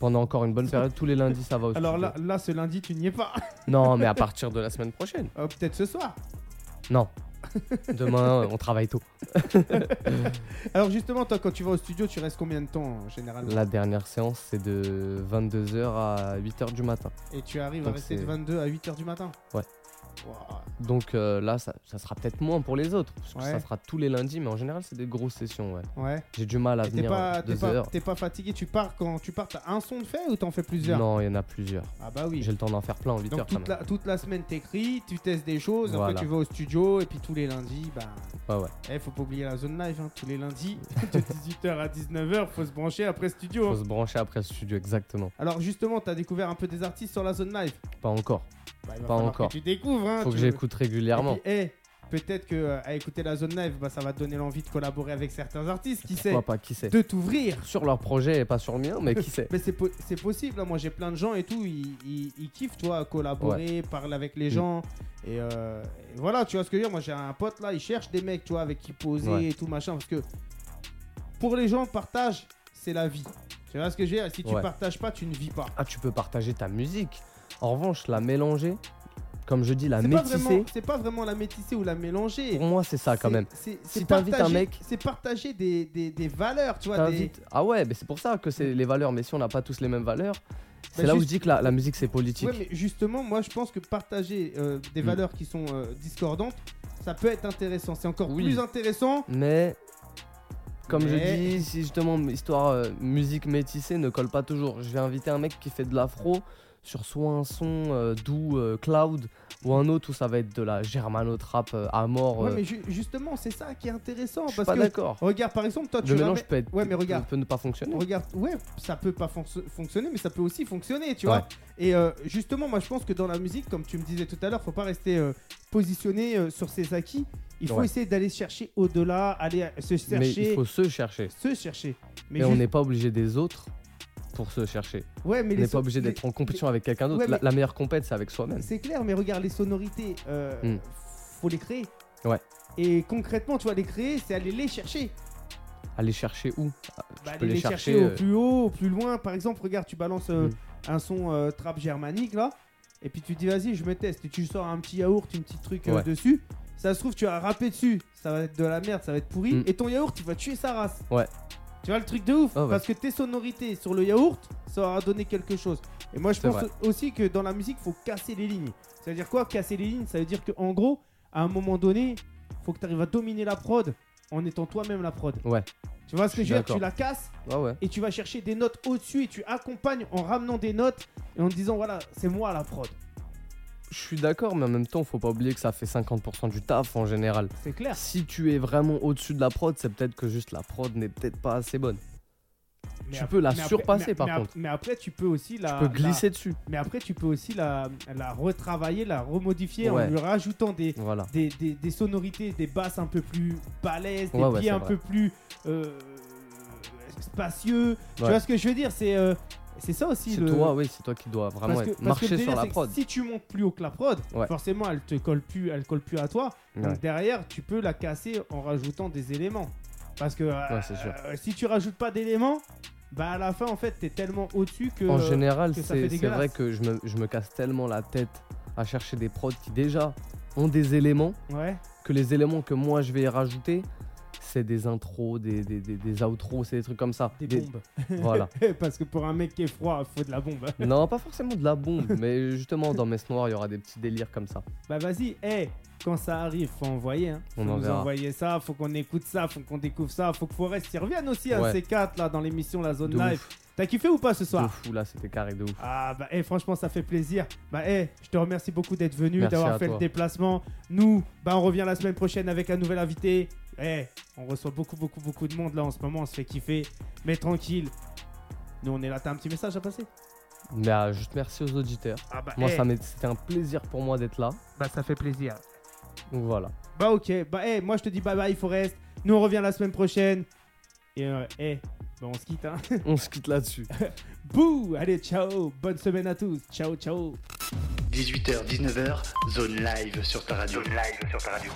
Speaker 3: Pendant encore une bonne période, tous les lundis ça va aussi.
Speaker 2: Alors là, là, ce lundi, tu n'y es pas.
Speaker 3: Non, mais à partir de la semaine prochaine.
Speaker 2: Euh, Peut-être ce soir.
Speaker 3: Non. Demain, on travaille tôt.
Speaker 2: Alors, justement, toi, quand tu vas au studio, tu restes combien de temps euh, généralement
Speaker 3: La dernière séance, c'est de 22h à 8h du matin.
Speaker 2: Et tu arrives à
Speaker 3: Euh, Donc,
Speaker 2: rester de
Speaker 3: c'est-
Speaker 2: 22 à 8 h du matin
Speaker 3: Ouais.
Speaker 2: Ouah.
Speaker 3: Donc euh, là, ça, ça sera peut-être moins pour les autres, parce que
Speaker 2: Ouais.
Speaker 3: ça sera tous les lundis, mais en général, c'est des grosses sessions. Ouais.
Speaker 2: Ouais.
Speaker 3: J'ai du mal à
Speaker 2: Et T'es
Speaker 3: venir
Speaker 2: pas,
Speaker 3: à
Speaker 2: t'es
Speaker 3: deux
Speaker 2: pas,
Speaker 3: heures.
Speaker 2: t'es pas fatigué, tu pars quand tu pars, t'as un son de fait ou t'en fais plusieurs
Speaker 3: Non, il y en a plusieurs.
Speaker 2: Ah bah oui.
Speaker 3: J'ai le temps d'en faire plein en 8
Speaker 2: Donc
Speaker 3: heures quand
Speaker 2: toute la, toute la semaine t'écris, tu testes des choses,
Speaker 3: Voilà.
Speaker 2: après tu vas au studio et puis tous les lundis, bah
Speaker 3: même. Ouais, ouais.
Speaker 2: Eh, faut pas oublier la zone live, hein, tous les lundis, de 18h à 19h, faut se brancher après studio.
Speaker 3: Faut
Speaker 2: hein.
Speaker 3: se brancher après le studio, exactement.
Speaker 2: Alors justement, t'as découvert un peu des artistes sur la zone live
Speaker 3: Pas encore.
Speaker 2: Bah, il va
Speaker 3: Pas
Speaker 2: falloir
Speaker 3: encore.
Speaker 2: Que tu découvres, hein.
Speaker 3: Faut que
Speaker 2: tu-
Speaker 3: j'écoute
Speaker 2: Et puis,
Speaker 3: régulièrement.
Speaker 2: eh, Peut-être que euh, à écouter la zone live, bah, ça va te donner l'envie de collaborer avec certains artistes, qui sait,
Speaker 3: Pourquoi pas, qui sait
Speaker 2: de t'ouvrir.
Speaker 3: Sur leur projet et pas sur le mien, mais qui sait
Speaker 2: Mais c'est, po- c'est possible, hein. moi j'ai plein de gens et tout, ils, ils- ils kiffent, tu vois, à collaborer, parler avec les
Speaker 3: Mm.
Speaker 2: gens. Et, euh, et voilà, tu vois ce que je veux dire, moi j'ai un pote là, il cherche des mecs, tu vois, avec qui poser
Speaker 3: Ouais.
Speaker 2: et tout machin, parce que pour les gens, partage, c'est la vie. Tu vois ce que je veux dire, si tu
Speaker 3: Ouais.
Speaker 2: partages pas, tu ne vis pas.
Speaker 3: Ah, tu peux partager ta musique. En revanche, la mélanger, comme je dis, la
Speaker 2: C'est pas,
Speaker 3: métisser,
Speaker 2: vraiment, c'est pas vraiment la métisser ou la mélanger.
Speaker 3: pour moi, c'est ça quand
Speaker 2: C'est-
Speaker 3: même.
Speaker 2: c'est-
Speaker 3: Si
Speaker 2: c'est
Speaker 3: t'invites un
Speaker 2: partager-
Speaker 3: mec-
Speaker 2: C'est partager des, des- des valeurs, tu vois. Des...
Speaker 3: T'invites- Ah ouais, mais c'est pour ça que c'est les valeurs. Mais si on n'a pas tous les mêmes valeurs, c'est
Speaker 2: Bah,
Speaker 3: là où je
Speaker 2: juste-
Speaker 3: dis que la, la musique, c'est politique.
Speaker 2: Ouais, mais justement, moi je pense que partager euh, des
Speaker 3: Mm.
Speaker 2: valeurs qui sont euh, discordantes, ça peut être intéressant. C'est encore
Speaker 3: Oui.
Speaker 2: plus intéressant.
Speaker 3: Mais comme
Speaker 2: Mais-
Speaker 3: je dis, si justement histoire euh, musique métissée ne colle pas toujours, je vais inviter un mec qui fait de l'afro sur soit un son euh, doux euh, cloud ou un autre où ça va être de la germano trap euh, à mort.
Speaker 2: Ouais,
Speaker 3: euh,
Speaker 2: mais ju- justement, c'est ça qui est intéressant.
Speaker 3: je suis
Speaker 2: Parce
Speaker 3: pas
Speaker 2: que,
Speaker 3: d'accord.
Speaker 2: regarde, par exemple, toi, tu
Speaker 3: Le mélange
Speaker 2: ramènes-
Speaker 3: peut être
Speaker 2: Ouais, mais regarde.
Speaker 3: peut ne pas fonctionner.
Speaker 2: Regarde, ouais, ça peut pas fonc- fonctionner, mais ça peut aussi fonctionner, tu
Speaker 3: Ouais.
Speaker 2: vois. Et euh, justement, moi je pense que dans la musique, comme tu me disais tout à l'heure, faut pas rester euh, positionné euh, sur ses acquis. Il faut
Speaker 3: Ouais.
Speaker 2: essayer d'aller chercher au-delà, aller euh, se
Speaker 3: Mais
Speaker 2: chercher,
Speaker 3: il faut se chercher.
Speaker 2: se chercher.
Speaker 3: Mais,
Speaker 2: Mais
Speaker 3: on
Speaker 2: juste-
Speaker 3: n'est pas obligé des autres pour se chercher.
Speaker 2: ouais, mais
Speaker 3: On
Speaker 2: les
Speaker 3: n'est pas
Speaker 2: so-
Speaker 3: obligé
Speaker 2: les-
Speaker 3: d'être en compétition avec quelqu'un d'autre.
Speaker 2: Ouais,
Speaker 3: La,
Speaker 2: mais-
Speaker 3: la meilleure compète, c'est avec soi-même.
Speaker 2: C'est clair, mais regarde les sonorités, euh,
Speaker 3: Hmm.
Speaker 2: faut les créer.
Speaker 3: Ouais.
Speaker 2: Et concrètement, tu vois, les créer, c'est aller les chercher.
Speaker 3: Aller chercher où
Speaker 2: Bah,
Speaker 3: peux
Speaker 2: aller
Speaker 3: les
Speaker 2: les
Speaker 3: chercher,
Speaker 2: chercher,
Speaker 3: euh,
Speaker 2: au plus haut, au plus loin. Par exemple, regarde, tu balances euh,
Speaker 3: Hmm.
Speaker 2: un son euh, trap germanique là, et puis tu dis vas-y, je me teste, et tu sors un petit yaourt, une petite truc euh,
Speaker 3: Ouais.
Speaker 2: dessus. Ça se trouve, tu as rappé dessus, ça va être de la merde, ça va être pourri,
Speaker 3: Hmm.
Speaker 2: et ton yaourt, il va tuer sa race.
Speaker 3: Ouais.
Speaker 2: Tu vois le truc de ouf,
Speaker 3: Ah ouais.
Speaker 2: parce que tes sonorités sur le yaourt, ça aura donné quelque chose. Et moi, je
Speaker 3: C'est
Speaker 2: pense aussi que dans la musique, faut casser les lignes. Ça veut dire quoi Casser les lignes, ça veut dire que en gros, à un moment donné, faut que tu arrives à dominer la prod en étant toi-même la prod.
Speaker 3: Ouais.
Speaker 2: Tu vois ce que
Speaker 3: Je
Speaker 2: je
Speaker 3: suis
Speaker 2: veux dire Tu
Speaker 3: d'accord.
Speaker 2: la casses
Speaker 3: Ouais, ouais.
Speaker 2: et tu vas chercher des notes au-dessus et tu accompagnes en ramenant des notes et en te disant voilà, c'est moi la prod.
Speaker 3: Je suis d'accord, mais en même temps, faut pas oublier que ça fait 50% du taf en général.
Speaker 2: C'est clair.
Speaker 3: Si tu es vraiment au-dessus de la prod, c'est peut-être que juste la prod n'est peut-être pas assez bonne. Tu
Speaker 2: ap-
Speaker 3: peux la
Speaker 2: ap-
Speaker 3: surpasser,
Speaker 2: mais-
Speaker 3: par
Speaker 2: mais ap-
Speaker 3: contre.
Speaker 2: Mais après, tu peux aussi la.
Speaker 3: tu peux
Speaker 2: la-
Speaker 3: glisser dessus.
Speaker 2: mais après, tu peux aussi la, la retravailler, la remodifier en
Speaker 3: Ouais.
Speaker 2: lui rajoutant des,
Speaker 3: Voilà.
Speaker 2: des, des- des sonorités, des basses un peu plus balèzes, des
Speaker 3: Ouais, ouais,
Speaker 2: pieds
Speaker 3: c'est
Speaker 2: un
Speaker 3: vrai.
Speaker 2: peu plus euh, spacieux. Tu
Speaker 3: Ouais.
Speaker 2: vois ce que je veux dire C'est euh, c'est ça aussi
Speaker 3: C'est
Speaker 2: le.
Speaker 3: toi, oui, c'est toi qui dois vraiment
Speaker 2: parce que, parce
Speaker 3: être-
Speaker 2: que le
Speaker 3: marcher sur
Speaker 2: délire,
Speaker 3: la
Speaker 2: c'est que
Speaker 3: prod.
Speaker 2: Si tu montes plus haut que la prod,
Speaker 3: Ouais.
Speaker 2: forcément elle te colle plus, elle colle plus à toi.
Speaker 3: Ouais.
Speaker 2: Donc derrière, tu peux la casser en rajoutant des éléments. Parce que euh,
Speaker 3: Ouais, c'est sûr.
Speaker 2: euh, si tu rajoutes pas d'éléments, bah à la fin en fait t'es tellement au-dessus que.
Speaker 3: En
Speaker 2: euh,
Speaker 3: général,
Speaker 2: que ça
Speaker 3: c'est
Speaker 2: fait
Speaker 3: c'est vrai
Speaker 2: dégueulasse.
Speaker 3: que je me, je me casse tellement la tête à chercher des prods qui déjà ont des éléments,
Speaker 2: Ouais.
Speaker 3: que les éléments que moi je vais y rajouter, c'est des intros, des, des, des, des outros, c'est des trucs comme ça.
Speaker 2: Des
Speaker 3: Des-
Speaker 2: bombes.
Speaker 3: Voilà.
Speaker 2: Parce que pour un mec qui est froid, faut de la bombe.
Speaker 3: non, pas forcément de la bombe, mais justement, dans Messe Noire, il y aura des petits délires comme ça.
Speaker 2: Bah vas-y, eh, quand ça arrive, faut envoyer. Hein. Faut
Speaker 3: On
Speaker 2: nous
Speaker 3: enverra.
Speaker 2: envoyer ça, faut qu'on écoute ça, faut qu'on découvre ça, faut que Forest y revienne aussi à
Speaker 3: Ouais.
Speaker 2: ces quatre là dans l'émission La Zone
Speaker 3: De
Speaker 2: Live.
Speaker 3: ouf.
Speaker 2: T'as kiffé ou pas ce
Speaker 3: De
Speaker 2: soir
Speaker 3: fou, là, c'était carré de ouf.
Speaker 2: Ah bah eh, franchement ça fait plaisir. Bah eh je te remercie beaucoup d'être venu,
Speaker 3: Merci
Speaker 2: d'avoir
Speaker 3: à
Speaker 2: fait
Speaker 3: toi.
Speaker 2: le déplacement. Nous, bah on revient la semaine prochaine avec un nouvel invité. Eh, on reçoit beaucoup beaucoup beaucoup de monde là en ce moment, on se fait kiffer. Mais tranquille. Nous on est là, t'as un petit message à passer
Speaker 3: Mais ah, juste merci aux auditeurs.
Speaker 2: Ah bah
Speaker 3: Moi,
Speaker 2: eh,
Speaker 3: ça m'est- c'était un plaisir pour moi d'être là.
Speaker 2: bah, ça fait plaisir.
Speaker 3: Donc voilà.
Speaker 2: Bah ok, bah eh moi je te dis bye bye Forest. Nous on revient la semaine prochaine. Et euh, eh bah on se quitte hein.
Speaker 3: On se quitte là-dessus.
Speaker 2: Bouh, allez ciao, bonne semaine à tous. Ciao ciao.
Speaker 1: 18h, 19h, zone live sur ta radio. Zone live sur ta radio.